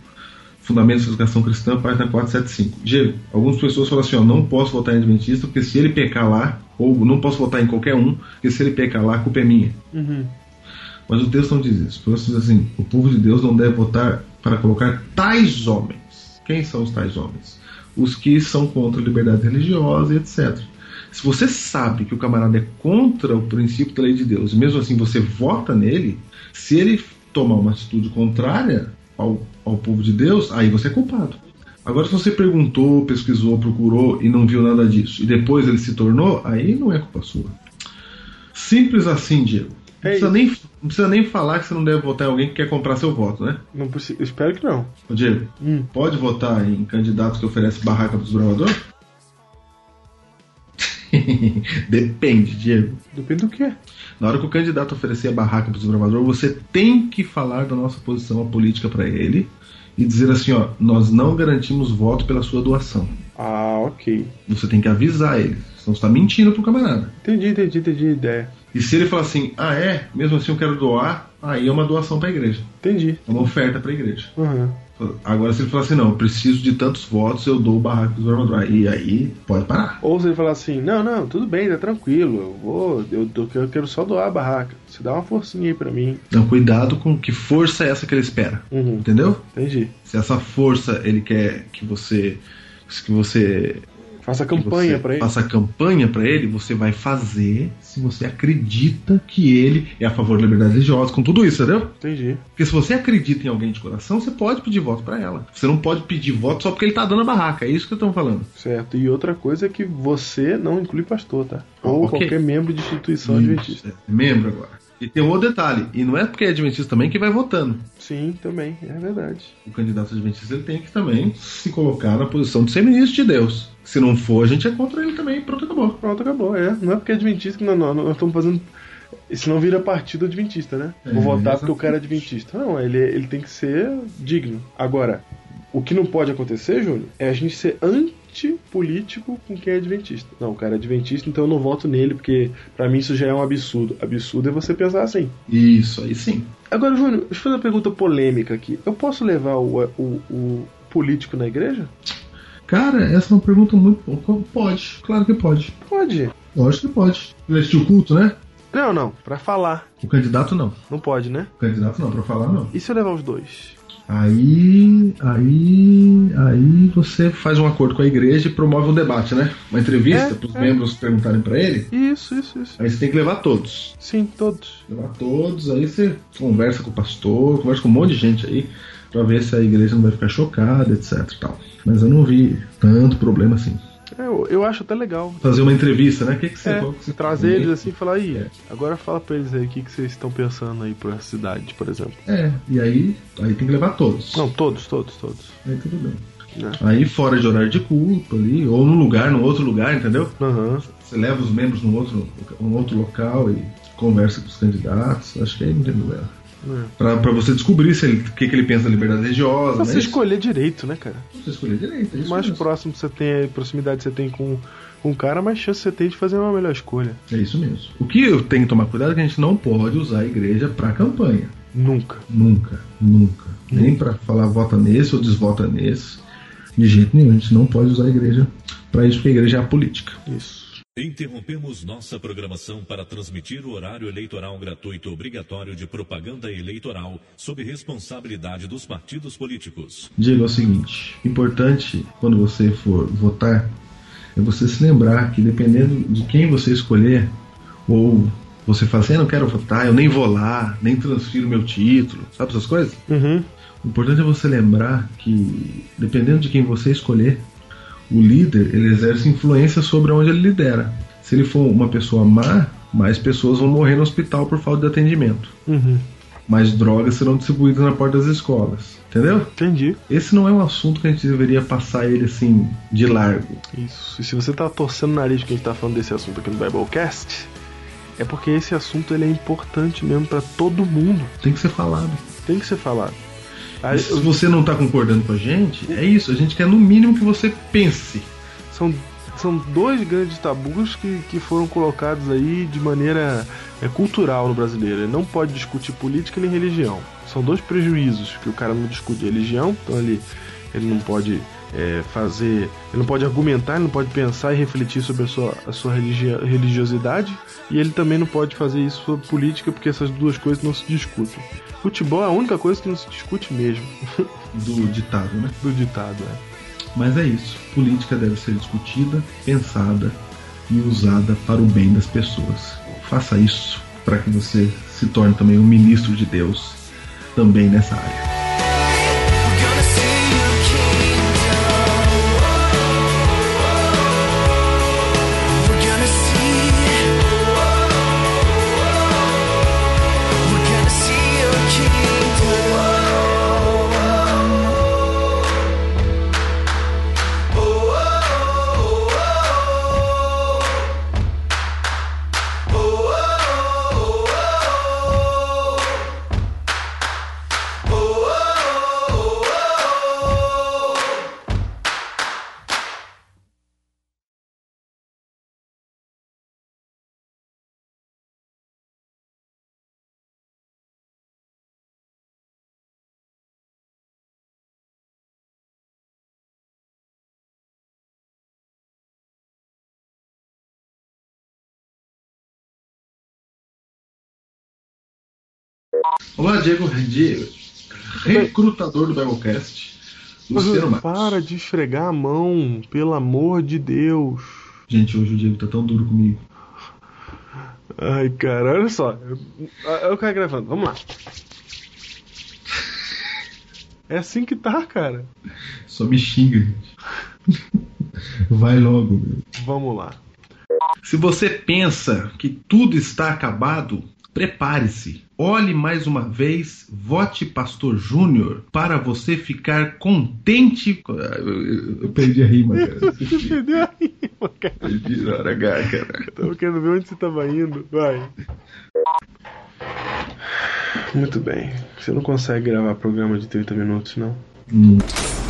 Speaker 3: Fundamentos da Educação Cristã, página 475. Diego, algumas pessoas falam assim: ó, não posso votar em Adventista porque se ele pecar lá, ou não posso votar em qualquer um, porque se ele pecar lá, a culpa é minha. Mas o texto não diz isso. O texto diz assim: o povo de Deus não deve votar para colocar tais homens. Quem são os tais homens? Os que são contra a liberdade religiosa e etc. Se você sabe que o camarada é contra o princípio da lei de Deus, e mesmo assim você vota nele, se ele tomar uma atitude contrária ao, ao povo de Deus, aí você é culpado. Agora, se você perguntou, pesquisou, procurou e não viu nada disso, e depois ele se tornou, aí não é culpa sua. Simples assim, Diego.
Speaker 2: É
Speaker 3: Não precisa,
Speaker 2: isso.
Speaker 3: nem, não precisa nem falar que você não deve votar em alguém que quer comprar seu voto, né?
Speaker 2: Não possi- Espero que não.
Speaker 3: Ô, Diego,
Speaker 2: Hum.
Speaker 3: pode votar em candidato que oferece barraca pros gravador? *laughs* Depende, Diego.
Speaker 2: Depende do quê?
Speaker 3: Na hora que o candidato oferecer a barraca para o desbravador, você tem que falar da nossa posição política para ele e dizer assim: ó, nós não garantimos voto pela sua doação.
Speaker 2: Ah, ok.
Speaker 3: Você tem que avisar ele, senão você está mentindo pro camarada.
Speaker 2: Entendi, entendi, entendi a ideia.
Speaker 3: E se ele falar assim: ah, é, mesmo assim eu quero doar, aí é uma doação para a igreja,
Speaker 2: Entendi.
Speaker 3: é uma oferta para a igreja.
Speaker 2: Aham.
Speaker 3: Agora, se ele falar assim: não, eu preciso de tantos votos, eu dou o barraco para o desbravador, aí, aí pode parar.
Speaker 2: Ou você falar assim, não, não, tudo bem, tá tranquilo, eu vou, eu, tô- eu quero só doar a barraca. Você dá uma forcinha aí pra mim.
Speaker 3: Então, cuidado com que força é essa que ele espera,
Speaker 2: Uhum,
Speaker 3: entendeu?
Speaker 2: entendi.
Speaker 3: Se essa força ele quer que você que você
Speaker 2: Faça
Speaker 3: que
Speaker 2: campanha
Speaker 3: você
Speaker 2: pra ele.
Speaker 3: faça campanha para ele, você vai fazer se você acredita que ele é a favor da liberdade religiosa, com tudo isso, entendeu?
Speaker 2: Entendi.
Speaker 3: Porque se você acredita em alguém de coração, você pode pedir voto para ela. Você não pode pedir voto só porque ele tá dando a barraca, é isso que eu tô falando.
Speaker 2: Certo. E outra coisa é que você não inclui pastor, tá?
Speaker 3: Ah,
Speaker 2: Ou
Speaker 3: ok.
Speaker 2: qualquer membro de instituição adventista.
Speaker 3: Isso, é membro agora. E tem um outro detalhe, e não é porque é adventista também que vai votando.
Speaker 2: Sim, também, é verdade.
Speaker 3: O candidato adventista ele tem que também se colocar na posição de ser ministro de Deus. Se não for, a gente é contra ele também, pronto, acabou.
Speaker 2: Pronto, acabou. É, não é porque é adventista que nós, nós, nós estamos fazendo. Isso não vira partido adventista, né? Vou
Speaker 3: É,
Speaker 2: votar porque o
Speaker 3: exatamente.
Speaker 2: cara é adventista. Não, ele, ele tem que ser digno. Agora, o que não pode acontecer, Júnior, é a gente ser antipolítico com quem é adventista. Não, o cara é adventista, então eu não voto nele, porque pra mim isso já é um absurdo. Absurdo é você pensar assim.
Speaker 3: Isso, aí sim.
Speaker 2: Agora, Júnior, deixa eu fazer uma pergunta polêmica aqui. Eu posso levar o, o- o político na igreja?
Speaker 3: Cara, essa é uma pergunta muito. boa. Pode, claro que pode.
Speaker 2: Pode.
Speaker 3: Lógico que pode. Ele assistiu o culto, né?
Speaker 2: Não, não, pra falar.
Speaker 3: O candidato não.
Speaker 2: Não pode, né?
Speaker 3: O candidato não, pra falar não.
Speaker 2: E se eu levar os dois?
Speaker 3: Aí, aí, aí você faz um acordo com a igreja e promove um debate, né? Uma entrevista
Speaker 2: É,
Speaker 3: para os
Speaker 2: é.
Speaker 3: membros perguntarem para ele.
Speaker 2: Isso, isso, isso.
Speaker 3: Aí você tem que levar todos.
Speaker 2: Sim, todos.
Speaker 3: Levar todos, aí você conversa com o pastor, conversa com um monte de gente aí, pra ver se a igreja não vai ficar chocada, etc e tal. Mas eu não vi tanto problema assim.
Speaker 2: É, eu, eu acho até legal.
Speaker 3: Fazer uma entrevista, né? O que, que você
Speaker 2: É,
Speaker 3: qual que você-
Speaker 2: trazer eles assim e falar, aí, agora fala pra eles aí o que, que vocês estão pensando aí pra cidade, por exemplo.
Speaker 3: É, e aí, aí tem que levar todos.
Speaker 2: Não, todos, todos, todos.
Speaker 3: Aí tudo bem.
Speaker 2: É.
Speaker 3: Aí fora de horário de culto ali, ou num lugar, num outro lugar, entendeu?
Speaker 2: Aham.
Speaker 3: Você leva os membros num outro, num outro local e conversa com os candidatos. Acho que aí não tem problema.
Speaker 2: É.
Speaker 3: Pra, pra você descobrir se ele- o que, que ele pensa da liberdade religiosa,
Speaker 2: Você
Speaker 3: né?
Speaker 2: escolher direito, né, cara?
Speaker 3: Você escolher direito. É
Speaker 2: Quanto
Speaker 3: isso
Speaker 2: mais
Speaker 3: mesmo.
Speaker 2: próximo você tem, proximidade você tem com um cara, mais chance você tem de fazer uma melhor escolha.
Speaker 3: É isso mesmo. O que eu tenho que tomar cuidado é que a gente não pode usar a igreja pra campanha.
Speaker 2: Nunca.
Speaker 3: Nunca, nunca. Nem pra falar vota nesse ou desvota nesse. De jeito nenhum, a gente não pode usar a igreja pra isso, porque a igreja é a política.
Speaker 2: Isso.
Speaker 10: Interrompemos nossa programação para transmitir o horário eleitoral gratuito obrigatório de propaganda eleitoral sob responsabilidade dos partidos políticos.
Speaker 3: Diego, é o seguinte: importante quando você for votar é você se lembrar que dependendo de quem você escolher, ou você fala assim, eu não quero votar, eu nem vou lá, nem transfiro meu título, sabe essas coisas?
Speaker 2: Uhum.
Speaker 3: O importante é você lembrar que, dependendo de quem você escolher, o líder ele exerce influência sobre onde ele lidera. Se ele for uma pessoa má, mais pessoas vão morrer no hospital por falta de atendimento.
Speaker 2: Uhum.
Speaker 3: Mais drogas serão distribuídas na porta das escolas. Entendeu?
Speaker 2: Entendi.
Speaker 3: Esse não é um assunto que a gente deveria passar ele assim, de largo.
Speaker 2: Isso. E se você tá torcendo o nariz que a gente tá falando desse assunto aqui no Biblecast, é porque esse assunto ele é importante mesmo pra todo mundo.
Speaker 3: Tem que ser falado.
Speaker 2: Tem que ser falado. Aí,
Speaker 3: E se você não tá concordando com a gente, é isso. A gente quer no mínimo que você pense.
Speaker 2: são, são dois grandes tabus que, que foram colocados aí de maneira é, cultural no brasileiro. Ele não pode discutir política nem religião. São dois prejuízos que o cara não discute religião, então ele, ele não pode é, fazer, ele não pode argumentar, ele não pode pensar e refletir sobre a sua, a sua religi- religiosidade, e ele também não pode fazer isso sobre política, porque essas duas coisas não se discutem. Futebol é a única coisa que não se discute mesmo, *laughs*
Speaker 3: Do ditado, né?
Speaker 2: do ditado. É.
Speaker 3: Mas é isso. Política deve ser discutida, pensada e usada para o bem das pessoas. Faça isso para que você se torne também um ministro de Deus também nessa área.
Speaker 8: We're gonna see your kingdom. We're gonna see. We're gonna see your kingdom.
Speaker 3: Olá, Diego Rendier, recrutador do Biblecast. Luciano Matos.
Speaker 2: Uhum. Para de esfregar a mão, pelo amor de Deus.
Speaker 3: Gente, hoje o Diego tá tão duro comigo.
Speaker 2: Ai, cara, olha só. Eu, eu, eu caio gravando, vamos lá. É assim que tá, cara.
Speaker 3: Só me xinga, gente. *laughs* Vai logo, meu.
Speaker 2: Vamos lá.
Speaker 3: Se você pensa que tudo está acabado, prepare-se. Olhe mais uma vez, vote Pastor Júnior para você ficar contente. Eu, eu- eu perdi a rima, cara.
Speaker 2: Entendeu a rima, cara?
Speaker 3: Perdi na hora H, cara.
Speaker 2: Tava querendo ver onde você tava indo. Vai. Muito bem. Você não consegue gravar programa de 30 minutos, não?
Speaker 3: Não.